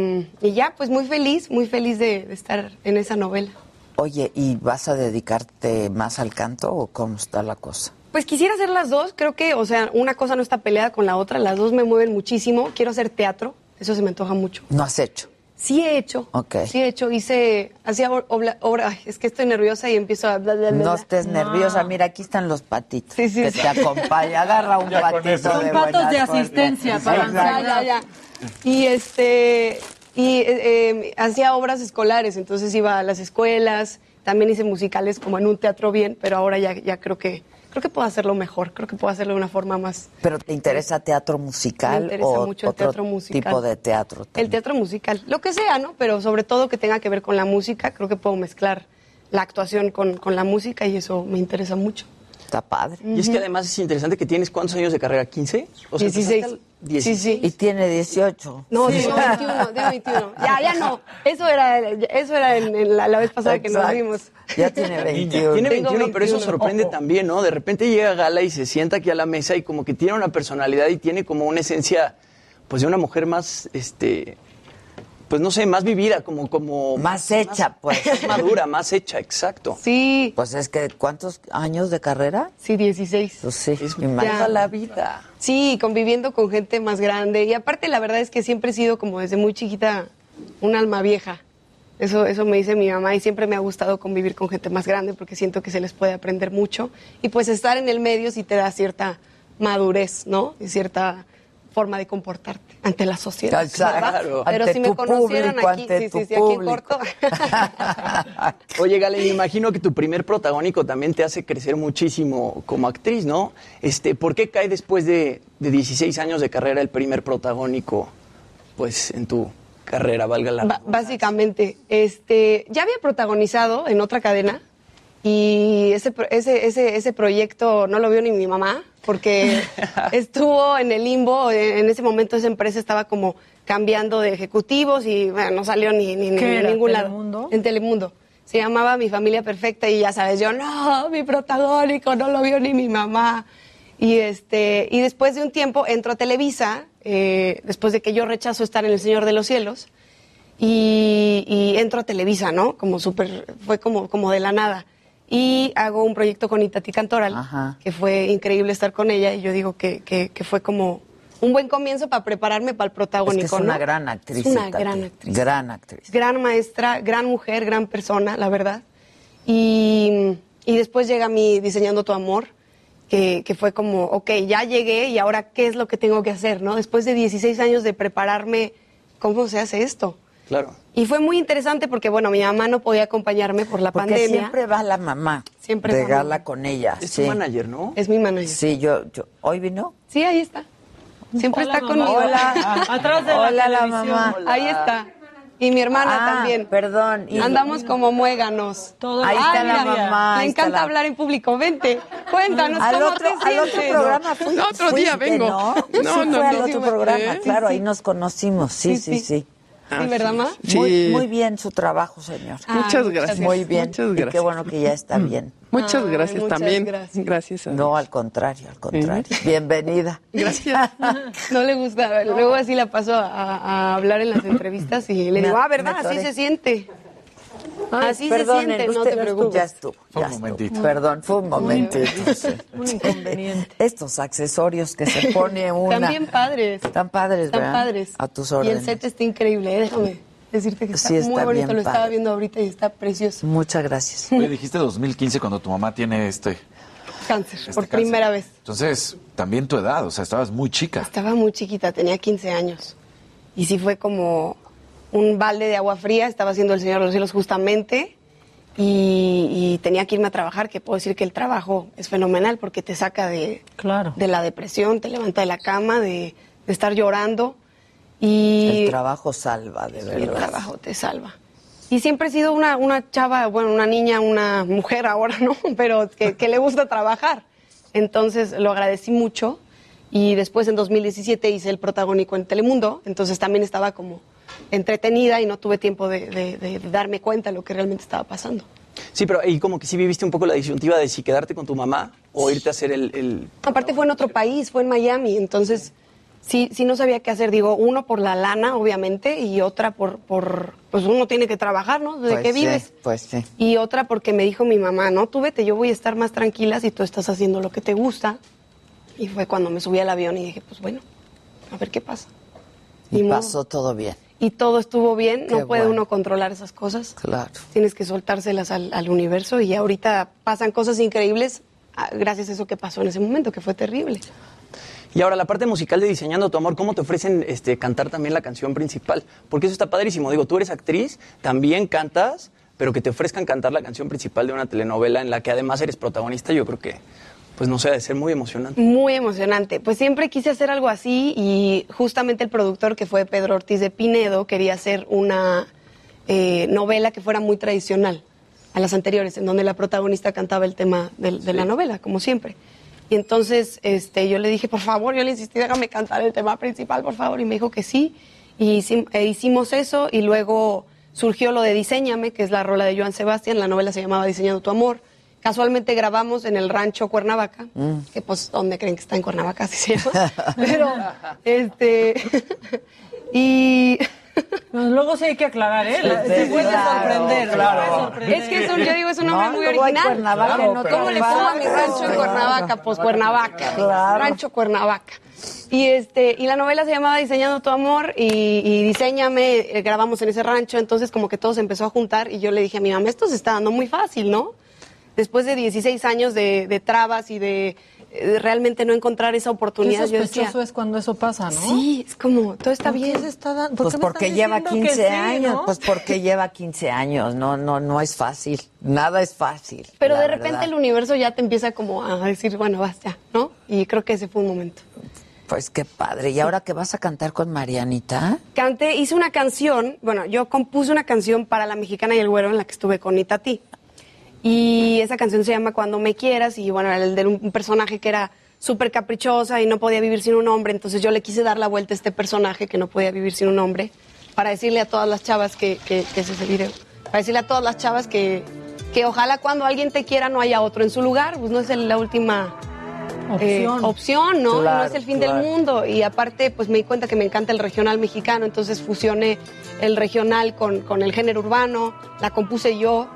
J: mm, y ya, pues muy feliz, muy feliz de- de estar en esa novela.
C: Oye, ¿y vas a dedicarte más al canto o cómo está la cosa?
J: Pues quisiera hacer las dos, creo que, o sea, una cosa no está peleada con la otra, las dos me mueven muchísimo, quiero hacer teatro, eso se me antoja mucho.
C: No has hecho.
J: Sí he hecho,
C: Ok.
J: sí he hecho, hice, hacía obra, obra- ay, es que estoy nerviosa y empiezo a... bla, bla, bla,
C: No
J: bla.
C: estés nerviosa. Mira, aquí están los patitos
J: Sí, sí,
C: que
J: sí.
C: te acompañan. Agarra un
J: Ya con
C: patito
J: eso.
C: de
J: Son patos
C: buena
J: de
C: suerte.
J: asistencia para
C: Exacto.
J: ensayar. Y este, Y eh, eh, hacía obras escolares, entonces iba a las escuelas, también hice musicales como en un teatro bien, pero ahora ya, ya creo que creo que puedo hacerlo mejor, creo que puedo hacerlo de una forma más.
C: ¿Pero te interesa teatro musical
J: Me interesa
C: o
J: mucho el
C: otro
J: teatro musical.
C: tipo de teatro?
J: El teatro musical, lo que sea, ¿no? Pero sobre todo que tenga que ver con la música, creo que puedo mezclar la actuación con, con la música y eso me interesa mucho.
C: Está padre.
O: Y es que además es interesante que tienes cuántos años de carrera, ¿15? O sea, empezaste
J: Dieciséis.
O: al 16.
C: Y tiene 18.
J: No, tengo 21, tengo 21. Ya, ya no. Eso era, eso era en- en la, la vez pasada
O: Exacto.
J: que nos vimos.
C: tiene
O: 21. Tiene
J: Tengo
O: 21, pero eso
J: 21.
O: sorprende también, ¿no? De repente llega Gala y se sienta aquí a la mesa y como que tiene una personalidad y tiene como una esencia, pues de una mujer más, este, pues no sé, más vivida, como... como
C: más hecha, pues.
O: Más madura, más hecha, exacto.
J: Sí.
C: Pues es que, ¿cuántos años de carrera?
J: Sí, 16.
C: Pues sí,
J: Ya.
C: imagínate la vida.
J: Sí, conviviendo con gente más grande. Y aparte, la verdad es que siempre he sido como desde muy chiquita un alma vieja. Eso, eso me dice mi mamá y siempre me ha gustado convivir con gente más grande porque siento que se les puede aprender mucho. Y pues estar en el medio sí te da cierta madurez, ¿no? Y cierta forma de comportarte ante la sociedad. ¿verdad?
O: Claro.
J: Pero
O: Ante
J: si me
O: tu
J: conocieran
O: público,
J: aquí,
O: ante
J: sí,
O: tu
J: sí, sí, aquí en
O: público.
J: corto,
O: Oye, Gale, me imagino que tu primer protagónico también te hace crecer muchísimo como actriz, ¿no? Este, ¿Por qué cae después de, de 16 años de carrera el primer protagónico, pues, en tu carrera, valga la...
J: Ba- básicamente, este, ya había protagonizado en otra cadena y ese, pro- ese, ese, ese proyecto no lo vio ni mi mamá porque estuvo en el limbo. En en ese momento esa empresa estaba como cambiando de ejecutivos y bueno, no salió ni, ni, ni
Q: ¿Qué
J: en
Q: era,
J: ningún
Q: Telemundo?
J: lado. En Telemundo. Se llamaba Mi Familia Perfecta y ya sabes, yo no, mi protagónico no lo vio ni mi mamá. Y, este, y después de un tiempo entro a Televisa, eh, después de que yo rechazo estar en El Señor de los Cielos, y, y entro a Televisa, ¿no? Como súper, fue como, como de la nada. Y hago un proyecto con Itati Cantoral, que fue increíble estar con ella, y yo digo que, que, que fue como un buen comienzo para prepararme para el
C: Es
J: protagónico.
C: que es una
J: ¿no?
C: gran actriz.
J: Es una
C: Itati.
J: gran actriz.
C: Gran actriz.
J: Gran maestra, gran mujer, gran persona, la verdad. Y, y después llega mi Diseñando tu Amor, que, que fue como, ok, ya llegué y ahora qué es lo que tengo que hacer, ¿no? Después de 16 años de prepararme, ¿cómo se hace esto?
O: Claro.
J: Y fue muy interesante porque, bueno, mi mamá no podía acompañarme por la
C: Porque
J: pandemia.
C: siempre va la mamá.
J: Siempre
C: de
J: va la
C: gala
J: mamá.
C: con ella.
J: Es tu
C: sí.
J: manager, ¿no? Es mi manager.
C: Sí, yo, yo hoy vino.
J: Sí, ahí está. Siempre
C: Hola,
J: está
C: mamá.
J: conmigo.
C: Hola. Atrás de la Hola, la televisión. mamá. Hola.
J: Ahí está. Y mi hermana
C: Ah,
J: también.
C: Perdón. y-
J: Andamos como muéganos.
C: Ahí está
J: Ay,
C: la
J: mira,
C: mamá,
J: Me
C: ahí está
J: encanta
C: la-
J: hablar en público. Vente, cuéntanos
C: Al
J: cómo
C: otro-
J: te
C: al otro
J: sientes.
C: programa fui-
J: Otro día
C: fuiste,
J: vengo.
C: No,
J: No,
C: Sí,
J: no,
C: fue al
J: no.
C: otro
J: Sí,
C: programa,
J: ¿eh?
C: claro,
J: Sí,
C: ahí nos conocimos, sí, sí, sí.
J: Sí, ¿verdad, ma?
C: Muy,
J: Sí.
C: muy bien su trabajo, señor.
J: Ay, Muchas muchas gracias,
C: Muy bien.
M: muchas
C: Y qué
M: gracias.
C: bueno que ya está bien.
M: Muchas Ay, gracias muchas también. gracias.
C: a No, al contrario, al contrario. Bienvenida.
J: Gracias. no le gusta. Luego así la paso a, a hablar en las entrevistas y le
C: Me-
J: digo, ah, ¿verdad?
C: me
J: Así
C: atoré.
J: se siente.
C: Ay,
J: así se
C: perdonen,
J: siente, no te
C: ustedes-
J: preocupes.
C: Ya estuvo, ya estuvo. Perdón, fue un momentito. sí. Estos accesorios que se pone una.
J: También padres.
C: Están padres,
J: Están
C: ¿verdad?
J: padres.
C: A tus
J: Y el
C: órdenes.
J: set está increíble, ¿eh? déjame decirte que está,
C: Sí, está
J: muy bonito.
C: bien
J: Lo estaba
C: padre.
J: viendo ahorita y está precioso.
C: Muchas gracias.
K: Le dijiste 2015 cuando tu mamá tiene este.
J: Cáncer, por
K: cáncer.
J: primera vez.
K: Entonces, también tu edad, o sea, estabas muy chica.
J: Estaba muy chiquita, tenía 15 años. Y sí fue como un balde de agua fría. Estaba haciendo el Señor de los Cielos justamente. Y, y tenía que irme a trabajar, que puedo decir que el trabajo es fenomenal porque te saca de, de la depresión, te levanta de la cama, de, de estar llorando. Y
C: El trabajo salva, de verdad.
J: el trabajo te salva. Y siempre he sido una, una chava, bueno, una niña, una mujer ahora, ¿no? Pero que, que le gusta trabajar. Entonces lo agradecí mucho. Y después en 2017 hice el protagónico en Telemundo. Entonces también estaba como entretenida y no tuve tiempo de, de- de darme cuenta de lo que realmente estaba pasando.
O: Sí, pero y como que sí viviste un poco la disyuntiva de si quedarte con tu mamá o irte a hacer el... el-
J: Aparte fue en otro país, fue en Miami, entonces sí, sí no sabía qué hacer. Digo, uno por la lana, obviamente, y otra por, por pues uno tiene que trabajar, ¿no? ¿De
C: Pues
J: qué
C: sí,
J: vives?
C: Pues sí.
J: Y otra porque me dijo mi mamá, no, tú vete, yo voy a estar más tranquila si tú estás haciendo lo que te gusta. Y fue cuando me subí al avión y dije, pues bueno, a ver qué pasa.
C: Y
J: Ni modo.
C: pasó todo bien.
J: Y todo estuvo bien,
C: Qué
J: no puede
C: bueno.
J: uno controlar esas cosas.
C: Claro.
J: Tienes que soltárselas al, al universo y ahorita pasan cosas increíbles ah, gracias a eso que pasó en ese momento, que fue terrible.
O: Y ahora la parte musical de Diseñando tu amor, ¿cómo te ofrecen este, cantar también la canción principal? Porque eso está padrísimo. Digo, tú eres actriz, también cantas, pero que te ofrezcan cantar la canción principal de una telenovela en la que además eres protagonista, yo creo que, pues no sé, ha de ser muy emocionante.
J: Muy emocionante. Pues siempre quise hacer algo así y justamente el productor que fue Pedro Ortiz de Pinedo quería hacer una eh, novela que fuera muy tradicional a las anteriores, en donde la protagonista cantaba el tema del- de, la novela, como siempre. Y entonces este, yo le dije, por favor, yo le insistí, déjame cantar el tema principal, por favor. Y me dijo que sí. Y hicim- e hicimos eso y luego surgió lo de Diseñame, que es la rola de Joan Sebastián. La novela se llamaba Diseñando tu amor. Casualmente grabamos en el rancho Cuernavaca,
C: Mm.
J: que pues, ¿dónde creen que está en Cuernavaca? Así se llama. Pero, este... y...
Q: Luego sí hay que aclarar, ¿eh? La- Te puede sorprender. te puede sorprender.
J: Es que es un, yo digo, es un nombre
Q: No,
J: muy
Q: luego hay
J: original.
Q: Cuernavaca en otro
J: ¿Cómo le pongo a mi
Q: lugar?
J: rancho en Cuernavaca? Pues Cuernavaca. Rancho Cuernavaca. Y, este, y la novela se llamaba Diseñando tu amor y, y Diseñame, eh, grabamos en ese rancho, entonces como que todo se empezó a juntar y yo le dije a mi mamá, esto se está dando muy fácil, ¿no? Después de 16 años de, de trabas y de, eh, de realmente no encontrar esa
Q: Qué
J: oportunidad, yo decía,
Q: sospechoso es cuando eso pasa, ¿no?
J: Sí, es como, todo está
Q: bien. Se está dando?
C: Pues porque lleva 15 años, pues porque lleva 15 años, no, no, no es fácil, nada es fácil.
J: pero
C: la
J: de repente
C: verdad.
J: el universo ya te empieza como a decir, bueno, basta, ¿no? Y creo que ese fue un momento.
C: Pues qué padre, ¿y ahora que vas a cantar con Marianita?
J: canté, hice una canción, bueno, yo compuse una canción para La Mexicana y el Güero en la que estuve con Itatí. Y esa canción se llama Cuando me quieras y bueno, era el de un un personaje que era súper caprichosa y no podía vivir sin un hombre, entonces yo le quise dar la vuelta a este personaje que no podía vivir sin un hombre para decirle a todas las chavas que, que, que es ese video, para decirle a todas las chavas que, que ojalá cuando alguien te quiera no haya otro en su lugar, pues no es el- la última eh,
Q: Opción.
J: opción, ¿no?
Q: Claro,
J: no es el fin
Q: claro.
J: del mundo. Y aparte, pues me di cuenta que me encanta el regional mexicano, entonces fusioné el regional con, con el género urbano, la compuse yo.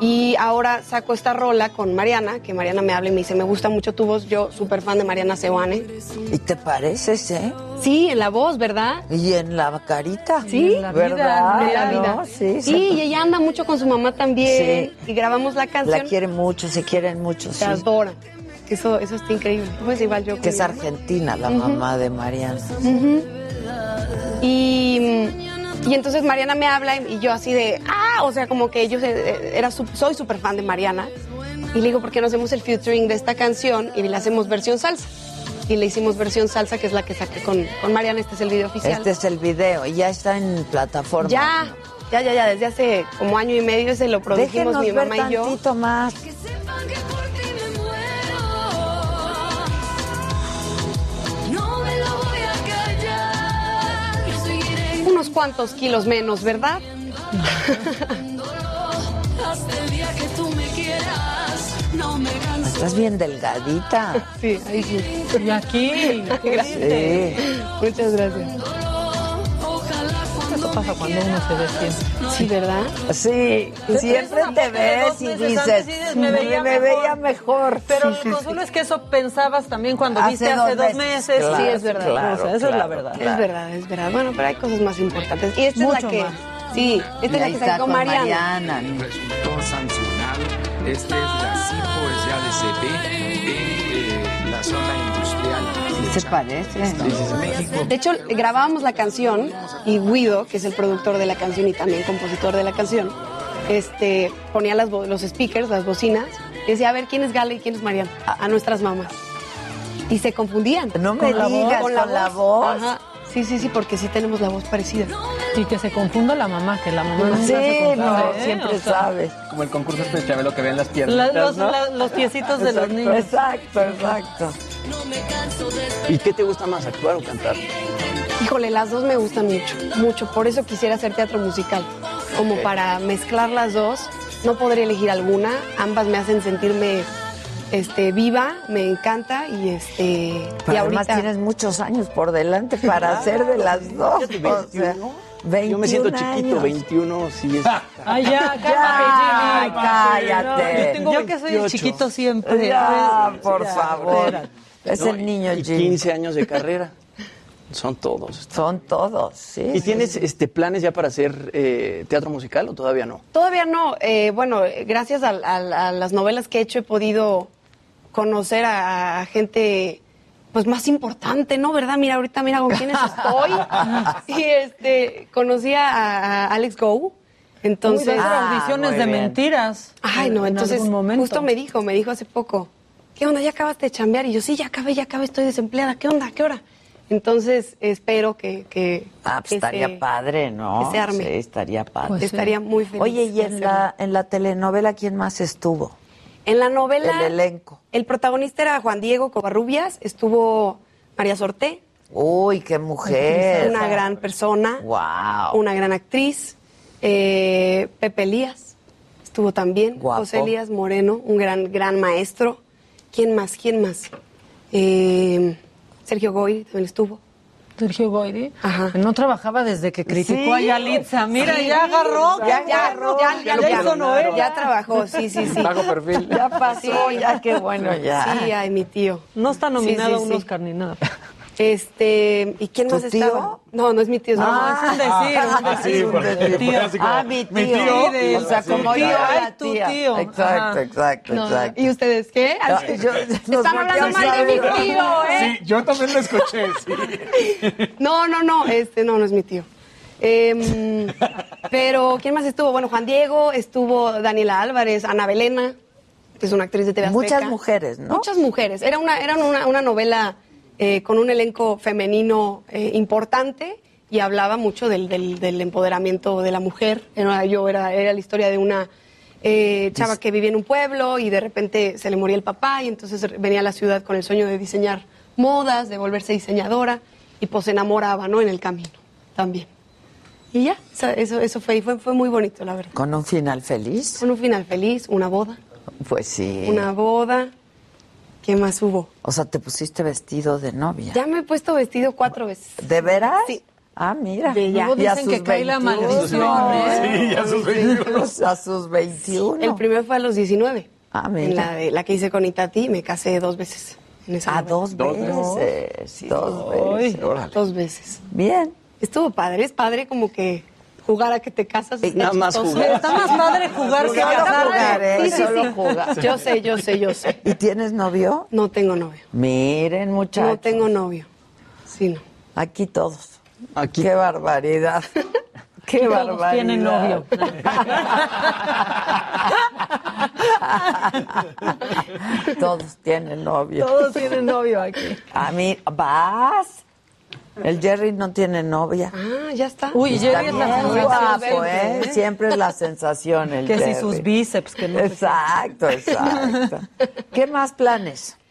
J: Y ahora saco esta rola con Mariana, que Mariana me habla y me dice, me gusta mucho tu voz, yo súper fan de Mariana Seoane.
C: ¿Y te pareces, eh?
J: Sí, en la voz, ¿verdad?
C: Y en la carita.
J: Sí,
C: ¿verdad?
J: en la vida.
C: ¿No?
J: Sí,
C: Sí,
J: y ella anda mucho con su mamá también. Y grabamos la
C: La
J: canción.
C: quieren mucho, se quieren mucho,
J: Se
C: sí.
J: adoran. Eso, eso está increíble. Pues igual yo.
C: Que
J: con
C: es
J: mi mamá.
C: argentina la
J: Ujú.
C: mamá de Mariana.
J: Ujú. Y, mm, y entonces Mariana me habla y yo así de, ah, o sea, como que yo se- era, su- soy súper fan de Mariana. Y le digo, ¿por qué no hacemos el featuring de esta canción y le hacemos versión salsa? Y le hicimos versión salsa, que es la que saqué con, con Mariana. Este es el video oficial.
C: Este es el video y ya está en plataforma.
J: Ya, ya, ya, ya, desde hace como año y medio se lo produjimos
C: Déjenos
J: mi
C: ver
J: mamá y yo.
C: tantito más.
E: No me lo voy a callar. Yo seguiré
J: Unos cuantos kilos menos, ¿verdad?
E: hasta el día que tú me quieras. No me canso.
C: Estás bien delgadita.
J: Sí, ahí sí.
Q: Y aquí.
C: Sí.
J: Muchas gracias.
Q: Eso pasa cuando uno se despierta.
J: Sí, ¿verdad?
C: Sí,
Q: Te
C: siempre
Q: piensas
C: te
Q: aparte de
C: ves
Q: dos
C: y
Q: meses
C: dices, "Mm,
Q: antes y dices, me veía
C: me veía
Q: mejor.
C: mejor.
Q: Pero el consuelo es que eso pensabas también cuando
C: Hace
Q: viste
C: dos
Q: hace dos
C: meses.
Q: meses.
C: Claro,
Q: sí, es verdad.
C: claro,
Q: o sea, eso es la
C: claro,
Q: verdad.
J: Es verdad, es verdad. Bueno, pero hay cosas más importantes. Y esta es la
Q: Mucho
J: que.
Q: más.
J: Sí, esta es la
C: Ahí
J: que
C: está
J: sacó
C: con
J: Mariana.
C: Mariana.
R: Resultó sancionado. Este es la CIPO, ya de en eh, la zona industrial.
C: Se parece.
J: De hecho, grabábamos la canción y Guido, que es el productor de la canción y también compositor de la canción, este, ponía las bo- los speakers, las bocinas, y decía, a ver, ¿quién es Gala y quién es Mariana? A, a nuestras mamás. Y se confundían. No
C: me digas, ¿con la voz?
J: Ajá. Sí, sí, sí, porque sí tenemos la voz parecida.
Q: Y que se confunda la mamá, que la mamá
C: Sí, no,
Q: no
C: siempre sabes.
L: Como el concurso este de Chabelo que vean las
Q: La-
L: piernas.
Q: los,
L: ¿no?
Q: la- los piecitos de los
C: Exacto,
Q: niños.
C: Exacto, exacto.
O: ¿Y qué te gusta más, actuar o cantar?
J: Híjole, las dos me gustan mucho, mucho. Por eso quisiera hacer teatro musical. Como para mezclar las dos. No podré elegir alguna. Ambas me hacen sentirme este, viva, me encanta y este.
C: Pero
J: y
C: además
J: ahorita-
C: tienes muchos años por delante para hacer de las dos.
O: Fíjate,
C: o sea,
O: 21. Yo me siento
C: 21
O: chiquito,
C: años.
O: 21, sí es.
Q: Ay, ya, cálmate,
C: Ya,
Q: Jimmy.
C: cállate.
Q: No, yo tengo
C: Yo
Q: que soy
O: 28.
Q: el chiquito siempre.
C: Ya,
Q: Pues,
C: por
Q: ya,
C: favor.
Q: espérate.
C: Es
O: No,
C: el niño
O: y
C: Jim.
O: 15 años de carrera. Son todos.
C: Son todos, sí.
O: ¿Y tienes este, planes ya para hacer eh, teatro musical o todavía no?
J: Todavía no. eh, bueno, eh, gracias al- al- a, las novelas que he hecho he podido conocer a, a gente pues más importante, ¿no? ¿Verdad? Mira, ahorita mira con quiénes estoy. y este, conocí a, a Alex Go. Entonces,
Q: Uy, de esas Ah, audiciones muy de bien. mentiras.
J: Ay, no,
Q: En
J: entonces
Q: algún momento.
J: justo me dijo, me dijo hace poco, ¿qué onda? ¿Ya acabaste de chambear? Y yo, sí, ya acabé, ya acabé, estoy desempleada. ¿Qué onda? ¿Qué hora? Entonces, espero que... que
C: Ah, pues
J: que
C: estaría
J: se-
C: padre, ¿no?
J: que se arme.
C: Sí, estaría padre.
J: Pues sí. Estaría muy feliz
C: Oye, ¿y
J: de
C: en la, en la telenovela quién más estuvo?
J: En la novela...
C: El elenco.
J: El protagonista era Juan Diego Covarrubias, estuvo María Sorté,
C: Uy, qué mujer.
J: una gran persona,
C: Wow.
J: una gran actriz. Eh, Pepe Elías estuvo también.
C: Guapo.
J: José Elías Moreno, un gran, gran maestro. ¿Quién más? ¿Quién más? Eh, Sergio Goy también estuvo.
Q: Sergio Goyri. No trabajaba desde que criticó a
J: Sí.
Q: Yalitza. Mira,
J: Sí.
Q: ya agarró, ya,
J: Ya, ya,
Q: agarró,
J: ya, ya, ya,
Q: hizo novela.
J: ya trabajó, sí, sí, sí. Bajo
L: perfil.
J: Ya pasó,
C: ya, qué bueno, ya.
J: Sí, ay, mi tío.
Q: No está nominado
J: Sí,
Q: a
J: sí,
Q: un
J: sí.
Q: Oscar ni nada.
J: Este, ¿y quién
Q: ¿Tu
J: más
Q: tío?
J: estaba? No, no es mi tío, es
Q: Ah,
J: mamá.
Q: es un decir, es un Ah, sí, decir. porque- Tu tío. porque así como,
C: Ah, mi tío.
Q: mi tío.
C: O sea,
Q: Sí,
C: como
Q: tu
C: yo,
Q: tío, ay,
C: la
Q: tu
C: tía.
Q: tío.
C: Exacto,
Q: Ajá.
C: exacto,
J: No,
C: exacto.
J: ¿Y ustedes qué?
C: No, yo- nos
J: Están hablando
C: volteamos
J: mal de mi
C: a ver.
J: tío, ¿eh?
R: Sí, yo también lo escuché, sí.
J: No, no, no, este, no, no es mi tío. Em, pero, ¿quién más estuvo? Bueno, Juan Diego, estuvo Daniela Álvarez, Ana Belena, que es una actriz de TV Azteca.
C: Muchas mujeres, ¿no?
J: Muchas mujeres. Era una, era una, una novela eh, con un elenco femenino eh, importante y hablaba mucho del, del- del empoderamiento de la mujer. Era, yo era, era la historia de una eh, chava que vivía en un pueblo y de repente se le moría el papá y entonces re- venía a la ciudad con el sueño de diseñar modas, de volverse diseñadora y pues se enamoraba, ¿no? En el camino también. Y ya, o sea, eso, eso fue, y fue, fue muy bonito, la verdad.
C: Con un final feliz.
J: Con un final feliz, una boda.
C: Pues sí.
J: Una boda. ¿Qué más hubo?
C: O sea, te pusiste vestido de novia.
J: Ya me he puesto vestido cuatro veces.
C: ¿De veras? Ah, mira.
J: De ya. Luego
C: Y a
J: dicen
C: sus
J: que cae la
C: 21,
J: maldición,
C: ¿eh?
J: ¿eh? Sí, a sus
C: 21. A sus 21.
J: El primero fue a los 19.
C: Ah,
J: En
C: mira.
J: la, de- la que hice con Itati me casé dos veces. En esa
C: Ah, dos
J: novela.
C: veces.
J: Sí.
C: Dos veces. Órale.
J: Dos veces.
C: Bien.
J: Estuvo padre, es padre como que jugar a que te casas. está
Q: nada más
J: chistoso.
Q: jugar. Está más padre jugar que
J: Está
Q: casarte.
J: padre.
Q: Sí, sí,
C: ¿eh? Solo
Q: sí.
C: jugar.
J: Yo sé, yo sé, yo sé.
C: ¿Y tienes novio?
J: No tengo novio.
C: Miren, muchachos.
J: No tengo novio. Sí, no.
C: Aquí todos. Aquí. Qué barbaridad. Qué
Q: Todos
C: barbaridad.
Q: tienen novio.
C: todos tienen novio.
Q: Todos tienen novio aquí.
C: A mí, vas. El Jerry no tiene novia.
J: Ah, ya está.
Q: Uy,
C: Está
Q: Jerry es la
C: bien
Q: sensación
C: guapo, ¿eh?
Q: siempre, ¿eh?
C: Siempre es la sensación el
Q: Que si
C: Jerry.
Q: sus bíceps, que no sé qué.
C: Exacto, exacto. ¿Qué más planes?
J: ¿eh?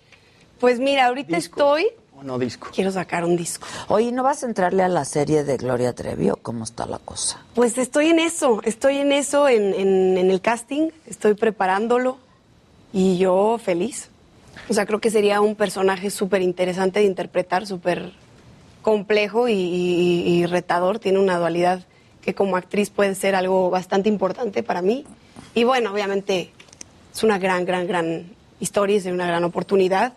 J: Pues mira, ahorita estoy.
C: No disco.
J: Quiero sacar un disco.
C: Oye, ¿no vas a entrarle a la serie de Gloria Trevi o cómo está la cosa?
J: Pues estoy en eso, estoy en eso, en, en- en el casting, estoy preparándolo y yo feliz. O sea, creo que sería un personaje súper interesante de interpretar, súper complejo y, y- y retador. Tiene una dualidad que como actriz puede ser algo bastante importante para mí. Y bueno, obviamente es una gran, gran, gran historia, es una gran oportunidad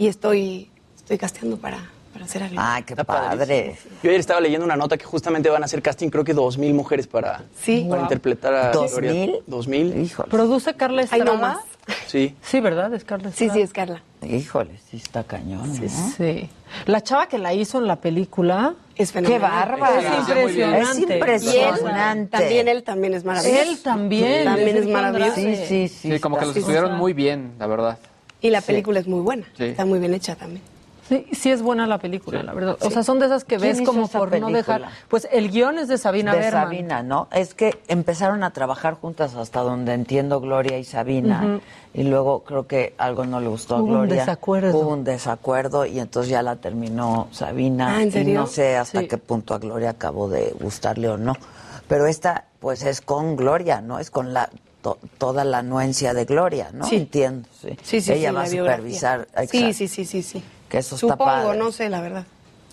J: y estoy, estoy casteando para, para hacer algo.
C: Ah, qué padre.
O: Yo ayer estaba leyendo una nota que justamente van a hacer casting, creo que 2.000 mujeres para,
J: Sí.
O: para
Q: Wow.
O: interpretar a
Q: ¿Dos
O: Gloria.
Q: mil?
O: 2.000.
Q: ¿Produce Carla
J: Ay,
Q: Estrada?
J: no más.
O: Sí.
Q: Sí, ¿verdad? Es Carla
J: Sí,
Q: Estrada.
J: sí, es Carla.
C: Híjole, sí está cañón. ¿no?
Q: Sí. La chava que la hizo en la película.
J: Es
Q: ¡Qué
J: fenomenal.
Q: bárbara!
J: Es impresionante.
Q: Es impresionante.
J: Y él también, él también es maravilloso.
Q: Él también.
J: También es
Q: Enrique
J: maravilloso.
Q: Andrade.
C: sí,
L: sí. como que los
J: sí,
L: estudiaron
J: sí.
L: muy bien, la verdad.
J: Y la película es muy buena.
L: Sí.
J: Está muy bien hecha también.
Q: Sí, sí es buena la película, la verdad. O
J: Sí.
Q: sea, son de esas que
J: ¿Quién
Q: ves
J: hizo
Q: como
J: esa
Q: por no
J: película?
Q: dejar. Pues el guión es de Sabina
C: de
Q: Berman.
C: Sabina, ¿no? Es que empezaron a trabajar juntas hasta donde entiendo Gloria y Sabina.
Q: Ujú.
C: Y luego creo que algo no le gustó a
Q: Hubo un
C: Gloria.
Q: desacuerdo.
C: Hubo un desacuerdo y entonces ya la terminó Sabina.
Q: Ah, ¿en
C: Y
Q: serio?
C: no sé hasta qué punto a Gloria acabó de gustarle o no. Pero esta, pues es con Gloria, ¿no? Es con la to- toda la anuencia de Gloria, ¿no?
J: Sí.
C: Entiendo, sí.
J: Sí, sí,
C: Ella
J: sí,
C: va
J: la
C: a
J: biografía.
C: supervisar.
J: Sí,
C: exacto,
J: sí, sí, sí, sí.
C: Que eso está
J: Supongo,
C: padre.
J: no sé, la verdad.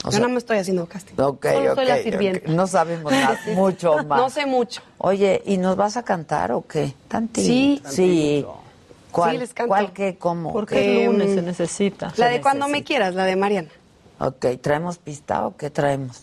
C: O
J: Yo
C: sea-
J: nada más estoy haciendo casting.
C: Ok,
J: Solo
C: ok,
J: soy la
C: ok.
J: sirvienta.
C: No sabemos nada, mucho más.
J: No sé mucho.
C: pues Oye, ¿y nos vas a cantar o qué? Tantito.
J: Sí.
C: Sí. ¿Cuál,
J: Sí, les canto.
C: ¿Cuál qué? ¿Cómo? Eh,
Q: Porque
C: qué?
Q: el lunes se necesita.
J: La de cuando me quieras, la de Mariana.
C: Ok, ¿traemos pista o qué traemos?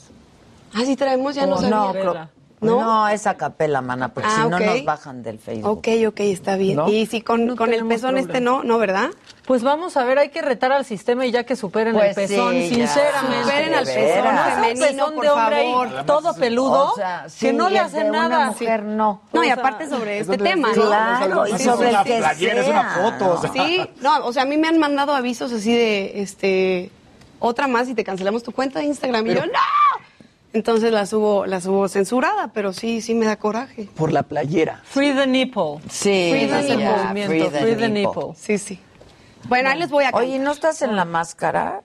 J: Ah, sí traemos, ya no
C: Oh, no,
J: sabía.
C: creo- No, es a capela, mana, porque
J: Ah,
C: si no
J: ok.
C: nos bajan del Facebook.
J: Ok, ok, está bien.
C: ¿No?
J: Y si con,
C: No
J: con el
C: tenemos
J: pezón este
C: problema.
J: no, no, ¿verdad?
Q: Pues vamos a ver, hay que retar al sistema y ya que superen
J: Pues
Q: el pezón,
J: sí, ya.
Q: sinceramente.
J: Superen al
Q: De
J: pezón
Q: veras.
J: femenino,
Q: Un pezón
J: por
Q: de hombre ahí,
J: favor.
Q: todo peludo,
J: O sea,
Q: que
J: Ah, sí,
Q: no le
J: el
Q: hace
J: de una
Q: nada.
J: mujer,
C: no.
J: No, y
Q: O sea,
J: aparte sobre
Q: es
J: este
Q: donde-
J: tema, ¿no?
C: Claro, y
J: Sí,
C: sobre
J: sí,
C: el
J: sí.
C: que sea.
J: Sí, no, o sea, a mí me han mandado avisos así de, este, otra más y te cancelamos tu cuenta de Instagram. y yo, ¡no! Entonces la subo, la subo censurada, pero sí, sí me da coraje.
O: Por la playera.
Q: Free the nipple.
C: Sí,
Q: Free the
C: ya,
Q: nipple.
C: free
Q: movimiento,
C: the
Q: free the
C: nipple.
Q: nipple.
J: Sí, sí. Bueno, ahí les voy a
C: Oye, ¿no estás en la máscara?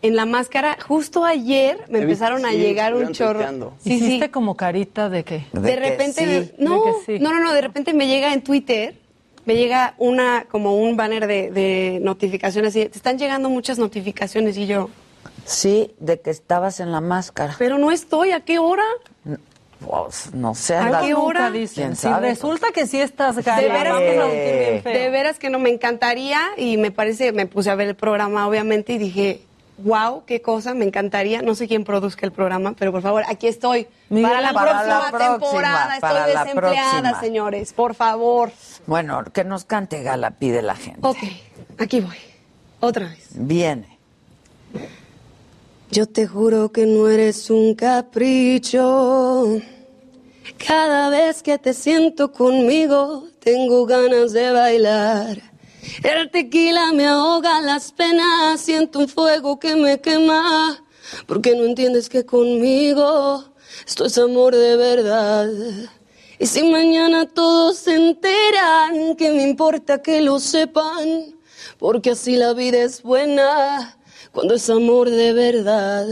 J: En la máscara, justo ayer me
Q: He visto-
J: empezaron a
Q: sí,
J: llegar un
Q: estuvieron
J: chorro.
Q: tuiteando.
J: Sí, sí.
Q: ¿Hiciste como carita de qué?
J: De, repente, me- no,
Q: De que sí.
J: no, no, no, de repente me llega en Twitter, me llega una, como un banner de, de notificaciones y te están llegando muchas notificaciones y yo,
C: Sí, de que estabas en la máscara.
J: pero no estoy, ¿a qué hora?
C: Pues, no sé,
J: ¿A
C: anda-
J: qué hora?
C: ¿Quién
Q: Dicen, si
C: sabe?
Q: resulta que sí estás gana.
J: De veras, que no,
C: Eh.
J: de veras que no, me encantaría y me parece, me puse a ver el programa obviamente y dije, wow, qué cosa, me encantaría, no sé quién produzca el programa, pero por favor, aquí estoy,
C: Miguel,
J: para la
C: para
J: próxima
C: la próxima,
J: temporada,
C: para
J: estoy
C: la
J: desempleada,
C: próxima.
J: señores, por favor.
C: Bueno, que nos cante gala, pide la gente.
J: Ok, aquí voy, otra vez.
C: Viene.
J: Yo te juro que no eres un capricho. Cada vez que te siento conmigo, tengo ganas de bailar. El tequila me ahoga las penas, siento un fuego que me quema. Porque no entiendes que conmigo esto es amor de verdad. Y si mañana todos se enteran, que me importa que lo sepan, porque así la vida es buena cuando es amor de verdad.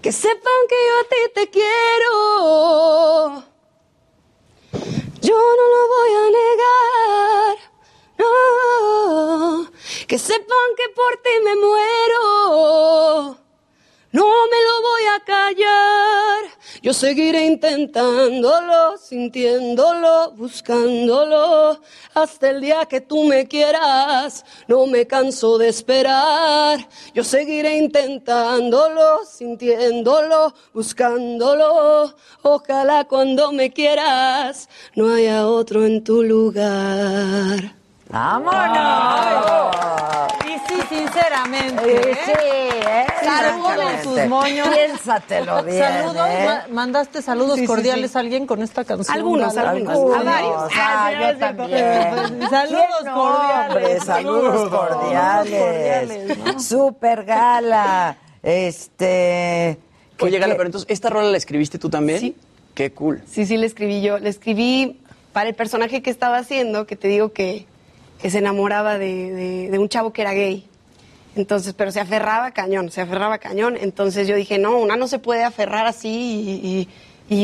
J: Que sepan que yo a ti te quiero. Yo no lo voy a negar. No. Que sepan que por ti me muero. No me lo voy a callar. Yo seguiré intentándolo, sintiéndolo, buscándolo, hasta el día que tú me quieras. No me canso de esperar. Yo seguiré intentándolo, sintiéndolo, buscándolo. Ojalá cuando me quieras no haya otro en tu lugar.
C: ¡Vámonos!
Q: Y sí, sinceramente.
C: Y sí, ¿eh?
Q: Cargó de sus moños.
C: Piénsatelo bien,
Q: Saludos,
C: ¿eh?
Q: ma- mandaste saludos
C: Sí, sí,
Q: cordiales
C: sí.
Q: a alguien con esta canción.
C: Algunos,
Q: Gala?
C: algunos. A varios. Ah,
Q: sí,
C: yo
Q: es cierto.
C: también.
Q: Saludos
C: ¿Quién no, hombre?
Q: cordiales.
C: Eh, saludos cordiales. Super gala. Este. que-
O: Oye, Gala,
C: que-
O: pero entonces, ¿esta rola la escribiste tú también? Sí. Qué cool.
J: Sí, sí, le escribí yo. Le escribí para el personaje que estaba haciendo, que te digo que, que se enamoraba de, de- de un chavo que era gay. Entonces, pero se aferraba cañón, se aferraba cañón. Entonces yo dije, no, una no se puede aferrar así y, y-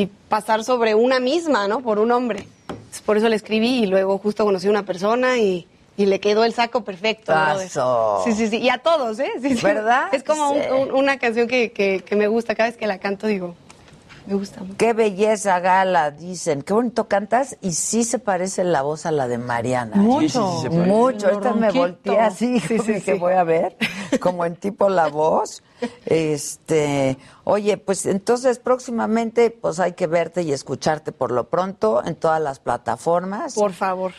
J: y pasar sobre una misma, ¿no? Por un hombre. Entonces, por eso le escribí y luego justo conocí a una persona y, y le quedó el saco perfecto. brother.
C: Eso.
J: Sí, sí, sí. Y a todos, ¿eh? Sí, sí.
C: ¿Verdad?
J: Es como un-
C: Sí.
J: un- una canción que, que- que me gusta. Cada vez que la canto digo, me gusta mucho.
C: Qué belleza, Gala, dicen. Qué bonito cantas y sí se parece la voz a la de Mariana. ¿eh?
Q: Mucho. Sí, sí, sí se parece.
C: Mucho.
Q: Lo
C: Ahorita me
Q: ronquito.
C: volteé así,
Q: Sí, sí,
C: dije,
Q: sí.
C: voy a ver, como en tipo la voz. Este, oye, pues entonces próximamente pues hay que verte y escucharte por lo pronto en todas las plataformas.
J: Por favor.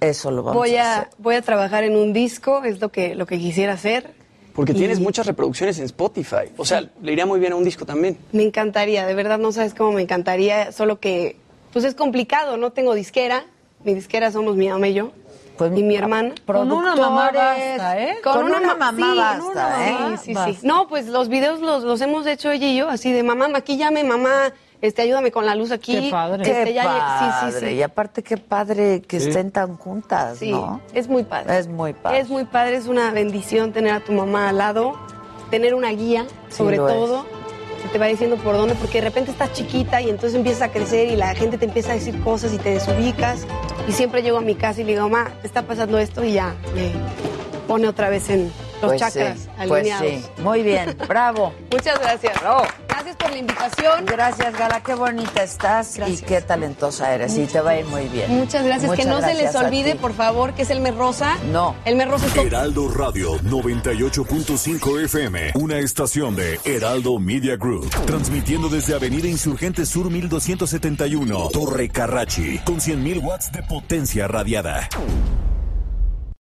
C: Eso lo vamos
J: Voy
C: a
J: a,
C: hacer.
J: voy a trabajar en un disco, es lo que, lo que quisiera hacer.
O: Porque tienes
J: Y-
O: muchas reproducciones en Spotify. O sea, le iría muy bien a un disco también.
J: Me encantaría, de verdad no sabes cómo me encantaría, solo que pues es complicado, no tengo disquera. Mi disquera somos mi mamá y yo. y mi hermana.
Q: Con una mamá basta, ¿eh?
J: Con, una,
C: mamá
J: sí,
C: basta,
J: con una
C: ¿eh?
J: mamá, sí, sí.
C: Basta.
J: No, pues los videos los, los hemos hecho ella y yo, así de mamá, maquíllame, mamá, este, ayúdame con la luz aquí. Este,
C: Qué
J: ya lle-
C: padre. Y aparte qué padre que
J: Sí.
C: estén tan juntas,
J: Sí,
C: ¿no?
J: es muy padre.
C: Es muy padre.
J: Es muy padre, es una bendición tener a tu mamá al lado, tener una guía,
C: Sí,
J: sobre
C: lo es.
J: todo, que te va diciendo por dónde, porque de repente estás chiquita y entonces empiezas a crecer y la gente te empieza a decir cosas y te desubicas. Y siempre llego a mi casa y le digo, mamá, está pasando esto y ya, me pone otra vez en, Los
C: Pues
J: chakras
C: sí, pues
J: alineados.
C: sí. Muy bien, bravo.
J: Muchas gracias. Gracias por la invitación.
C: Gracias, Gala. Qué bonita estás y qué talentosa eres. y te va a ir muy bien.
J: Muchas gracias. que no
C: Muchas
J: se les
C: gracias a
J: olvide,
C: ti.
J: por favor, que es el mes rosa.
C: No.
J: El mes rosa es con-
P: Heraldo Radio 98.5 FM, una estación de Heraldo Media Group, transmitiendo desde Avenida Insurgente Sur 1271, Torre Carrachi, con 100.000 watts de potencia radiada.